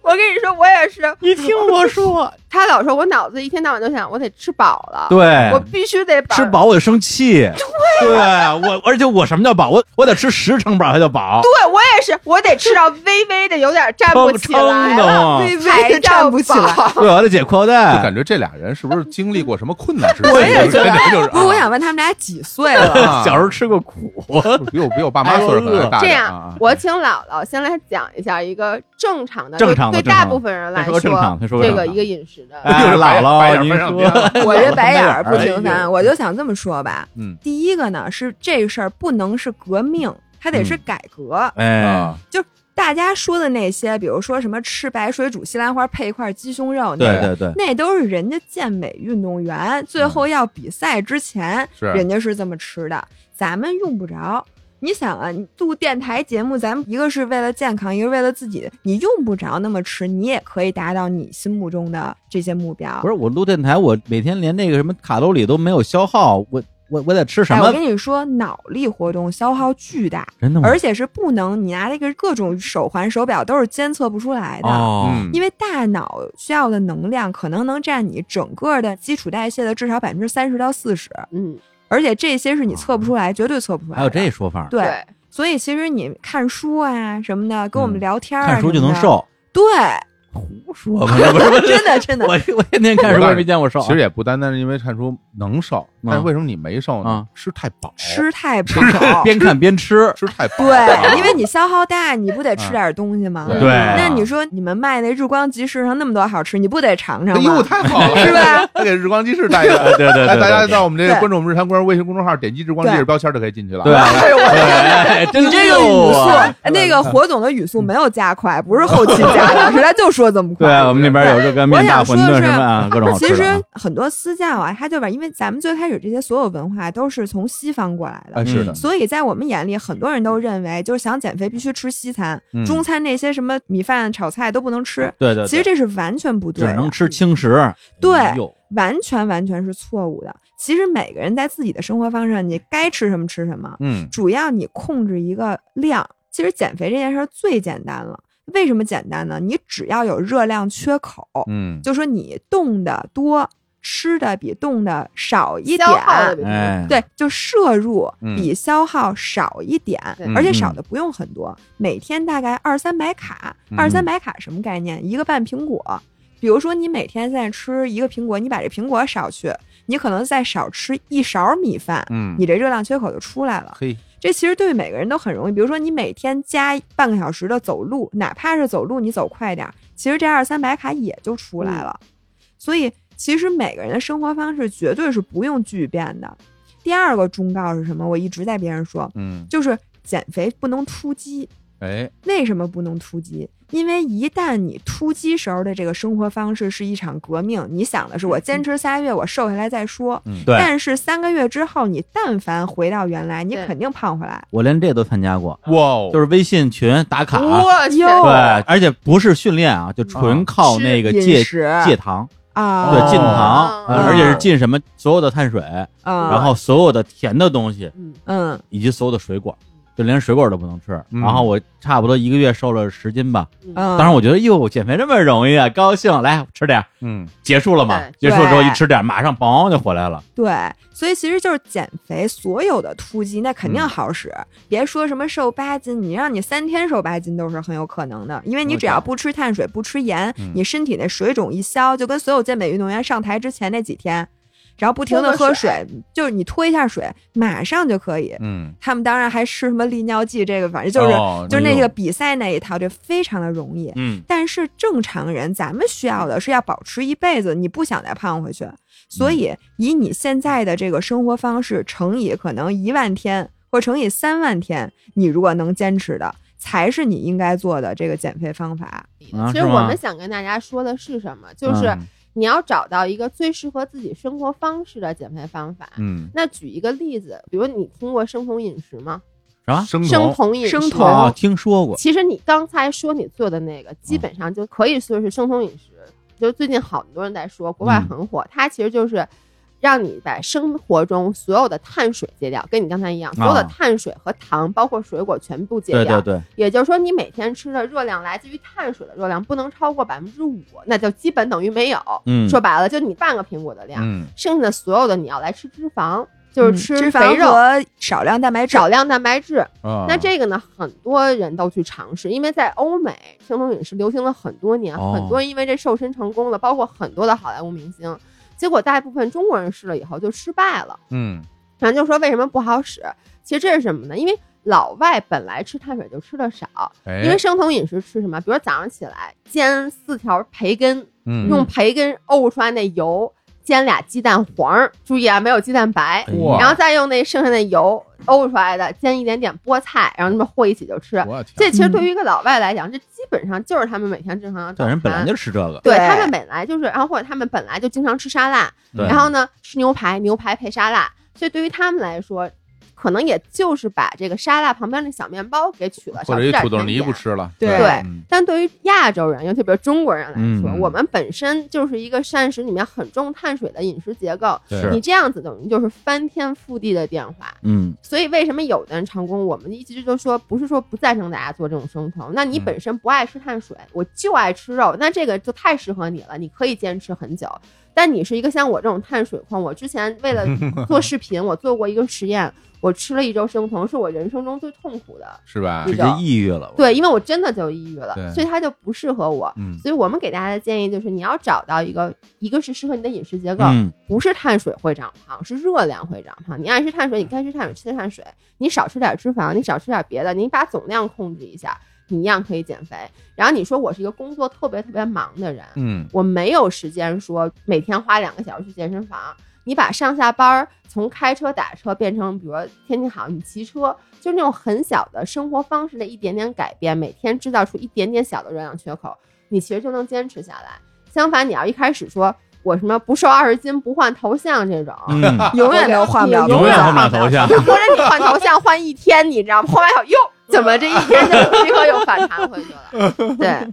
G: 我跟你说，我 也是，
E: 你听我说，
G: 他老说我脑子一天到晚都想，我得吃饱了，
E: 对
G: 我，必须得
E: 吃。饱我就生气。对，我而且我什么叫饱？我我得吃十成饱才叫饱。
G: 对我也是，我得吃到微微的有点站不起来
E: 撑得
G: 了，
E: 慌
F: 微微
G: 才
F: 的站不起来。
G: 叫饱。
E: 对，我得解裤腰带。
A: 就感觉这俩人是不是经历过什么困难之灾？
E: 我也觉得
A: 感觉 就是。
F: 不是，我想问他们俩几岁 了？
A: 啊
E: 小时候吃过苦，
A: 比我比我爸妈岁数可能还大
G: 这
A: 点儿
G: 样
F: 哎
A: 啊，。
G: 我请姥姥先来讲一下一个正常的，
E: 正常的
G: 对对
E: 正常
G: 大
E: 的
G: 部分人来
E: 他说正常他说
G: 这
E: 正
G: 个
E: 常
G: 一个饮食的，
E: 哎，
A: 啊又是白
E: 姥
A: 白眼
E: 姥，
A: 儿
E: 您
A: 翻上 天
E: 说
A: 了
F: 我这白眼儿不
E: 哎
F: 停
E: 呦
F: 咱，我就想这么说吧。
A: 嗯，
F: 第一个呢是这个事儿不能是革命，它得
A: 嗯
F: 是改革。
E: 哎，
A: 啊，
F: 大家说的那些，比如说什么吃白水煮西兰花配一块鸡胸肉，那
E: 对
F: 个
E: 对对，
F: 那都是人家健美运动员最
A: 嗯
F: 后要比赛之前，
A: 是
F: 人家是这么吃的，咱们用不着。你想啊，你录电台节目，咱们一个是为了健康，一个是为了自己，你用不着那么吃，你也可以达到你心目中的这些目标。
E: 不是我录电台，我每天连那个什么卡路里都没有消耗，我我我得吃什
F: 哎，
E: 么嗯
F: 我？跟你说，脑力活动消耗巨大，
E: 真的吗？
F: 而且是不能你拿这个各种手环、手表都是监测不出来的。
E: 哦，
A: 嗯，
F: 因为大脑需要的能量可能能占你整个的基础代谢的至少百分之三十到四十，
G: 嗯，
F: 而且这些是你测不出来，绝对测不出来的。
E: 哦还有这说法，
F: 对，
G: 对，
F: 所以其实你看书啊什么的，跟我们
E: 嗯
F: 聊天啊，
E: 看书就能，瘦，
F: 对，
E: 胡说吧，这不是
F: 真的真的，
E: 我我天天看书，我也没见过瘦。
A: 其实也不单单是因为看书能瘦，
E: 嗯
A: 但为什么你没瘦呢
E: 啊？
A: 吃太饱，
F: 吃太饱，
E: 边看边吃，
A: 吃太饱了，
F: 对，因为你消耗大，你不得吃点东西吗？
A: 对
E: 对，
F: 那你说你们卖那日光集市上那么多好吃，你不得尝尝
A: 哎
F: 吗
A: 呦，？太好了，
F: 是吧？
A: 他给日光集市带一个，
E: 对对
A: 哎，大家
E: 对
A: 到我们这个
F: 对
A: 关注我们日坛公园微信公众号，点击日光集市
F: 对
A: 标签就可以进去了。
E: 对，哎真
F: 你这个语
E: 溜
F: 速
E: 啊，
F: 哎那个火总的语速没有加快，不是后期加 的，是他就说这么
E: 嗯对啊
F: 快。
E: 我们那边有热干面、大馄饨什么啊，各种好
F: 其
E: 吃
F: 实
E: 的。
F: 很多私教啊，他就把，因为咱们最开始这些所有文化都是从西方过来的，
A: 哎，是的
E: 嗯，
F: 所以在我们眼里，很多人都认为就是想减肥必须吃西餐，
A: 嗯
F: 中餐那些什么米饭、炒菜都不能吃。
E: 对对，
F: 其实这是完全不对
E: 只
F: 的，
E: 能吃轻食。
F: 对
E: 哎呦
F: 完全完全是错误的。其实每个人在自己的生活方式上，你该吃什么吃什么，
A: 嗯，
F: 主要你控制一个量。其实减肥这件事儿最简单了，为什么简单呢？你只要有热量缺口，
A: 嗯，
F: 就说你动的多，吃的比动的少一点
G: 消，耗的比较
E: 哎，
F: 对，就摄入
A: 嗯
F: 比消耗少一点，
G: 对
F: 而且
E: 嗯
F: 少的不用很多，每天大概二三百卡。
E: 嗯
F: 二三百卡什么概念？一个半苹果。比如说你每天在吃一个苹果，你把这苹果少去，你可能再少吃一勺米饭，
A: 嗯，
F: 你这热量缺口就出来了。
A: 嘿，
F: 这其实对每个人都很容易。比如说你每天加半个小时的走路，哪怕是走路你走快点儿，其实这二三百卡也就出来了。所以其实每个人的生活方式绝对是不用巨变的。第二个忠告是什么？我一直在别人说，
A: 嗯，
F: 就是减肥不能突击。
A: 哎，
F: 为什么不能突击？因为一旦你突击时候的这个生活方式是一场革命，你想的是我坚持仨月，我瘦下来再说。
E: 对，
F: 但是三个月之后，你但凡回到原来，你
G: 对
F: 肯定胖回来。
E: 我连这都参加过，
A: 哇哦，
E: 就是微信群打卡。
G: 我去，
E: 对嗯
F: 哟，，
E: 而且不是训练啊，就纯靠那个
F: 吃哦饮
E: 戒
F: 食
E: 戒糖，
F: 啊，
E: 对，禁
G: 哦
E: 糖，呃而且是禁什么所有的碳水，
F: 啊，
E: 然后所有的甜的东西，
G: 嗯，
F: 嗯，
E: 以及所有的水果，就连水果都不能吃。
A: 嗯
E: 然后我差不多一个月瘦了十斤吧。
F: 当
G: 嗯
E: 当时我觉得哟，减肥这么容易啊，高兴，来吃点儿。
A: 嗯，
E: 结束了嘛？
F: 对
E: 结束之后一吃点儿，马上嘣就回来了。
F: 对，所以其实就是减肥，所有的突击那肯定
E: 嗯
F: 好使，别说什么瘦八斤，你让你三天瘦八斤都是很有可能的，因为你只要不吃碳水、不吃盐，
A: 嗯
F: 你身体那水肿一消，就跟所有健美运动员上台之前那几天，然后不停的喝
G: 喝
F: 水，就是你脱一下水，马上就可以。
A: 嗯，
F: 他们当然还吃什么利尿剂，这个反正就是、
A: 哦
F: 就是那
A: 种
F: 个比赛那一套，就非常的容易。
E: 嗯，
F: 但是正常人，咱们需要的是要保持一辈子，你不想再胖回去，
A: 嗯
F: 所以以你现在的这个生活方式乘以可能一万天，或乘以三万天，你如果能坚持的，才是你应该做的这个减肥方法。
E: 啊
G: 嗯其实
E: 是吗嗯
G: 我们想跟大家说的是什么，就是你要找到一个最适合自己生活方式的减肥方法。
A: 嗯，
G: 那举一个例子，比如你听过生酮饮食吗？
E: 啊
A: 生
G: 生
A: 酮
G: 酮饮食，
F: 生
E: 嗯啊，听说过嗯
G: 其实你刚才说你做的那个，基本上就可以说是生酮饮食，就是最近好多人在说，国
E: 嗯
G: 外很火，它其实就是。让你在生活中所有的碳水戒掉，跟你刚才一样，所有的碳水和糖，包括水果全部戒掉。
E: 啊对对对，
G: 也就是说，你每天吃的热量来自于碳水的热量不能超过百分之五，那就基本等于没有。
E: 嗯
G: 说白了，就你半个苹果的量，
A: 嗯，
G: 剩下的所有的你要来吃脂肪，就是
F: 嗯
G: 吃
F: 脂
G: 肥
F: 肪
G: 肉、
F: 和少量蛋白质。
G: 少量蛋白质。
A: 啊
G: 那这个呢，很多人都去尝试，因为在欧美，生酮饮食流行了很多年，
E: 哦
G: 很多人因为这瘦身成功了，包括很多的好莱坞明星。结果大部分中国人试了以后就失败了，
A: 嗯
G: 然后就说为什么不好使？其实这是什么呢？因为老外本来吃碳水就吃的少，
A: 哎，
G: 因为生酮饮食吃什么？比如早上起来煎四条培根，
A: 嗯
G: 用培根沤出来那油，煎俩鸡蛋黄儿，注意啊，没有鸡蛋白，
E: 哎
A: 哇
G: 然后再用那剩下的油沤出来的，煎一点点菠菜，然后那么和一起就吃。
A: 我的天，
G: 这其实对于一个老外来讲，这基本上就是他们每天正常的早
E: 对，
G: 餐。
E: 人本来就吃这个，
G: 对
F: 对
G: 他们本来就是，然后或者他们本来就经常吃沙拉，
E: 对
G: 然后呢吃牛排，牛排配沙拉，所以对于他们来说，可能也就是把这个沙拉旁边那小面包给取了，
A: 或
G: 少
A: 者
G: 吃
A: 一
G: 点
A: 土豆
G: 甜
A: 泥不
G: 点
A: 吃了，
F: 对
G: 对
A: 嗯
G: 但对于亚洲人，尤其比如中国人来说，
E: 嗯
G: 我们本身就是一个膳食里面很重碳水的饮食结构，
A: 是
G: 你这样子等于就是翻天覆地的变化。
E: 嗯，
G: 所以为什么有的人成功，我们一直就说不是说不赞成大家做这种生酮，那你本身不爱吃碳水，我就爱吃肉，那这个就太适合你了，你可以坚持很久。但你是一个像我这种碳水控，我之前为了做视频， 我做过一个实验，我吃了一周生酮，是我人生中最痛苦的。
A: 是吧
G: 你？
E: 直接抑郁了，
G: 对，因为我真的就抑郁了
A: 对，
G: 所以它就不适合我。
A: 嗯
G: 所以我们给大家的建议就是，你要找到一个，一个是适合你的饮食结构，
E: 嗯，
G: 不是碳水会长胖，是热量会长胖。你爱吃碳水，你该吃碳水吃碳水，你少吃点脂肪，你少吃点别的，你把总量控制一下，你一样可以减肥。然后你说我是一个工作特别特别忙的人，
A: 嗯
G: 我没有时间说每天花两个小时去健身房。你把上下班儿从开车打车变成，比如说天气好你骑车，就那种很小的生活方式的一点点改变，每天制造出一点点小的热量缺口，你其实就能坚持下来。相反，你要一开始说我什么不瘦二十斤不换头像这种，
E: 嗯，
F: 永远都换不了
G: 你
F: 多
E: 永远
F: 少
E: 换不了头像
G: 或者你换头像换一天，你知道吗？换完以后哟，怎么这一天就立刻又反弹回去了？对，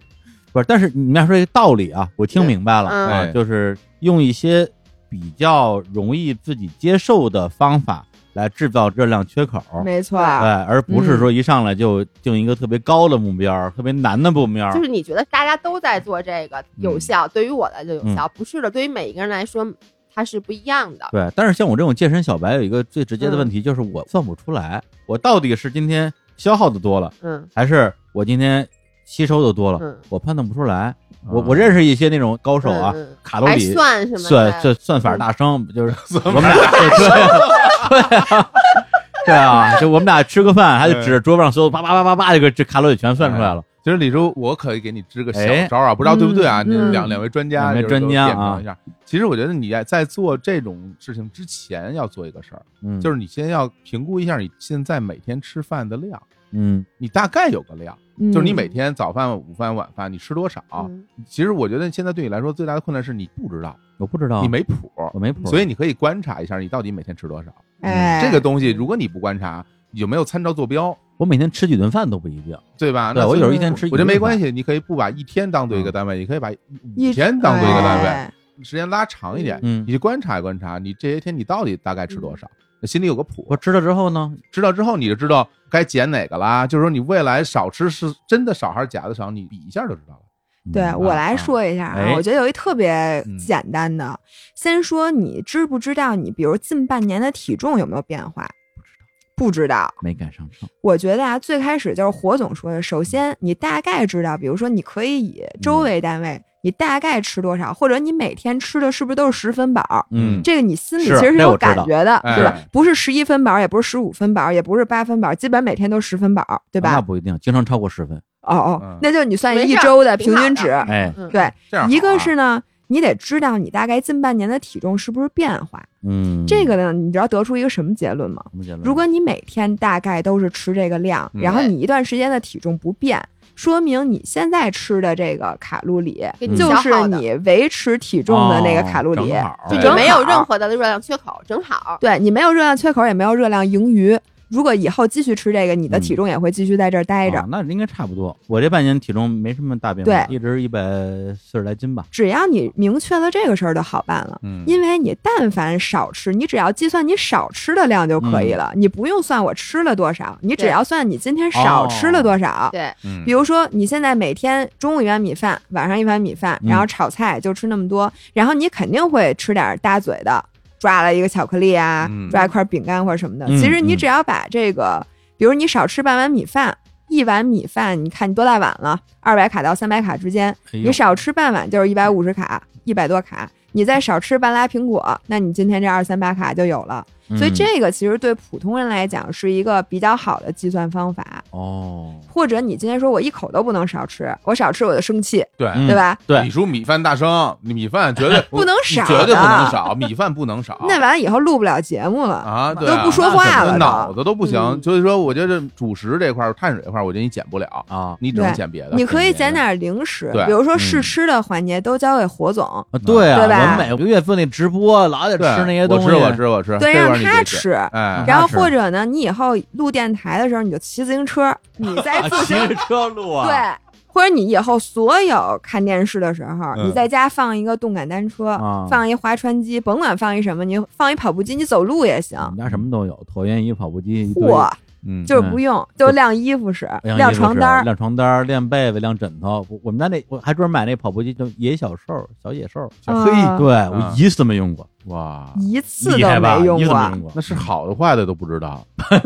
E: 不是，但是你们俩说这个道理啊，我听明白了
G: 嗯
E: 啊，
A: 哎
E: 就是用一些比较容易自己接受的方法来制造热量缺口，
F: 没错，
E: 对，
G: 啊
E: 而不
G: 嗯
E: 是说一上来就定一个特别高的目标，特别难的目标，
G: 就是你觉得大家都在做这个有效，对于我来就有效，不是的，对于每一个人来说它是不一样的。
E: 对。但是像我这种健身小白，有一个最直
G: 嗯
E: 接的问题就是我算不出来，我到底是今天消耗的多了，
G: 嗯
E: 还是我今天吸收的多了，
G: 嗯，
E: 我判断不出来。我
A: 啊
E: 我认识一些那种高手啊，
G: 嗯嗯
E: 卡路
G: 还
E: 里
G: 算什么
E: 算
G: 的？嗯
E: 算算法大生， 就是我们俩对对啊对啊，就我们俩吃个饭，他就指着桌子上所有叭叭叭叭叭，这个这卡路里全算出来了。
A: 其实李叔，我可以给你支个小
E: 哎
A: 招啊，不知道对不对啊？
F: 嗯
A: 你
F: 嗯
A: 两两位专家，
E: 两位专家啊
A: 点评一下。其实我觉得你在做这种事情之前，要做一个事儿，
E: 嗯，
A: 就是你先要评估一下你现在每天吃饭的量，
E: 嗯
A: 你大概有个量，
F: 嗯
A: 就是你每天早饭、午饭、晚饭你吃多少。
G: 嗯
A: 其实我觉得现在对你来说最大的困难是你不知道，
E: 我不知道，
A: 你没谱，
E: 我没谱，
A: 所以你可以观察一下你到底每天吃多少。
F: 哎，
A: 这个东西如果你不观察，你就没有参照坐标，
E: 我每天吃几顿饭都不一定。
A: 对吧？
E: 对
A: 那
E: 我有时
F: 嗯
E: 候
A: 所以
E: 一天吃一
A: 我觉得
E: 顿
A: 没关
E: 饭嗯
A: 系，你可以不把一天当做一个单位，你可以把五
F: 一
A: 天当做一个单位，
F: 哎
A: 时间拉长一点，
E: 嗯
A: 你去观察观察，你这些天你到底大概吃
F: 嗯
A: 多少，心里有个谱
E: 我。知道之后呢，
A: 知道之后你就知道该减哪个啦。就是说你未来少吃是真的少还是假的少，你比一下就知道了。
E: 嗯
F: 对啊我来说一下
E: 哎
F: 啊，我觉得有一特别
A: 嗯
F: 简单的，先说你知不知道你，比如近半年的体重有没有变化？不知道，
E: 没赶上秤，
F: 我觉得啊，最开始就是火总说的，首先你大概知道，比如说你可以以
E: 嗯
F: 周为单位，你大概吃多少，或者你每天吃的是不是都是十分饱，
E: 嗯
F: 这个你心里
E: 是
F: 其实是
E: 这我
F: 有
E: 知道
F: 感觉的，
A: 哎
F: 对吧？不是十一分饱，也不是十五分饱，也不是八分饱，基本每天都十分饱，对
E: 那
F: 吧？
E: 不一定，经常超过十分。
F: 哦
A: 嗯
F: 哦，那就是你算
G: 没
F: 一
G: 事儿
F: 周的
G: 挺
F: 平
G: 好
F: 均
G: 的
F: 值，
E: 哎，
G: 嗯
F: 对，
A: 这样好啊
F: 一个是呢，你得知道你大概近半年的体重是不是变化。
E: 嗯，
F: 这个呢，你知道得出一个什么结论吗？
E: 什么结论
F: 如果你每天大概都是吃这个量，
H: 嗯
F: 然后你一段时间的体重不变，说明你现在吃的这个卡路里
G: 给你
F: 就
G: 消
F: 是
G: 耗的
F: 你维持体重的那个卡路里，
E: 哦正好
G: 就
F: 正
G: 你
F: 好
G: 没有任何的热量缺口，正好。
F: 对你没有热量缺口，也没有热量盈余。如果以后继续吃这个，你的
E: 嗯
F: 体重也会继续在这儿待着。
E: 哦那应该差不多。我这半年体重没什么大变化，
F: 对
E: 一直一百四十来斤吧。
F: 只要你明确了这个事儿就好办了，
A: 嗯
F: 因为你但凡少吃，你只要计算你少吃的量就可以
E: 嗯
F: 了，你不用算我吃了多少，你只要算你今天少吃了多
E: 哦
F: 少。
G: 对，
A: 嗯
F: 比如说你现在每天中午一碗米饭，晚上一碗米饭，
E: 嗯
F: 然后炒菜就吃那么多，然后你肯定会吃点大嘴的，抓了一个巧克力啊，
H: 嗯
F: 抓一块饼干或者什么的。
E: 嗯
F: 其实你
E: 嗯
F: 只要把这个，比如你少吃半碗米饭。一碗米饭，你看你多大碗了？二百卡到三百卡之间，
E: 哎呦
F: 你少吃半碗就是一百五十卡，一百多卡。你再少吃半拉苹果，那你今天这二三百卡就有了。所以
E: 嗯
F: 这个其实对普通人来讲是一个比较好的计算方法。
E: 哦，
F: 或者你今天说我一口都不能少吃，我少吃我就生气，
A: 对。
E: 嗯
F: 对吧？
E: 对
A: 李叔米饭大生，你米饭绝对
F: 不能少
A: 绝对不能
F: 的
A: 少，米饭不能少。
F: 那完了以后录不了节目了。
A: 嗯啊，对
F: 都
A: 啊
F: 不说
A: 那
F: 话
A: 怎么
F: 了都
A: 脑子都不行。
F: 嗯
A: 所以说，我觉得主食这块儿、碳水这块儿，我觉得你减不了，
E: 啊
A: 你只能
F: 对
A: 减别的。
F: 你可以捡点零食
A: 对，
F: 比如说
E: 嗯
F: 试吃的环节都交给火总，
E: 啊对啊，
F: 对吧
E: 我每个月做那直播，老得吃
A: 对
E: 那些东西。
A: 我吃我吃我吃，
F: 对，
A: 这块
F: 让
A: 儿你
F: 他
A: 别减。
F: 吃。
A: 哎，
F: 然后
E: 是
F: 或者呢，你以后录电台的时候，你就骑自行车，你再
E: 啊，
F: 自
E: 骑
F: 行
E: 着车录啊。
F: 对，或者你以后所有看电视的时候，
E: 嗯
F: 你在家放一个动感单车，
E: 啊
F: 放一划船机，甭管放一什么，你放一跑步机，你走路也行
E: 我。们家什么都有，椭圆仪、跑步机，一堆哎
F: 嚯，
A: 嗯，
F: 就是不用，就晾衣服使，
E: 晾
F: 晾
E: 衣服
F: 床
E: 是
F: 单儿。
E: 晾床单儿、晾被子、晾枕头。我我们家那我还专门买那跑步机，叫野小兽、小野兽。
F: 小黑啊
E: 对我一次都没用过，
A: 哇，
F: 一次
E: 厉
F: 都
E: 害吧？
F: 没
E: 一
F: 用
E: 次没
F: 过，
E: 用过。
A: 那是好的坏的都不知道。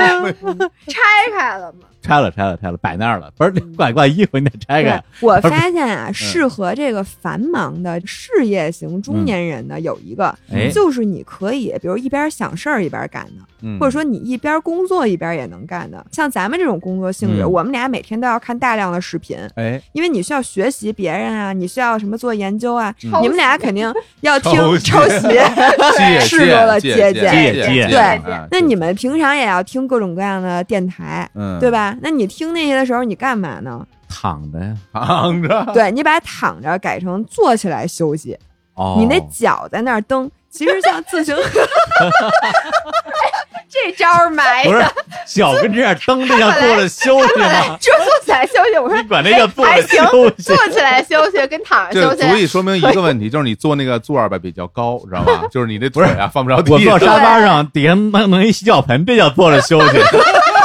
G: 拆开了嘛，
E: 拆了，拆了，拆了，摆那儿了。不是挂挂衣服，你得拆
F: 嗯对
E: 开。，
F: 我发现
E: 嗯
F: 啊，适合这个繁忙的事业型中年人呢，有一个
E: 哎，
F: 就是你可以，比如一边想事儿一边干的，
A: 嗯
F: 或者说你一边工作一边也能干的。像咱们这种工作性质，
E: 嗯
F: 我们俩每天都要看大量的视频，
A: 哎，
F: 因为你需要学习别人啊，你需要什么做研究啊，
G: 抄
F: 你们俩
G: 袭
F: 肯定要听
A: 抄袭
F: 抄袭。
A: 借
F: 试过了
A: 借
F: 借
A: 借
E: 借
A: 借
E: 借
A: 借
G: 对
A: 哎
F: 那你们平常也要听各种各样的电台，
A: 嗯
F: 对？吧？那你听那些的时候，你干嘛呢？
E: 躺着呀。
A: 扛嗯
G: 嗯
A: 着，
F: 对你把躺着改成坐起来休息，
E: 哦，
F: 你那脚在那儿蹬。其实像自行，
G: 这招儿 埋
E: 不是
G: 的。
E: 脚跟这样蹬着像坐着休息
G: 来
E: 吗？
G: 坐起来休息， 我说
E: 你管那叫坐着
G: 还行
E: 休息
G: 坐？起来休息跟躺着
A: 这
G: 休
A: 足
G: 息
A: 以说明一个问 题，就是你坐那个座儿吧比较高，知道吗？就是你那腿啊放不着地。
E: 我坐沙发上，底下弄弄一洗脚盆，这叫坐着休 息。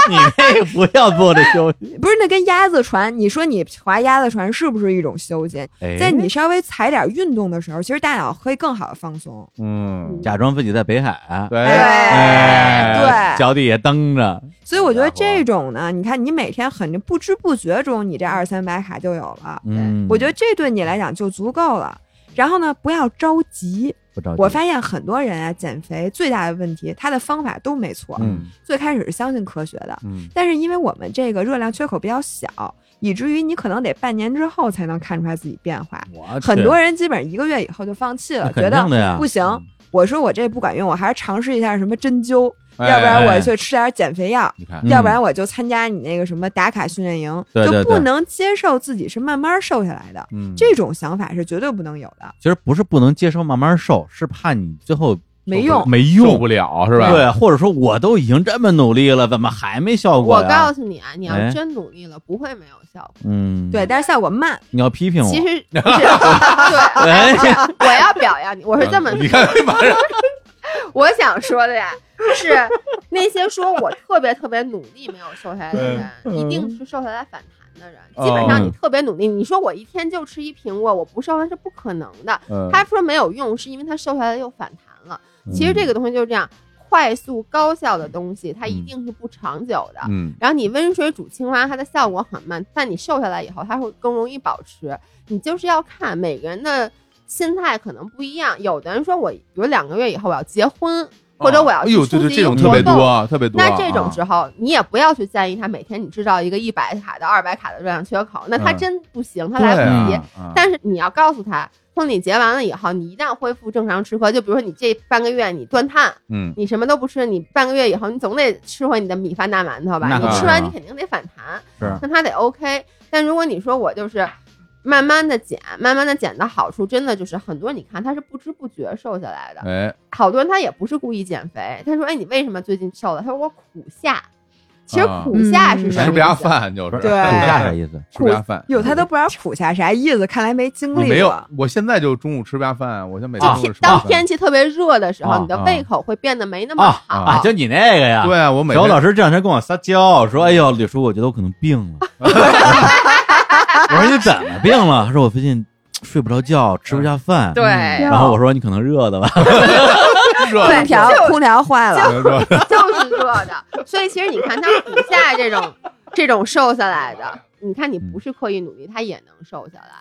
E: 你那个不叫坐着休息。
F: 不是那跟鸭子船，你说你划鸭子船是不是一种休息？
E: 哎
F: 在你稍微踩点运动的时候，其实大脑可以更好的放松。
A: 嗯，
E: 假装自己在北海，啊
A: 对，
E: 哎
F: 对
E: 脚底下蹬着，
F: 所以我觉得
E: 啊
F: 这种呢，你看你每天很不知不觉中，你这二三百卡就有了。
E: 嗯，
F: 我觉得这对你来讲就足够了。然后呢，不要着急。
E: 不着急。
F: 我发现很多人啊，减肥最大的问题，他的方法都没错。
E: 嗯
F: 最开始是相信科学的，
E: 嗯
F: 但是因为我们这个热量缺口比较小，以至于你可能得半年之后才能看出来自己变化。
E: 我去
F: 很多人基本上一个月以后就放弃了
E: 啊那，
F: 觉
E: 肯定
F: 得
E: 的呀，
F: 不行。
E: 嗯
F: 我说我这不管用，我还是尝试一下什么针灸，
A: 哎
F: 要不然
E: 哎
F: 我就吃点减肥药，
A: 你看
E: 嗯，
F: 要不然我就参加你那个什么打卡训练营，
E: 对对
F: 就不
E: 对
F: 能接受自己是慢慢瘦下来的。
A: 嗯，
F: 这种想法是绝对不能有的，
E: 其实不是不能接受慢慢瘦，是怕你最后
F: 没用。
E: 没
A: 受
E: 用
A: 不，了是吧？
E: 对，或者说我都已经这么努力了，怎么还没效果
G: 我
E: 呀？
G: 告诉你啊，你要
E: 哎
G: 真努力了，不会没有效果。
E: 嗯，
F: 对，，但是效果慢，
E: 你要批评我，
G: 其实不是对，
E: 哎
G: 我要表扬你，我是这么
A: 嗯你看，马 上
G: 我想说的呀，是那些说我特别特别努力没有瘦下来的人，一定是瘦下来反弹的人。基本上你特别努力，你说我一天就吃一苹果，我不瘦那是不可能的。
A: 嗯
G: 他说没有用，是因为他瘦下来又反弹了。其实这个东西就是这样，快速高效的东西，它一定是不长久的。
A: 嗯，
G: 然后你温水煮青蛙，它的效果很慢，但你瘦下来以后，它会更容易保持。你就是要看每个人的心态可能不一样，有的人说我有两个月以后我要结婚，或者我要
A: 哎
G: 去
A: 呦，
G: 出
A: 对对，
G: 席
A: 这种
G: 一个
A: 特别
G: 活动
A: 多，啊，特别多啊。
G: 那这种时
A: 啊
G: 候，你也不要去在意他每天你制造一个一百卡的、二百卡的热量缺口，那他
A: 嗯
G: 真不行，他
A: 对
G: 来不及
A: 啊。，啊
G: 但是你要告诉他，婚礼结完了以后，你一旦恢复正常吃喝，就比如说你这半个月你断碳，
A: 嗯，
G: 你什么都不吃，你半个月以后你总得吃回你的米饭大馒头吧？
E: 那
G: 你
E: 当
G: 吃
E: 然
G: 完
E: 了
G: 你肯定得反弹，
E: 是
G: 那他得 OK。但如果你说我就是慢慢的减，慢慢的减的好处，真的就是很多人你看他是不知不觉瘦下来的，
A: 哎，
G: 好多人他也不是故意减肥，他说：“哎，你为什么最近瘦了？”他说：“我苦夏。”其实
A: 啊
G: 苦夏是什
A: 吃
G: 么
A: 不
G: 意
A: 下
G: 思？啊
A: 饭就是
F: 对
E: 暑假啥意思？
A: 吃不下饭，
F: 有他都不知道苦下啥意思，看来没经
A: 我
F: 历
A: 没有
F: 过。，
A: 我现在就中午吃不下饭，我现在每
E: 就
A: 天都是吃
E: 天
A: 不下
G: 啊当
A: 饭
G: 天气特别热的时候，
E: 啊
G: 你的胃口会变得没那么
E: 啊
G: 好。
E: 啊！就你那个呀，
A: 对啊，我每
E: 小
A: 天
E: 吴老师这两天跟我撒娇说：“哎呦，李叔，我觉得我可能病 了。”我说：“你怎么病了？”他说：“我最近睡不着觉，吃不下饭。”
G: 对
F: 嗯
E: 然后我说：“你可能热的吧
A: 热
F: 空调
G: 就
F: 空调坏了，
A: 热
G: 就是热的。所以其实你看，他苦夏这种这种瘦下来的，你看你不是刻意努力，他也能瘦下来。？”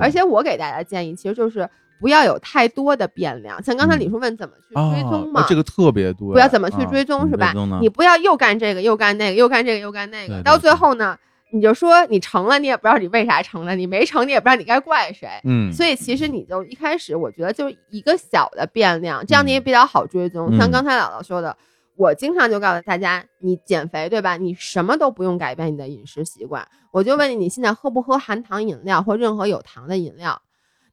G: 而且我给大家建议，其实就是不要有太多的变量。像刚才李叔问怎么去追踪嘛，
A: 啊，这个特别多，
G: 不要怎么去
A: 啊
G: 追踪、
E: 嗯
G: 是吧
E: 追踪呢？
G: 你不要又干这个又干那个又干这个又干那个，
E: 对对
G: 到最后呢，你就说你成了，你也不知道你为啥成了，你没成你也不知道你该怪谁。
A: 嗯，
G: 所以其实你就一开始，我觉得就是一个小的变量，这样你也比较好追踪。
E: 嗯
G: 像刚才姥姥说的，我经常就告诉大家，你减肥对吧？你什么都不用改变你的饮食习惯，我就问你，你现在喝不喝含糖饮料或任何有糖的饮料？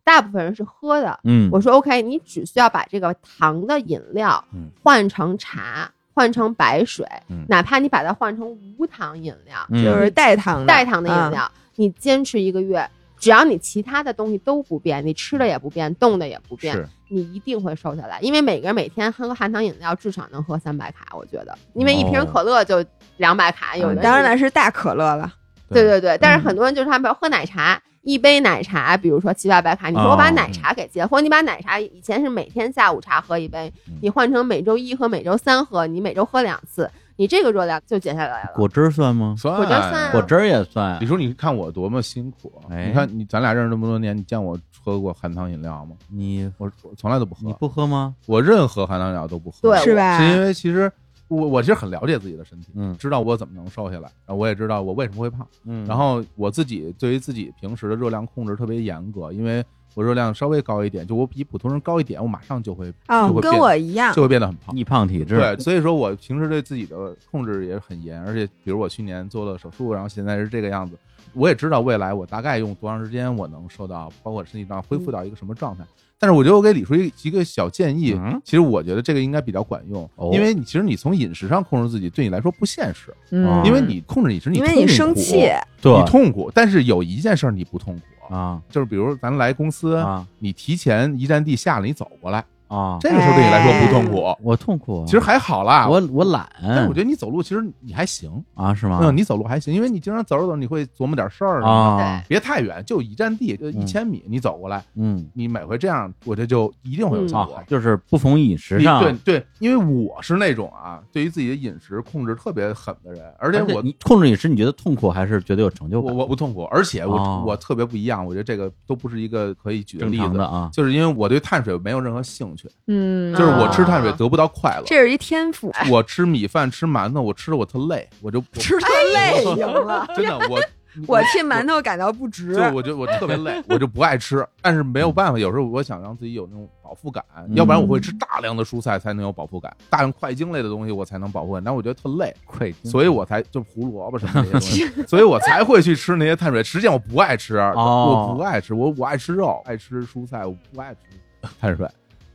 G: 大部分人是喝的，
E: 嗯，
G: 我说 OK，你只需要把这个糖的饮料
A: 嗯
G: 换成茶，换成白水，
A: 嗯
G: 哪怕你把它换成无糖饮料，
E: 嗯
F: 就是代糖的
G: 代糖的饮
F: 嗯
G: 料，你坚持一个月，只要你其他的东西都不变，你吃的也不变，动的也不变
A: 是，
G: 你一定会瘦下来。因为每个人每天喝含糖饮料至少能喝三百卡，我觉得，因为一瓶
E: 哦
G: 可乐就两百卡，有的人
F: 嗯当
G: 是
F: 然是大可乐了，
G: 对对对，但是很多人就是他们喝奶茶，一杯奶茶，比如说七八百卡，你说我把奶茶给戒，或者你把奶茶以前是每天下午茶喝一杯，你换成每周一和每周三喝，你每周喝两次，你这个热量就减下来了。
E: 果汁儿算吗？
A: 算
G: 果汁儿算啊
E: 果汁儿也算
A: 李。叔，你看我多么辛苦！啊
E: 哎
A: 你看你，咱俩认识这么多年，你见我喝过含糖饮料吗？
E: 你
A: 我我从来都不
E: 你
A: 喝，
E: 不喝吗？
A: 我任何含糖饮料都不喝。
G: 对
A: 是
F: 是吧？
A: 因为其实我我其实很了解自己的身体，
E: 嗯
A: 知道我怎么能瘦下来，然后我也知道我为什么会胖。
E: 嗯
A: 然后我自己对于自己平时的热量控制特别严格，因为我热量稍微高一点，就我比普通人高一点，我马上就会
F: 啊
A: 就会，变
F: 跟我一样
A: 就，会变得很胖。
E: 易胖体质，
A: 对，所以说我平时对自己的控制也很严，而且比如我去年做了手术，然后现在是这个样子，我也知道未来我大概用多长时间我能瘦到，包括身体上恢复到一个什么状态。但是我觉得我给李叔一一个小建议，
E: 嗯
A: 其实我觉得这个应该比较管用，
E: 哦
A: 因为你其实你从饮食上控制自己，对你来说不现实，
F: 嗯，
A: 因为你控制饮食，你
F: 因为
A: 痛
F: 你
A: 苦
F: 生气，
E: 对
A: 你痛苦，但是有一件事儿你不痛苦，
E: 啊
A: 就是比如咱来公司，
E: 啊
A: 你提前一站地下了，你走过来，
E: 啊！
A: 这个
F: 哎
A: 时候对你来说不痛苦，
E: 我痛苦啊，
A: 其实还好啦。
E: 我我懒，
A: 但是我觉得你走路其实你还行，
E: 嗯啊是吗？
A: 嗯，你走路还行，因为你经常走着走着你会琢磨点事儿，
E: 啊，
A: 别太远，就一站地，就一千米，你走过来，
E: 嗯，
A: 你每回这样，我这就一定会有
G: 嗯
A: 效果
E: 啊，。就是不从饮食
A: 你
E: 上，
A: 对对，因为我是那种啊，对于自己的饮食控制特别狠的人，而且
E: 而且
A: 我
E: 你控制饮食，你觉得痛苦还是觉得有成就
A: 我
E: 感？
A: 我不痛苦，而且我、
E: 哦
A: 我特别不一样，我觉得这个都不是一个可以举的
E: 正
A: 例
E: 常
A: 子
E: 的啊
A: 就是因为我对碳水没有任何兴趣，
F: 嗯，
A: 就是我吃碳水
G: 啊
A: 得不到快乐。
F: 这是一天赋，
G: 哎
A: 我吃米饭吃馒头，我吃的我特累，我就我
F: 吃的累行了，
A: 真的 我
F: 我替馒头感到不值
A: 就。我就我特别累，我就不爱吃。但是没有办法，有时候我想让自己有那种饱腹感，
E: 嗯
A: 要不然我会吃大量的蔬菜才能有饱腹感，大量块茎类的东西我才能饱腹感。但我觉得特累，
E: 愧疚
A: 所以我才就胡萝卜什么这些 东西，所以我才会去吃那些碳水。实际上我不爱吃，
E: 哦
A: 我不爱吃，我我爱吃肉，爱吃蔬菜，我不爱吃碳水，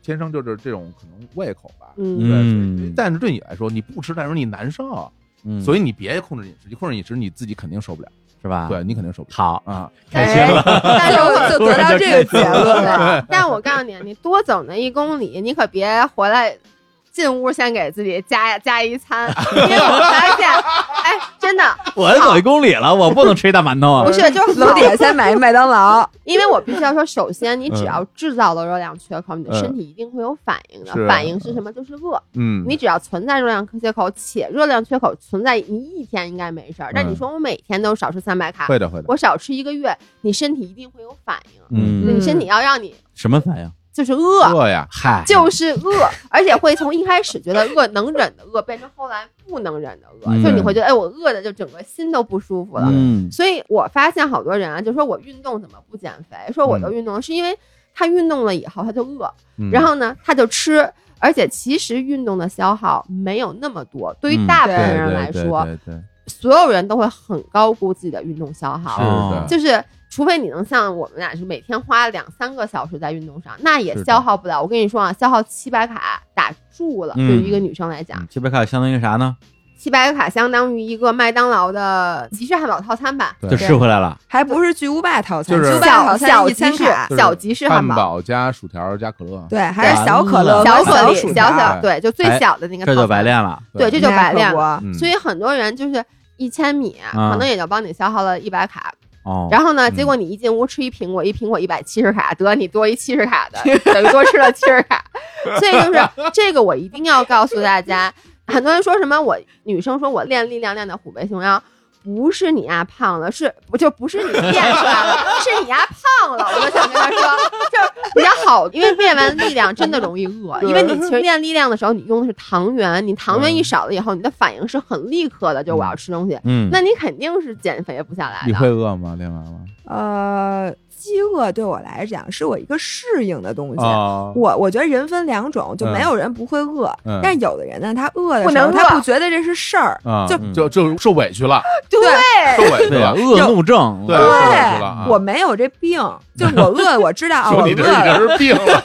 A: 天生就是这种可能胃口吧。
G: 嗯，
E: 嗯，
A: 但是对你来说，你不吃碳水你难受，
E: 嗯
A: 所以你别控制饮食，你控制饮食你自己肯定受不了，
E: 是吧？
A: 对，你肯定受不了
E: 好，
A: 啊。
E: 开心了
G: 但 是我
F: 就就得到这个结论 了。
G: 对，但我告诉你，你多走那一公里，你可别回来进屋先给自己加加 一餐，因为我发现，哎，真的
E: 我走一公里了，我不能吃一大馒头啊
G: 不！是就是
F: 楼
G: 好
F: 底下先买一麦当劳，
G: 因为我必须要说，首先你只要制造了热量缺口，你的
A: 嗯
G: 身体一定会有反应的。
A: 是
G: 反应是什么？就是饿。
A: 嗯，
G: 你只要存在热量缺口，且热量缺口存在你一天应该没事儿。但你说我每天都少吃三百卡，
A: 嗯会的会的，
G: 我少吃一个月，你身体一定会有反应。
E: 嗯，
G: 你身体要让你
E: 什么反应？
G: 就是饿，
A: 饿呀，
E: 嗨，
G: 就是饿，而且会从一开始觉得饿能忍的饿，变成后来不能忍的饿，
E: 嗯
G: 就你会觉得，哎，我饿的就整个心都不舒服了。
E: 嗯
G: 所以我发现好多人啊，就说我运动怎么不减肥？说我都运动了，是因为他运动了以后他就饿，
A: 嗯
G: 然后呢他就吃，而且其实运动的消耗没有那么多，对于大部
F: 对
G: 分人来说，所有人都会很高估自己的运动消耗，
E: 哦
A: 是的，
G: 就是除非你能像我们俩是每天花两三个小时在运动上，那也
E: 是的
G: 消耗不了。我跟你说啊，消耗七百卡打住了，
E: 嗯
G: 对于一个女生来讲，
E: 这边看相当于啥呢？
G: 七百卡相当于一个麦当劳的极致汉堡套餐吧。
E: 就吃回来了，
F: 还不是巨无霸套餐，
A: 就
F: 巨
A: 是
F: 无霸
G: 小
F: 套
G: 小
F: 餐一
G: 集
F: 千
G: 市
F: 卡，，
A: 就是
G: 小集市汉
A: 汉
G: 堡，
A: 堡加薯条加可乐，
F: 对，还是小可乐、
G: 小
F: 小
G: 可
F: 薯
G: 丽，小
F: 条
G: 小对，就最小的那个，
E: 哎这就白。练了。
G: 对，这就白练了。。
A: 嗯
G: 所以很多人就是一千米，
E: 啊
G: 可能也就帮你消耗了一百卡，
E: 哦，
G: 然后呢，
A: 嗯
G: 结果你一进屋吃一苹果，一苹果一百七十卡，得你多一七十卡的，等于多吃了七十卡。所以就是这个，我一定要告诉大家， 很多人说什么我女生说我练力量练的虎背熊腰。不是你呀胖了，是不就不是你练出来了，是你呀胖了。我就想跟他说，就是比较好，因为练完力量真的容易饿，因为你其实练力量的时候，你用的是糖原，你糖原一少了以后，你的反应是很立刻的，就我要吃东西，
E: 嗯，
G: 那你肯定是减肥不下来的。
A: 你会饿吗？练完了
F: 呃，饥饿对我来讲是我一个适应的东西。
A: 啊
F: 我我觉得人分两种，就
A: 嗯
F: 没有人不会饿，
A: 嗯
F: 但有的人呢，他饿的
G: 不
F: 时候
G: 能
F: 他
G: 饿
F: 不觉得这是事儿，
A: 啊，
F: 就
A: 就就受委屈了，受
F: 对
A: 委屈
E: 对啊，
A: 了，
E: 恶怒症，
A: 对，受委屈了啊。
F: 我没有这 病，就是我饿，我知道啊我
A: 说你这
F: 饿
A: 是
F: 了，
A: 人病了，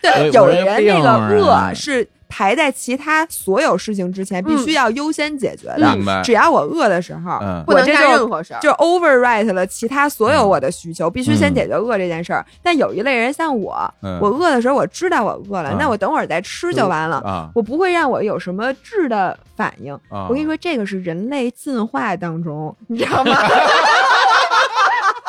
F: 对，
E: 哎
F: 有
E: 我
F: 的
E: 这
F: 人
E: 病
F: 那个
E: 啊
F: 饿是排在其他所有事情之前，必
G: 嗯
F: 须要优先解决的。
A: 明白？
F: 只要我饿的时候，
A: 嗯
G: 不能
F: 我这
G: 干
F: 就
G: 任何事儿。
F: 就 overwrite 了其他所有我的需求，必须先解决饿这件事儿。但有一类人像我，
A: 嗯
F: 我饿的时候我知道我饿了，
A: 嗯
F: 那我等会儿再吃就完了，
A: 啊
F: 我不会让我有什么质的反应。
A: 啊！
F: 我跟你，说，这个是人类进化当中，你知道吗？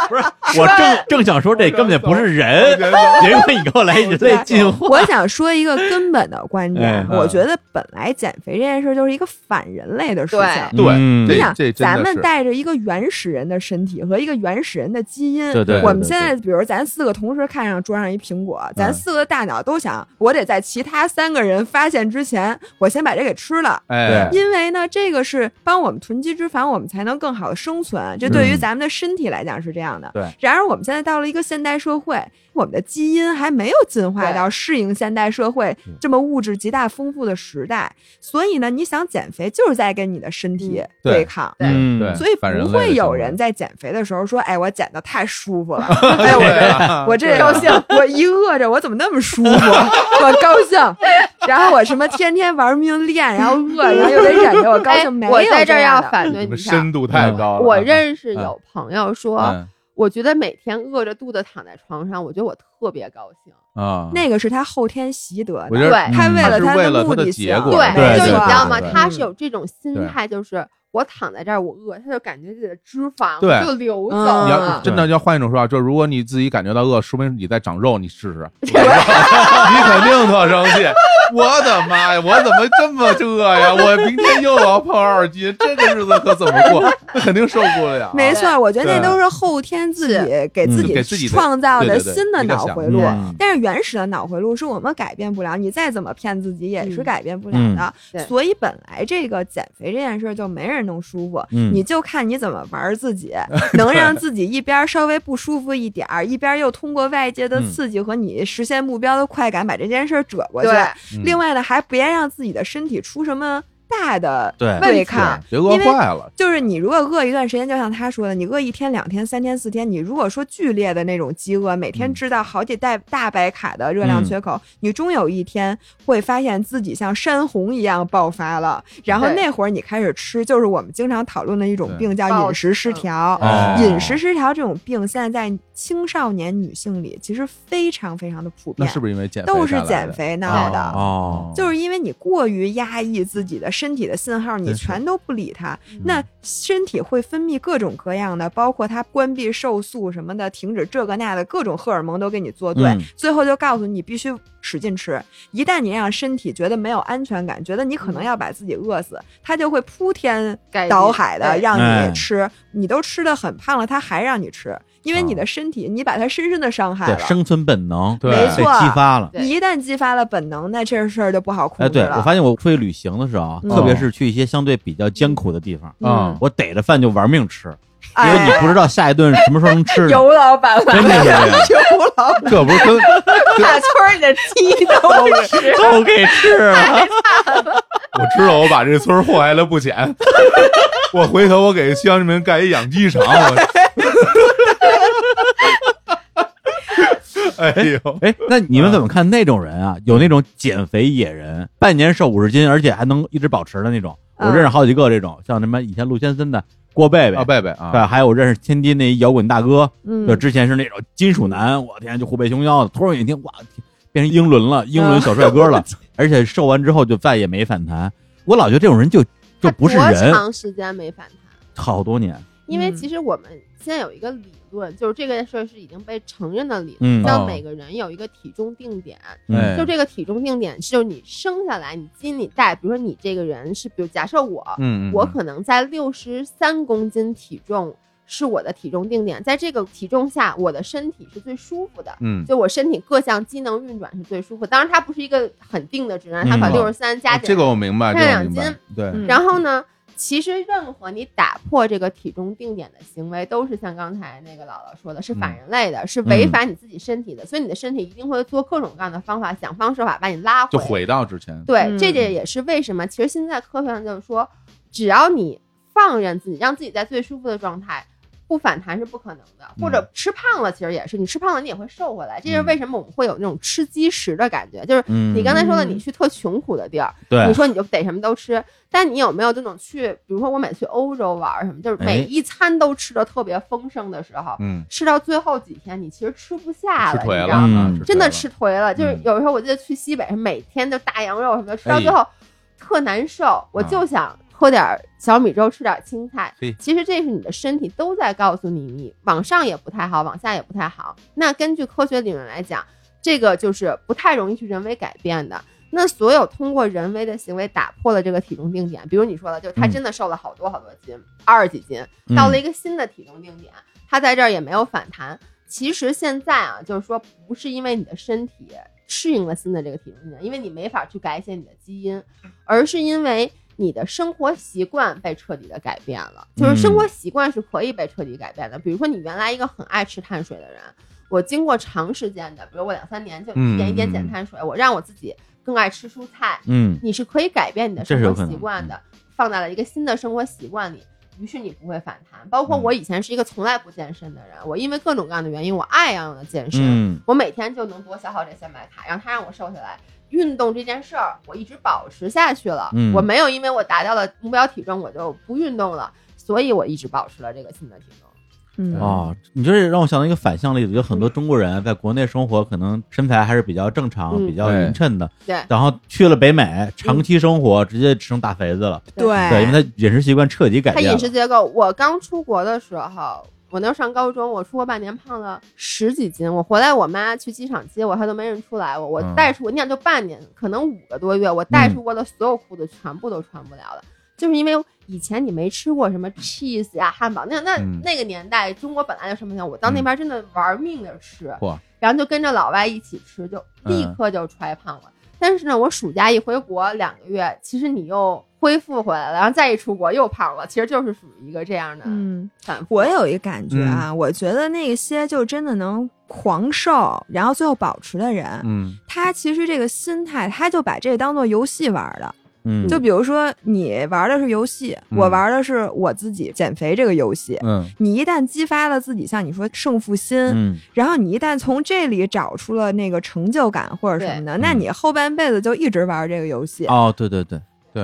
E: 不是，我正正想说这根本就不是
A: 哎
E: 人， 结果你给我来人类进化，
F: 我想说一个根本的观点，
E: 哎
F: 我
A: 嗯
F: 觉得本来减肥这件事儿就是一个反人类的事情。
G: 对
E: 嗯
A: 对，这
F: 你想
A: 这，真的
F: 咱们
A: 是
F: 带着一个原始人的身体和一个原始人的基因，
E: 对对对
F: 我们
E: 对
F: 现在比如咱四个同时看上桌上一苹果，咱
A: 嗯
F: 四个大脑都想，我得在其他三个人发现之前，我先把这给吃了。
A: 哎，
F: 因为呢，这个是帮我们囤积脂肪，我们才能更好的生存。这对于咱们的身体来讲是这样的。
E: 嗯对
F: 然而，我们现在到了一个现代社会，我们的基因还没有进化
G: 对
F: 到适应现代社会
E: 嗯
F: 这么物质极大丰富的时代，所以呢，你想减肥就是在跟你的身体
A: 对
F: 对抗。
G: 对
E: 嗯
A: 对
F: 所以
A: 反人类
F: 不
A: 的
F: 会有
A: 行为
F: 人在减肥的时候说：“哎，我减的太 舒服了，哎，我
A: 啊
F: 我这
G: 高兴，
F: 我一饿着我怎么那么舒服， 我高兴。然后我什么天天玩命练，然后饿，然后又得忍着，我高
G: 哎
F: 兴。没有
G: 我在这儿要
F: 样的
G: 反对
A: 你
G: 你
A: 们
G: 一下
A: 深。度太高了。啊
G: 我认识有朋友说，
A: 嗯
G: 我觉得每天饿着肚子躺在床上，我觉得我特别高兴。
A: 啊，
F: 那个是他后天习得
A: 我
F: 的，
A: 觉得
G: 对
F: 他为
A: 他
F: 了
A: 是
F: 他
A: 为了他
F: 目
A: 的
F: 的
A: 结
F: 性，
A: 果对对
G: 就是
A: 对
G: 你知道吗？
A: 对嗯
G: 他是有这种心
A: 对
G: 态，就是我躺在这儿，我饿，他就感觉自己的脂肪
A: 对
G: 就流走
F: 嗯
A: 你
G: 了
A: 要。真的要换一种说法，就是如果你自己感觉到饿，说明你在长肉，你试 试，你
G: 对
A: 肯定特生气。我的妈呀！我怎么这么这呀？我明天又要胖二斤，这个日子可怎么过？那肯定受不了。
F: 没错，我觉得那
A: 对
F: 都是后天自己给自
E: 嗯
A: 给自己
F: 己
A: 的
F: 创造
A: 对
F: 的
A: 对对
F: 新的
A: 一个
F: 脑
A: 想
F: 回
A: 法
F: 路。
E: 嗯
F: 但是原始的脑回路是我们改变不了，你再怎么骗自己也是
G: 嗯
F: 改变不了的。
G: 对
F: 所以本来这个减肥这件事儿就没人能舒服，
E: 嗯
F: 你就看你怎么玩儿自 己，能让自己一边儿稍微不舒服一点儿，一边儿又通过外界的
E: 嗯
F: 刺激和你实现目标的快感把这件事儿折过去。
G: 对
A: 嗯
F: 另外呢，还别让自己的身体出什么大的
E: 对
F: 对
A: 对
F: 抗。，
A: 别饿
F: 因为
A: 坏了。
F: 就是你如果饿一段时间，就像他说的，你饿一天、两天、三天、四天，你如果说剧烈的那种饥饿，每
A: 嗯
F: 天知道好几袋大白卡的热量缺口，你终有一天会发现自己像山洪一样爆发了。然后
G: 对
F: 那会儿你开始吃，就是我们经常讨论的一种病叫
G: 暴
F: 饮食失调。
A: 哦
F: 饮食失调这种病现在在青少年女性里其实非常非常的普
A: 那
F: 遍，
A: 是不是因为减肥带来
F: 都
A: 的？
F: 是减肥闹的。
E: 哦，
F: 就是因为你过于压抑自己的身体的信号，你
A: 真是
F: 全都不理它，
E: 嗯
A: 嗯
F: 那身体会分泌各种各样的，包括它关闭瘦素什么的，停止这个那的各种荷尔蒙都给你作对，
E: 嗯
F: 最后就告诉你必须使劲吃。一旦你让身体觉得没有安全感，觉得你可能
E: 嗯
F: 要把自己饿死，它就会铺天
G: 改
F: 倒
G: 变
F: 海的
G: 对
F: 让
E: 哎
F: 你吃，你都吃的很胖了，它还让你吃。因为你的身体，你把它深深的伤害
E: 哦对，
F: 了。
E: 生存本能
A: 对
E: 被
F: 没错
E: 激发了。
G: 对
F: 你一旦激发了本能，那这事儿就不好控
E: 哎，
F: 制
E: 对
F: 了。
E: 我发现我出去旅行的时候啊，
F: 嗯
E: 特别是去一些相对比较艰苦的地方，
A: 啊
F: 嗯，
E: 我逮着饭就玩命吃，因为
F: 哎
E: 你不知道下一顿什么时候能 吃呢。
F: 尤老板来
E: 真的
F: 了，
E: 是这样
F: 尤 老板
A: 这不是跟
F: 大村里的鸡都是
E: 都给吃了，
A: 我知道我把这村儿祸害了不浅，我回头我给乡亲们盖一养鸡场。 我哎呦，
E: 哎，那你们怎么看那种人
F: 嗯
E: 啊？有那种减肥野人，半年瘦五十斤，而且还能一直保持的那种。我
F: 嗯
E: 认识好几个这种，像什么以前陆先生的郭贝哦贝
A: 啊，，贝贝啊，
E: 对，还有我认识天津那一摇滚大哥，就
F: 嗯，
E: 之前是那种金属男，我天，就虎背熊腰的，突然有一天，哇，天变成英伦了，英伦小帅哥了，
G: 嗯
E: 而且瘦完之后就再也没反弹。我老觉得这种人就就
G: 他
E: 不是
G: 多
E: 人，
G: 长时间没反弹？
E: 好多年，
G: 因为
F: 嗯
G: 其实我们现在有一个理论，就是这个事儿是已经被承认的理论，
E: 嗯，
G: 叫
A: 哦
G: 每个人有一个体重定点。
E: 嗯
G: 就这个体重定点，是就是你生下来，你基因里带，比如说你这个人是，比如假设我，
A: 嗯，嗯
G: 我可能在六十三公斤体重是我的体重定点，在这个体重下，我的身体是最舒服的。
A: 嗯
G: 就我身体各项机能运转是最舒服，当然它不是一个很定的值啊，它
E: 嗯
G: 可能六十三加
A: 啊这
G: 减
A: 个我明白，
G: 这
A: 这个我
G: 两
A: 明白
G: 斤，
A: 对，
F: 嗯
G: 然后呢，其实任何你打破这个体重定点的行为，都是像刚才那个姥姥说的，是反人类的，
F: 嗯
G: 是违反你自己身体的，所以你的身体一定会做各种各样的方法，想方设法把你拉
A: 就
G: 回。
A: 回到之前，
G: 对，
F: 嗯
G: 这这也是为什么，其实现在科学上就是说，只要你放任自己，让自己在最舒服的状态。不反弹是不可能的，
F: 嗯
G: 或者吃胖了，其实也是，你吃胖了你也会瘦回来，这就是为什么我们会有那种吃积食的感觉，就是
E: 嗯，
G: 你刚才说的，
F: 嗯
G: 你去特穷苦的地儿，
E: 对
G: 你说你就得什么都吃，但你有没有这种去，比如说我每次去欧洲玩儿什么，就是每
E: 哎
G: 一餐都吃的特别丰盛的时候，
A: 嗯，
G: 吃到最后几天，你其实吃不下
A: 吃
G: 了，你
A: 腿
G: 知
A: 了
G: 道
E: 嗯
G: 吗？
A: 啊，
E: 嗯
A: 腿
G: 真的
A: 了
G: 吃颓了，就是
A: 嗯
G: 有时候我记得去西北，每天就大羊肉什么的，吃到
A: 哎
G: 最后特难受，我就想喝点儿小米粥，吃点儿青菜
A: 嘿。
G: 其实这是你的身体都在告诉你，你往上也不太好，往下也不太好。那根据科学理论来讲，这个就是不太容易去人为改变的。那所有通过人为的行为打破了这个体重定点，比如你说的，就是他
E: 嗯
G: 真的瘦了好多好多斤，二十几斤，到了一个新的体重定点，它在这儿也没有反弹。其实现在啊，就是说不是因为你的身体适应了新的这个体重定点，因为你没法去改写你的基因，而是因为你的生活习惯被彻底的改变了。就是生活习惯是可以被彻底改变的，比如说你原来一个很爱吃碳水的人，我经过长时间的，比如我两三年就一点一点减碳水，我让我自己更爱吃蔬菜，
E: 嗯
G: 你是可以改变你的
E: 这
G: 生活
E: 是有可能嗯
G: 习惯的，放在了一个新的生活习惯里，于是你不会反弹。包括
E: 嗯
G: 我以前是一个从来不健身的人，我因为各种各样的原因，我爱上了健身，
E: 嗯
G: 我每天就能多消耗这些白卡，让它让我瘦下来。运动这件事儿，我一直保持下去了，
E: 嗯
G: 我没有因为我达到了目标体重我就不运动了，所以我一直保持了这个新的体重。
F: 嗯
E: 哦，你这让我想到一个反向例子，有很多中国人在国内生活，可能身材还是比较正常、
G: 嗯
E: 比较匀称的，
G: 对
E: 然后去了北美长期生活，直接成大肥子了，对，因为他饮食习惯彻底改
G: 嗯他
E: 变
G: 饮
E: 了
G: 食，结构，我刚出国的时候，我那时候上高中，我出国半年，胖了十几斤。我回来，我妈去机场接我，她都没认出来我。我
A: 嗯
G: 带出我那样就半年，可能五个多月，我带出国的所有裤子全部都穿不了了，就是因为以前你没吃过什么 cheese 呀、汉堡，那那、
A: 嗯
G: 那个年代中国本来就什么样，我到那边真的玩命的吃，
A: 嚯
G: 然后就跟着老外一起吃，就立刻就揣胖了。但是呢，我暑假一回国两个月，其实你又恢复回来了，然后再一出国又胖了，其实就是属于一个这样的
F: 嗯，
G: 反复。
F: 我有一个感觉啊，我觉得那些就真的能狂瘦，然后最后保持的人，
A: 嗯，
F: 他其实这个心态，他就把这当做游戏玩了。
E: 嗯，
F: 就比如说你玩的是游戏，
A: 嗯
F: 我玩的是我自己减肥这个游戏。
A: 嗯
F: 你一旦激发了自己，像你说胜负心，
E: 嗯
F: 然后你一旦从这里找出了那个成就感或者什么的，那你后半辈子就一直玩这个游戏。
E: 哦，对对对，
A: 对，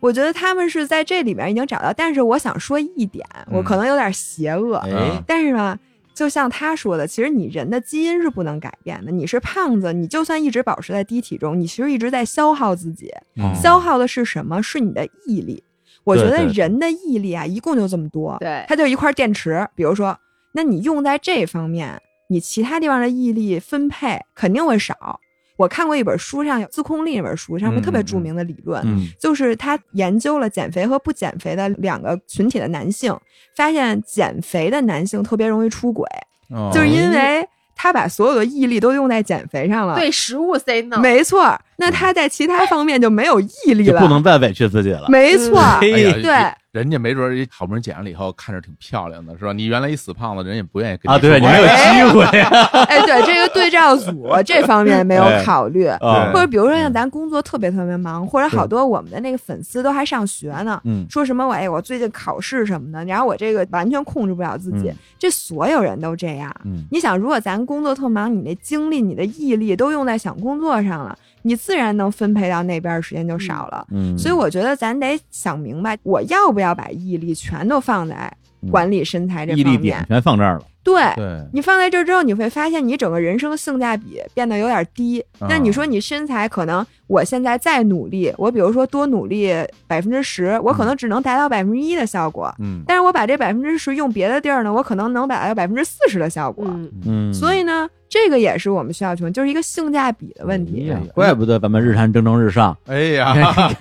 F: 我觉得他们是在这里面已经找到，但是我想说一点，我可能有点邪恶，
E: 哎，
F: 但是呢。就像他说的，其实你人的基因是不能改变的。你是胖子，你就算一直保持在低体重，你其实一直在消耗自己。
E: 嗯
F: 消耗的是什么？是你的毅力。我觉
E: 对
F: 得
E: 对对
F: 人的毅力啊，一共就这么多。
G: 对
F: 它就一块电池。比如说，那你用在这方面，你其他地方的毅力分配肯定会少。我看过一本书上有《自控力》那本书上面
A: 嗯
F: 特别
A: 嗯
F: 著名的理论，
E: 嗯
F: 就是他研究了减肥和不减肥的两个群体的男性，发现减肥的男性特别容易出轨，
A: 哦
F: 就是因为他把所有的毅力都用在减肥上了。
G: 对食物 say no，
F: 啊没错儿，那他在其他方面就没有毅力
E: 就
F: 了。
E: 不能再委屈自己了。
F: 没错儿，
E: 嘿
A: 哎呀，
F: 对
A: 人家没准儿好不容易减了以后，看着挺漂亮的，是吧？你原来一死胖子，人也不愿意跟
E: 啊，对你没有机会啊
F: 哎，对这个对照组这方面没有
E: 哎
F: 考虑，
E: 啊
F: 或者比如说像咱工作特别特别忙，或者好
E: 对
F: 多我们的那个粉丝都还上学呢，
E: 嗯
F: 说什么我哎我最近考试什么的，然后我这个完全控制不了自己，
E: 嗯
F: 这所有人都这样。
E: 嗯
F: 你想，如果咱工作特忙，你那精力、你的毅力都用在想工作上了，你自然能分配到那边儿时间就少了。
E: 嗯，
F: 所以我觉得咱得想明白，我要不要把毅力全都放在管理身材这
E: 嗯毅力
F: 方
E: 点
F: 面？
E: 全放这儿了。
F: 对，
A: 对，
F: 你放在这儿之后，你会发现你整个人生的性价比变得有点低。
A: 啊
F: 那你说你身材可能，我现在再努力，我比如说多努力百分之十，我可
E: 嗯
F: 能只能达到百分之一的效果。
A: 嗯，
F: 但是我把这百分之十用别的地儿呢，我可能能达到百分之四十的效果。
G: 嗯，
E: 嗯，
F: 所以呢，这个也是我们需要去问，就是一个性价比的问题，啊
E: 哎呀怪不得咱们日韩蒸蒸日上。
A: 哎 呀，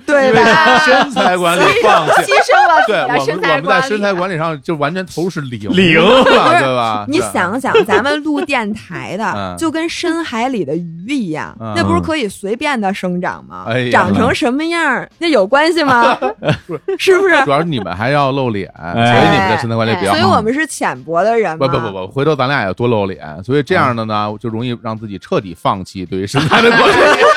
F: 对
A: 因为
F: 吧？
A: 身材管理放弃
G: 牺。牲了自己
A: 对
G: 的
A: 我们
G: 身
A: 我
G: 材
A: 们在
G: 管
A: 身
G: 理啊
A: 材。管理上就完全投入是零
E: 零
A: 了，对啊吧？
F: 你
A: 对
F: 想想，咱们录电台的
A: 嗯，
F: 就跟深海里的鱼一样
A: 嗯，
F: 那不是可以随便的生长吗
A: 哎呀？
F: 长成什么样儿，那有关系吗？是不是？
A: 主要是你们还要露脸，
G: 哎
A: 所以你们的身材管理比较
F: 哎所以
A: 好。
F: 我们是浅薄的人
A: 不
F: 嘛。
A: 不不
G: 嗯
A: 不，回头咱俩也多露脸，所以这样的呢，就容易让自己彻底放弃对于身材的管理。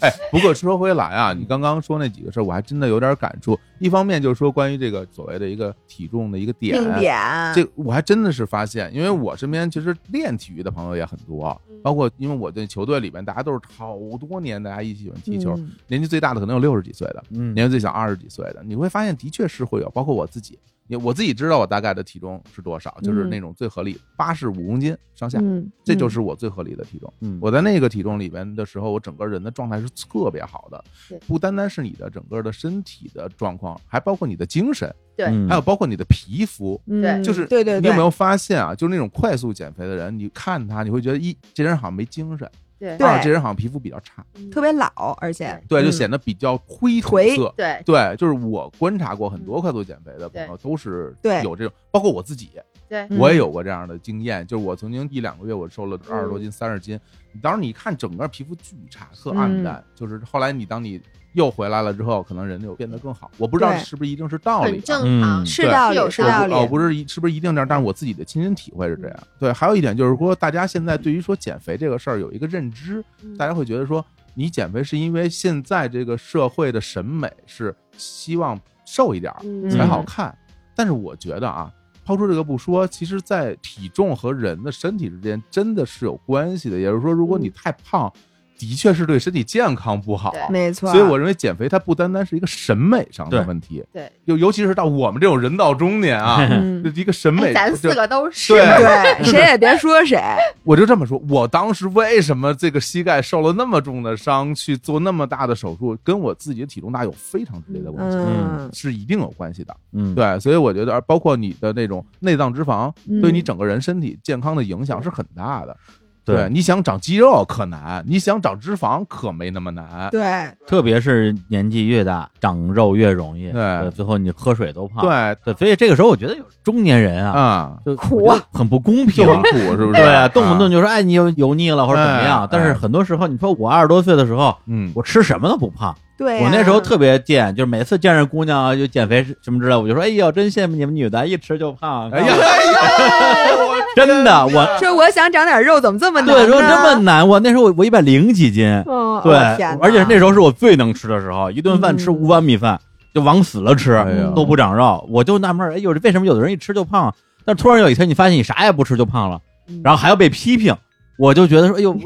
A: 哎，不过说回来啊，你刚刚说那几个事儿，我还真的有点感触。一方面就是说关于这个所谓的一个体重的一个点，
F: 定点，
A: 这我还真的是发现，因为我身边其实练体育的朋友也很多，包括因为我这球队里面大家都是好多年大家一起喜欢踢球，
F: 嗯
A: 年纪最大的可能有六十几岁的，
E: 嗯
A: 年纪最小二十几岁的，你会发现的确是会有，包括我自己，也我自己知道我大概的体重是多少，就是
F: 嗯
A: 那种最合理八十五公斤上下，
F: 嗯，
A: 这就是我最合理的体重。
E: 嗯
A: 我在那个体重里边的时候，我整个人的状态是特别好的
G: 对，
A: 不单单是你的整个的身体的状况，还包括你的精神，
G: 对
E: 嗯
A: 还有包括你的皮肤。
F: 嗯
G: 对
A: 就是
F: 对对
A: 你有没
F: 对。
A: 有发现啊？就是那种快速减肥的人，你看他，你会觉得一这人好像没精神，
G: 对
F: 对
A: 二这人好像皮肤比较差，
F: 特别老，而且
A: 对，就
F: 嗯
A: 显得比较灰土
F: 颓嗯
A: 色。
G: 对
A: 对，就是我观察过很多快速减肥的朋友，都是
F: 对
A: 有这种，包括我自己，
G: 对
F: 嗯
A: 我也有过这样的经验。就是我曾经一两个月，我瘦了二十多
F: 嗯
A: 斤、三十斤，当时你一看整个皮肤巨差，特
F: 嗯
A: 暗淡。就是后来你当你又回来了之后，可能人就变得更好。我不知道
F: 对
A: 是不是一定是道理
G: 很
A: 啊，
G: 正常
E: 嗯。
F: 是道
G: 对
F: 理，
G: 是
F: 是
G: 有
F: 道
G: 道
F: 理。
A: 哦，不是一，是不是一定这样？但是我自己的亲身体会是这样。对，还有一点就是说，大家现在对于说减肥这个事儿有一个认知，
G: 嗯
A: 大家会觉得说，你减肥是因为现在这个社会的审美是希望瘦一点儿
G: 嗯
A: 才好看。但是我觉得啊，抛出这个不说，其实，在体重和人的身体之间真的是有关系的。也就是说，如果你太胖，的确是对身体健康不好。
G: 嗯对
F: 没错。
A: 所以我认为减肥它不单单是一个审美上的
E: 对
A: 问题，
G: 对，
A: 尤尤其是到我们这种人到中年啊，
F: 嗯
A: 就一个审美，
G: 哎咱四
A: 就
G: 个都是
A: 对
F: 对，谁也别说谁，
A: 我就这么说。我当时为什么这个膝盖受了那么重的伤，去做那么大的手术，跟我自己的体重大有非常直接的关系，
F: 嗯，
A: 是一定有关系的。
E: 嗯，
A: 对，所以我觉得，而包括你的那种内脏脂肪，
F: 嗯
A: 对你整个人身体健康的影响是很大的。
E: 对
A: 对，你想长肌肉可难，你想长脂肪可没那么难。
F: 对，
E: 特别是年纪越大，长肉越容易。
A: 对
E: 最后你喝水都胖。
A: 对
E: 对，所以这个时候我觉得有中年人啊，
A: 啊，
E: 就
F: 苦啊，
E: 很不公
A: 就
E: 平。
A: 很嗯苦，是不是？
E: 对啊，动不动
A: 就
E: 就说哎，你油油腻了或者怎么
A: 哎
E: 样。但是
A: 哎
E: 很多时候，你说我二十多岁的时候，
A: 嗯，
E: 我吃什么都不胖。
F: 对呀。
E: 我那时候特别贱，就是每次见着姑娘啊就减肥什么之类，我就说哎呦，真羡慕你们女的，一吃就胖。
A: 哎呀，哎呀，我
E: 真的我。
F: 说我想长点肉，怎么这么难呢？
E: 对，说这么难，我那时候我我一百零几斤，
F: 嗯，
E: 对
F: 哦天，哪
E: 而且那时候是我最能吃的时候，一顿饭吃
F: 嗯
E: 五碗米饭，就往死了吃
A: 哎呀，
E: 都不长肉。我就纳闷儿，哎呦，为什么有的人一吃就胖啊？但突然有一天，你发现你啥也不吃就胖了
G: 嗯，
E: 然后还要被批评，我就觉得说，哎呦，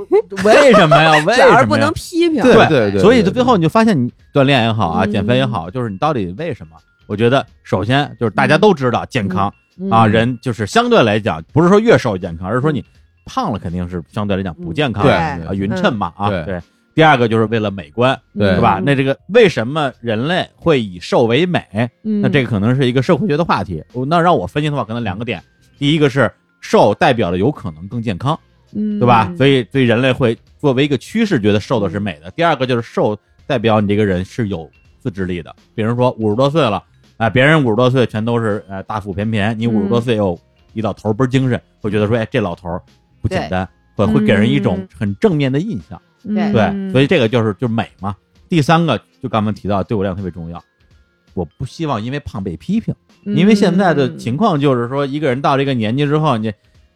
E: 为什 么呀？为
F: 主
E: 什么
F: 要
E: 呀
F: 是不能批评，
A: 对
E: 对
A: 对对，
E: 所以
A: 对
E: 就最后你就发现，你锻炼也好啊，
F: 嗯
E: 减肥也好，就是你到底为什么？我觉得首先就是大家都知道健康
F: 嗯
E: 啊，人就是相对来讲，不是说越瘦越健康，而是说你胖了肯定是相对来讲不健康
A: 对
E: 的。
F: 嗯对
E: 啊，匀称嘛啊，
A: 对
E: 对。第二个就是为了美观，
A: 对
E: 是吧？
F: 嗯
E: 那这个为什么人类会以瘦为美？
F: 嗯
E: 那这个可能是一个社会学的话题。哦那让我分析的话，可能两个点，第一个是瘦代表了有可能更健康，
F: 嗯，
E: 对吧？所以，所以人类会作为一个趋势，觉得瘦的是美的。第二个就是瘦代表你这个人是有自制力的。比如说五十多岁了，哎、别人五十多岁全都是呃大腹便便，你五
F: 嗯
E: 十多岁又一老头儿倍儿精神，会觉得说，哎，这老头儿不简单，会会给人一种
F: 嗯
E: 很正面的印象。
F: 嗯
E: 对，所以这个就是就是美嘛。第三个就刚刚提到对我量特别重要，我不希望因为胖被批评。
F: 嗯
E: 因为现在的情况就是说，一个人到这个年纪之后，你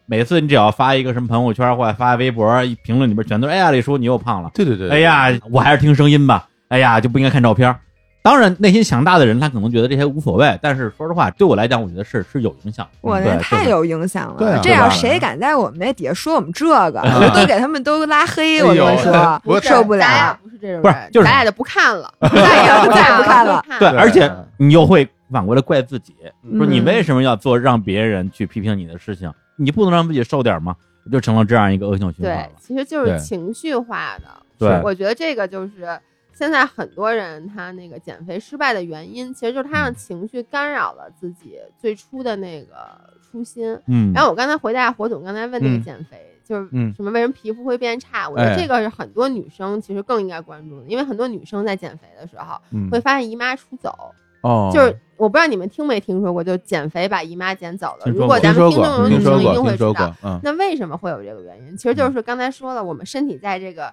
E: 每次你只要发一个什么朋友圈或者发微博，一评论里边全都是“哎呀，李叔你又胖了
A: 对对”，“对，
E: 哎，呀，我还是听声音吧”，“哎呀，就不应该看照片”。当然，内心强大的人他可能觉得这些无所谓，但是说实话，对我来讲，我觉得是是有影响的。
F: 我
E: 对
F: 那太有影响
A: 对啊
F: 了，这
A: 对
F: 要
A: 吧
F: 谁敢在我们那底下说我们这个，我都给他们都拉黑，我 跟
A: 哎呦
F: 你说，
A: 我
F: 受不了
G: 咱俩不是这种人，
E: 不是就是
G: 咱俩就不 看了，
F: 再也不
G: 再也
F: 不看了。
E: 对，
A: 对
E: 而且你又会反过来怪自己，说
F: 嗯
E: 你为什么要做让别人去批评你的事情？你不能让自己瘦点吗？就成了这样一个恶性循环
G: 对
E: 了，。
G: 其实就
E: 对
G: 是情绪化的。
E: 对
G: 我觉得这个就是现在很多人他那个减肥失败的原因，其实就是
A: 嗯
G: 他让情绪干扰了自己最初的那个初心。
E: 嗯，
G: 然后我刚才回答火总刚才问那
A: 嗯
G: 个减肥，就是
A: 嗯
G: 什么为什么皮肤会变差？我觉得
A: 哎
G: 这个是很多女生其实更应该关注的，因为很多女生在减肥的时候
A: 嗯
G: 会发现姨妈出走，
A: 哦，
G: 就是我不知道你们听没听说过，就减肥把姨妈减走了。
A: 听
G: 如
A: 说
G: 果
A: 过，
G: 咱
A: 听
G: 们
A: 说过，
G: 听众有女
A: 听说
G: 生一定
A: 过，
G: 会
A: 听
G: 知
A: 说
G: 道
A: 过，，嗯，
G: 那为什么会有这个原因？其实就是刚才说了，我们身体在这个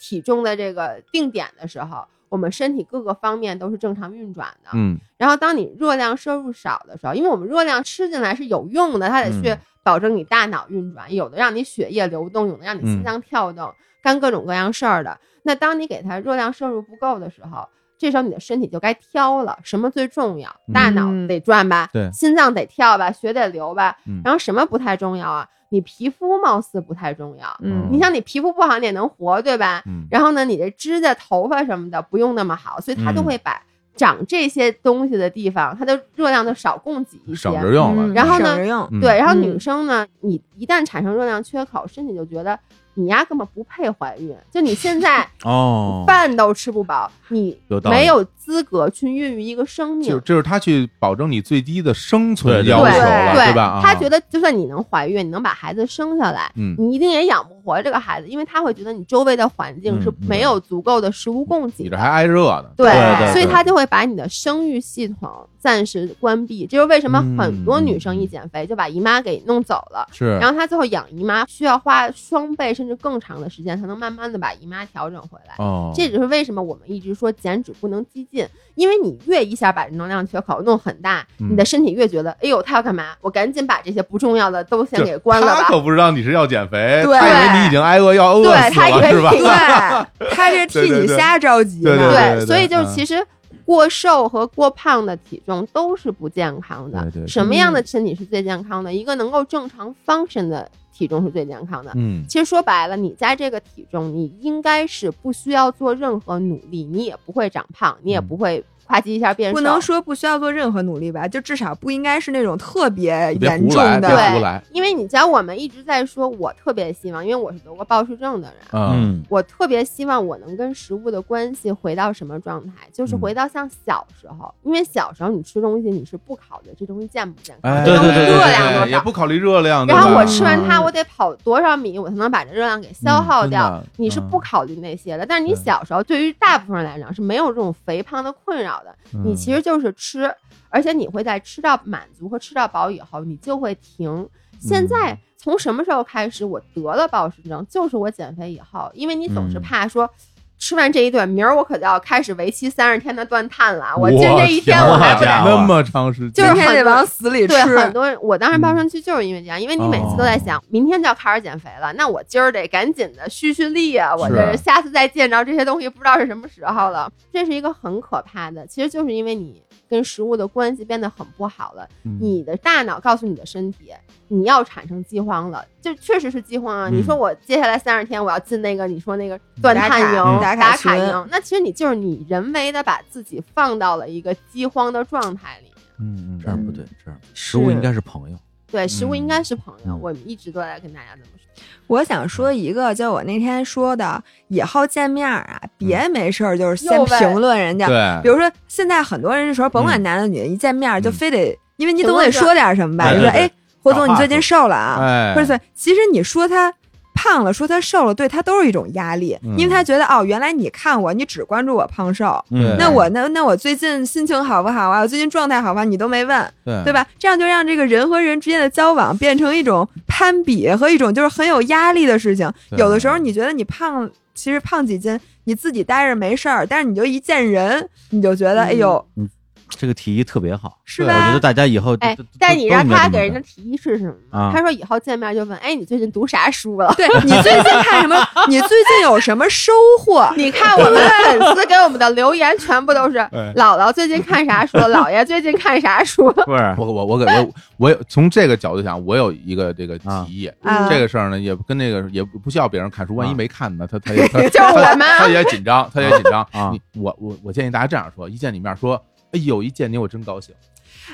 G: 体重的这个定点的时候，我们身体各个方面都是正常运转的。
A: 嗯，
G: 然后当你热量摄入少的时候，因为我们热量吃进来是有用的，它得去
A: 嗯
G: 保证你大脑运转，有的让你血液流动，有的让你心
A: 嗯
G: 脏跳动，干各种各样事儿的。那当你给它热量摄入不够的时候，这时候你的身体就该挑了，什么最重要？大脑
F: 嗯
G: 得转吧，
A: 对
G: 心脏得跳吧，血得流吧，
A: 嗯
G: 然后什么不太重要啊？你皮肤貌似不太重要，
F: 嗯，
G: 你像你皮肤不好，你也能活，对吧？
A: 嗯
G: 然后呢，你这指甲、头发什么的不用那么好，所以它就
E: 嗯
G: 会把长这些东西的地方，它的热量就少供给一些
A: 省。着用
F: 嗯
A: 了，
G: 然后呢
F: 省着用，
A: 嗯
G: 对，然后
F: 嗯
G: 女生呢，你一旦产生热量缺口，身体就觉得你呀根本不配怀孕，就你现在
E: 哦，
G: 饭都吃不饱，你
E: 有道理
G: 没有资格去孕育一个生
A: 嗯就
G: 命。
A: 就是他去保证你最低的生存
E: 对
A: 要
G: 对
A: 求了，
G: 对
A: 吧？啊
G: 他觉得就算你能怀孕，你能把孩子生下来，
A: 嗯
G: 你一定也养不活这个孩子，因为他会觉得你周围的环境是
E: 嗯嗯
G: 没有足够的食物供
A: 你
G: 给
A: 这
G: 的。
A: 还挨热呢，
G: 对
E: 对对
G: 所以
E: 对
G: 他就会把你的生育系统暂时关闭，这就是为什么
A: 嗯
G: 很多女生一减肥就把姨妈给弄走了，
A: 是
G: 然后她最后养姨妈需要花双倍甚至更长的时间才能慢慢的把姨妈调整回来。
A: 哦，
G: 这就是为什么我们一直说减脂不能激进，因为你越一下把能量缺口弄很大，
A: 嗯
G: 你的身体越觉得，哎呦，他要干嘛？我赶紧把这些不重要的都先
A: 就
G: 给关了
A: 他可
G: 吧。
A: 不知道你是要减肥，
F: 对
A: 他以为你已经挨饿要饿
G: 对
A: 死
G: 他以为
A: 了，是吧？
G: 你
F: 对，他这替你瞎着急呢，
A: 对对
G: 对，所以就
A: 嗯
G: 是其实过瘦和过胖的体重都是不健康的。
A: 对对对
G: 什么样的身体是最健康的？一个能够正常 function 的体重是最健康的。
A: 嗯，
G: 其实说白了，你在这个体重，你应该是不需要做任何努力，你也不会长胖，你也
A: 嗯
G: 不会夸叽一下变瘦。
F: 不能说不需要做任何努力吧，就至少不应该是那种特别
A: 别
F: 严
A: 胡
F: 重
A: 来别
F: 的，
A: 胡来，
G: 因为你知道，我们一直在说，我特别希望，因为我是得过暴食症的人，
A: 嗯
E: 嗯
G: 我特别希望我能跟食物的关系回到什么状态，就是回到像小时候，因为小时候你吃东西你是不考虑这东西健不健康，
A: 哎，
G: 这
E: 对
G: 东
E: 对
G: 西
E: 对对
G: 热
E: 对
G: 量多
A: 也
G: 少。
A: 不考虑热量，对
G: 然后
A: 吧
G: 我吃完它，
F: 嗯
G: 我得跑多少米，我才能把这热量给消耗掉？
A: 嗯真的
G: 你是不
A: 嗯
G: 考虑那些的。但是你
A: 对
G: 小时候，对于大部分人来讲是没有这种肥胖的困扰的。
A: 嗯
G: 你其实就是吃，而且你会在吃到满足和吃到饱以后，你就会停。
A: 嗯
G: 现在从什么时候开始，我得了暴食症，就是我减肥以后，因为你总是
E: 嗯
G: 怕说。吃完这一顿，明儿我可就要开始为期三十天的断碳了。
A: 我
G: 今这一天我还不
E: 天
G: 得
E: 啊
A: 那么长时间，
G: 就是
F: 今天得往死里吃，
G: 对，很多人，我当时报上去就是因为这样，因为你每次都在想，明天就要开始减肥了，那我今儿得赶紧的蓄蓄力啊！我这
A: 是
G: 下次再见着这些东西，不知道是什么时候了。这是一个很可怕的，其实就是因为你跟食物的关系变得很不好了，
A: 嗯
G: 你的大脑告诉你的身体，你要产生饥荒了，就确实是饥荒啊！
A: 嗯
G: 你说我接下来三十天我要进那个你说那个
F: 嗯
G: 断
F: 打
G: 碳
F: 卡
G: 营、
F: 打
G: 打
F: 卡群
G: 营，那其实你就是你人为的把自己放到了一个饥荒的状态里。
A: 嗯
E: 这
A: 嗯
E: 样不对，这样食物应该是朋友。
G: 对，食物应该是朋友，
E: 嗯
G: 我们一直都在跟大家这么说。
F: 我想说一个，就我那天说的，以后见面儿啊，别没事儿就是先
G: 又问
F: 评论人家。
A: 对，
F: 比如说，现在很多人这时候甭管男的女的，一见面儿就非得，因为你总
G: 评
F: 得
G: 论
F: 说点什么吧？
E: 对
F: 你说，
E: 对对
F: 哎，霍总，
A: 找话
F: 你最近瘦了啊？
A: 哎
F: 或者说，其实你说他胖了，说他瘦了，对他都是一种压力，
A: 嗯
F: 因为他觉得哦，原来你看我，你只关注我胖瘦，
G: 嗯
A: 对
F: 那我那那我最近心情好不好啊？我最近状态好吧？你都没问，
A: 对
F: 对？吧？这样就让这个人和人之间的交往变成一种攀比和一种就是很有压力的事情。
A: 对
F: 有的时候你觉得你胖，其实胖几斤你自己待着没事儿，但是你就一见人，你就觉得、
A: 嗯
F: 哎呦，
E: 这个提议特别好，
F: 是
E: 我觉
F: 吧
E: 得？大家以后
G: 哎
E: 都都，
G: 但你
E: 都
G: 让
E: 应该
G: 他
E: 这么
G: 给人
E: 干
G: 的提议是什么
E: 啊
G: 吗？他说以后见面就问，哎，你最近读啥书 了？
F: 对你最近看 什么？你最近有什么收获？
G: 你看我们粉丝给我们的留言，全部 都是
A: 哎
G: 姥姥最近看啥书，姥爷最近看啥书。
E: 不是啊
A: 我我我给我我有从这个角度想，我有一个这个
E: 啊
A: 提议，
F: 啊
A: 这个事儿呢也跟那个也不不需要别人看书，万一
E: 啊
A: 没看呢，他他 也他
G: 就是我
A: 他
G: 们啊
A: 他也紧张，他也紧张
E: 啊
A: 你我我我建议大家这样说：一见你面说，哎呦，一见你我真高兴。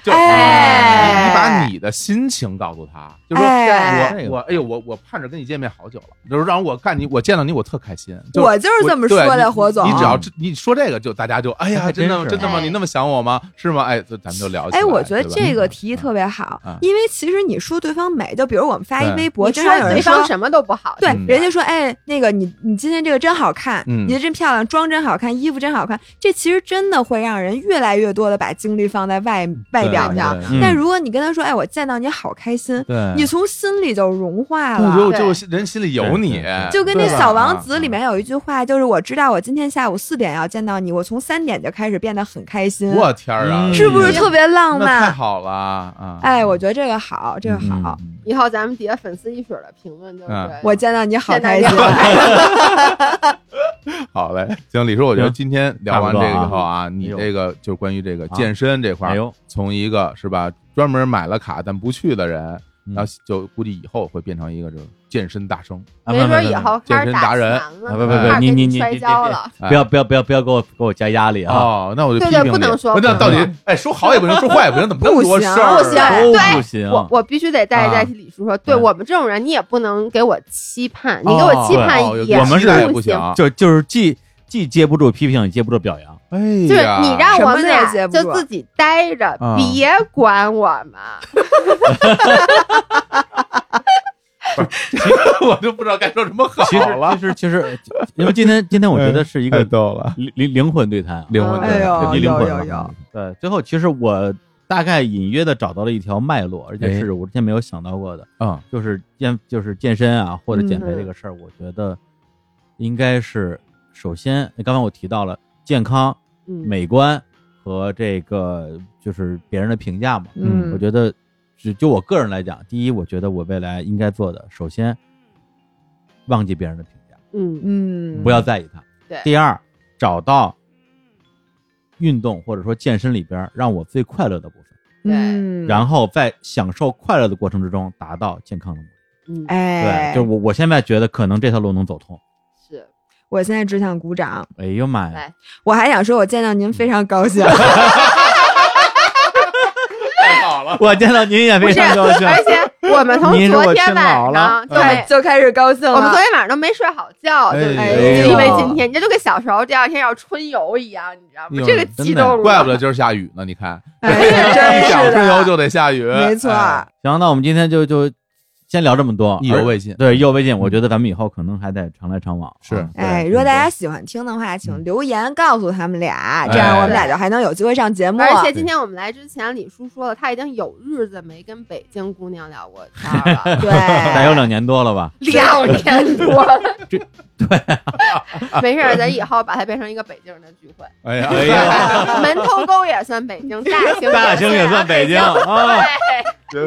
A: 就
F: 哎
A: 你把你的心情告诉他，就说
F: 哎
A: 我我哎呦我我盼着跟你见面好久了，就是让我看你我见到你我特开心。就
F: 我就是这么说
A: 对
F: 的，
A: 你
F: 火总。啊
A: 你只要这你说这个，就大家就哎呀，
E: 还
A: 真
E: 真
A: 的
E: 是
A: 真的吗？
G: 哎
A: 你那么想我吗？是吗？哎，这咱们就聊起来。
F: 哎，我觉得
A: 对吧
F: 这个提议特别好
A: 嗯嗯，
F: 因为其实你说对方美，就比如我们发一
A: 对
F: 微博，
G: 你
F: 经常有
G: 对
F: 人
G: 方
F: 说
G: 什么都不好，
F: 对
A: 嗯，
F: 人家说，哎，那个你你今天这个真好看，
A: 嗯
F: 你这真漂亮，妆真好看，衣服真好看。这其实真的会让人越来越多的把精力放在外外表上。
A: 对
E: 嗯
F: 但如果你跟他说，哎，我见到你好开心，
A: 对，
F: 你从心里就融化
A: 不如
F: 了。
A: 就人心里有你
E: 对对，
F: 就跟那
A: 对吧啊嗯
F: 《小王子》里面有一句话，就是我知道我今天下午四点要见到你，我从三点就开始变得很开心，
A: 我天儿啊，
E: 嗯
F: 是不是特别浪
A: 那太
F: 漫？
A: 好了啊！
F: 哎，我觉得这个好，这个好，
A: 嗯，
G: 以后咱们底下粉丝一水儿的评论就是
E: 啊
A: 嗯
F: 我见到你好开心啊
G: 见。到你
A: 好嘞，行，李叔，我觉得
E: 行
A: 今天聊完这个以后啊，你
E: 哎呦
A: 这个就是关于这个健身这块
E: 哎
A: 儿，
E: 呦，
A: 从一个是吧专门买了卡但不去的人，
E: 嗯
A: 然后就估计以后会变成一个这种健身大生，
E: 啊
G: 没
E: 不
G: 准
E: 不
G: 以
E: 不
G: 后开
A: 健
G: 始
A: 身达
G: 打
A: 人
G: 拳
E: 啊
G: 了，
E: 不不
A: 不
G: 开始
E: 你
G: 跟
E: 你
G: 你
E: 你
G: 摔
E: 你
G: 跤
E: 你
G: 了。
A: 哎
E: 不要不要不要不要给我给我加压力啊！
A: 哦，那我就批
G: 对
A: 评
G: 对
A: 你，
G: 不能说
A: 那
G: 不能
A: 到底
G: 说
A: 哎说好也不行，说坏也不行，怎么那么多
F: 不
A: 事
F: 行
A: 儿啊？
F: 不行
E: 都
G: 对
E: 不行，
G: 我我必须得代
A: 啊
G: 代替李叔说，对
A: 嗯
G: 我们这种人，你也不能给我期盼，你给我期盼
A: 哦
G: 也
E: 我们
A: 期待也
E: 是
A: 不行，
G: 哦
E: 就就是既既接不住批评，也接不住表 扬。
A: 哎
G: 就是
A: 呀，
G: 你让我们
F: 什么都接
G: 俩
F: 不住
G: 就自己待着
A: 啊，
G: 别管我们。
A: 我就不知道该说什么好
E: 其实
A: 了
E: 其，实其实，因为今天今天我觉
G: 哎
E: 得是一
A: 太
E: 个
A: 逗了，
E: 灵灵灵魂对谈啊，
A: 灵魂
F: 哎
A: 对
F: 呦，
E: 你灵
F: 有
E: 魂
F: 有
E: 了
F: 有，
E: 对，最后其实我大概隐约的找到了一条脉络，而且
A: 哎
E: 是我之前没有想到过的，
A: 嗯，
E: 就是健就是健身啊或者减肥
G: 嗯
E: 这个事儿，我觉得应该是首先，刚刚我提到了健康、
G: 嗯，
E: 美观和这个就是别人的评价嘛，
F: 嗯
E: 我觉得只就我个人来讲，第一，我觉得我未来应该做的，首先忘记别人的评价，
G: 嗯，
F: 嗯，
E: 不要在意它。
G: 对
E: 第二，找到运动或者说健身里边儿让我最快乐的部分，
F: 嗯，
E: 然后在享受快乐的过程之中达到健康的目的。
G: 嗯，
F: 哎，
E: 对，就是我我现在觉得可能这条路能走通。
G: 是，
F: 我现在只想鼓掌，
E: 哎呦妈呀！
G: 来，
F: 我还想说，我见到您非常高兴。
E: 嗯
A: 太好了，
E: 我见到您也
G: 不
E: 非
G: 是，
E: 常高兴，
G: 而且我们从
E: 您是我
G: 昨天
E: 亲姥
G: 晚
E: 了
G: 上对。
F: 就 开始高兴了。
G: 我们昨天晚上都没睡好觉，对不
A: 哎
G: 对？
F: 呦
G: 就因为今天，你这就跟小时候第二天要春游一样，你知道
A: 哎
G: 吗
A: 呦？
G: 这个激动了，
A: 怪不得今儿下雨呢，你看。
F: 哎呀，真
A: 一想
F: 是
A: 春游
F: 的，
A: 就得下雨，
F: 没错，
A: 哎
E: 行，那我们今天就就先聊这么多，
A: 意犹未尽。
E: 对，意犹未尽。我觉得咱们以后可能还得常来常往。
A: 是
E: 啊
F: 哎，
E: 对
F: 如果大家喜欢听的话，请留言告诉他们俩，这
E: 哎
F: 样我们俩就还能有机会上节目。
G: 而且今天我们来之前，李叔说了，他已经有日子没跟北京姑娘聊过天儿了，
F: 对，
E: 得有两年多了吧？
G: 两年多了。对，没事儿，咱以后把它变成一个北京人的聚会。
A: 哎呀，
E: 哎呀，
G: 门头沟也算北京，大兴
E: 大兴也算北 京啊，
G: 对，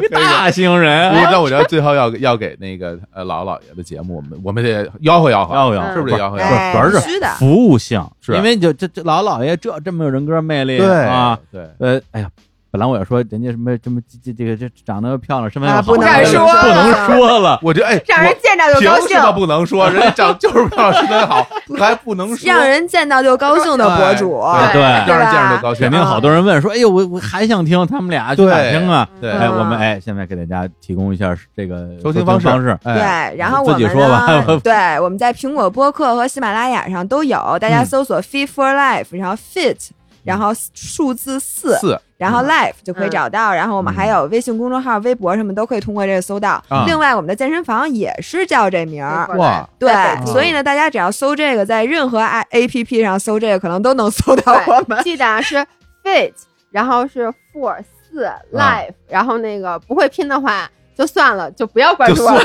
A: 真黑人
E: 大兴人
A: 不是，哎那我觉得最后要要给那个呃姥姥姥爷的节目，我们我们得吆喝吆喝，
E: 哎要要
G: 嗯
A: 是不是得吆喝吆喝？
F: 哎
E: 主要是
F: 必须的，
E: 服务性，
A: 是啊
E: 因为就这这老老爷这这么有人格魅力啊，，
A: 对，
E: 呃，哎呀。本来我要说人家什么什么这这这个这长得又漂亮，身材又
F: 啊
E: 好，
F: 不能
E: 这个
F: 说
E: 不能
F: 了
E: 说了，
A: 我觉得哎，
G: 让人见着
A: 我
G: 就高
A: 凭什
G: 兴。
A: 么不能说？人家长就是漂亮，身材好，还不能说，
F: 让人见到就高兴的博主，
A: 哎
E: 啊对
A: 让人见着就高兴，
E: 肯定好多人问说，哎呦，我我还想听他们俩去
A: 对
E: 哪听啊？
A: 对
E: 哎，我们哎，现在给大家提供一下这个
A: 收听
E: 听
A: 方式
E: 式，
A: 哎，
F: 对，然后
E: 自
F: 我
E: 己
F: 们
E: 说吧
F: 呢，对，我们在苹果播客和喜马拉雅上都有，大家
E: 嗯
F: 搜索 “Fit for Life”，然后 “Fit” 然后数字四，
A: 四
F: 然后 Life 就可以找到，然后我们还有微信公众号、微博什么都可以通过这个搜到。
A: 嗯啊
F: 另外，我们的健身房也是叫这名儿。
A: 哇，
F: 对
G: 在北，
A: 嗯
G: 京
F: 所以呢，大家只要搜这个，在任何 i A P P 上搜这个，可能都能搜到我们。
G: 记得啊是 fit，然后是 for 四 life，、然后那个不会拼的话就算了，就不要关注我们。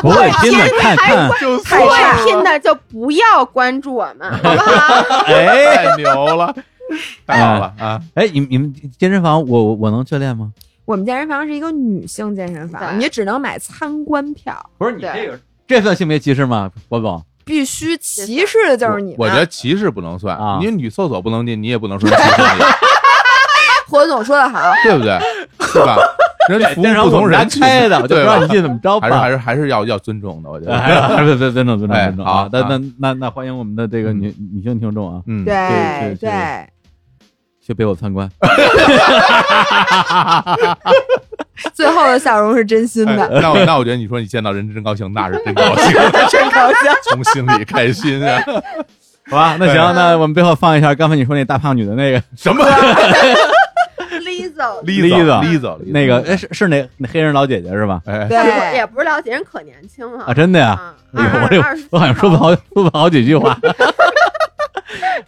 E: 不会拼的看看，
A: 就
G: 不
F: 太差
G: 会拼的就不要关注我们，好不 好？
E: 哎
A: 太牛了，太好了啊！
E: 哎，你们你们健身房，我我我能去练吗？
F: 我们健身房是一个女性健身房，
G: 对
F: 你只能买参观票，
E: 不是你
G: 对这
E: 个，这算性别歧视吗？博总，
F: 必须歧视的就是你啊
A: 我
F: 们。
A: 觉得歧视不能算
E: 啊，
A: 因为女厕所不能进，你也不能说歧视你，
F: 哎火总说的好，
A: 对不对？是吧？人
E: 哎
A: 家服务不同人群
E: 开的，我就不
A: 对
E: 知
A: 吧
E: 道你进怎么着
A: 还
E: 吧。
A: 是还是还是要要尊重的，我觉
E: 哎
A: 得。
E: 还是尊尊重尊重
A: 哎
E: 尊重
A: 好嗯
E: 啊！那
A: 啊
E: 那那那欢迎我们的这个女女性听众啊，
A: 嗯，
E: 对
F: 对
E: 对去陪我 参观。
F: 最后的笑容是真心
A: 哎
F: 的，
A: 那我那我觉得你说你见到人真高兴，那是真高兴，
F: 真搞笑。
A: 从心里开心啊！
E: 好吧，那行
A: 对，
E: 那我们最后放一下刚才你说那大胖女的那个
A: 什么
G: Lizzo
A: 栗子
E: 栗子
A: 栗子
E: 那个，哎是是那那黑人老姐姐是吧？
A: 哎，
F: 对
G: 也，不是了解人可年轻了
E: 啊，真的呀！
G: 啊
E: 哎呦，我
G: 二二
E: 这我好像说不，好说不好几句话。哎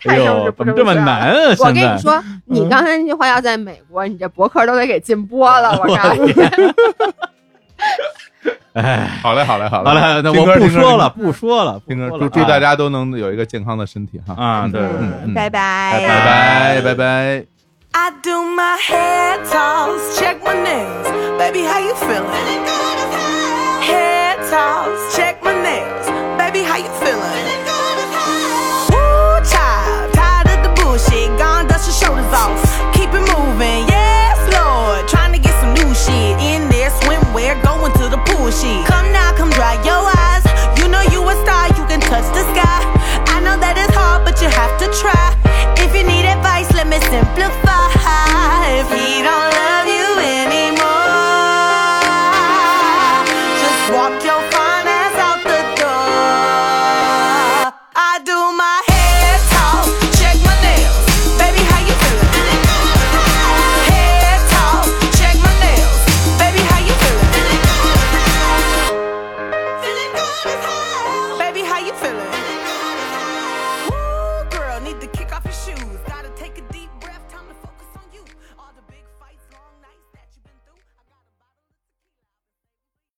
G: 太正
E: 呦
G: 式，不
E: 怎
G: 正
E: 么这么
G: 式了
E: 难啊？
G: 我跟
E: 现在嗯
G: 你说，你刚才那句话要在美国，你这博客都得给禁播 了。我告诉你，
E: 哎，
A: 好嘞，好嘞，好嘞，
E: 好了，那
A: 听
E: 我
A: 歌
E: 不
A: 听歌
E: 说了，不说了，不
A: 听
E: 说
A: 歌，
E: 了
A: 祝祝大家都能有一个健康的身体哈！
E: 啊，对，对对
A: 嗯嗯
F: 拜拜
A: 拜拜拜拜。
I: I do my hair toss, check my nails. Baby, how you feeling? Head toss, check my nails. Baby, how you feeling? Woo, child, tired of the bullshit. Gone, dust your shoulders off. Keep it moving, yes, Lord. Trying to get some new shit in there. Swimwear, going to the pool shit. Come now, come dry your eyes. You know you a star, you can touch the sky. I know that it's hard, but you have to try. If you need advice, let me simplify. If he don't love you anymore, just walk your fine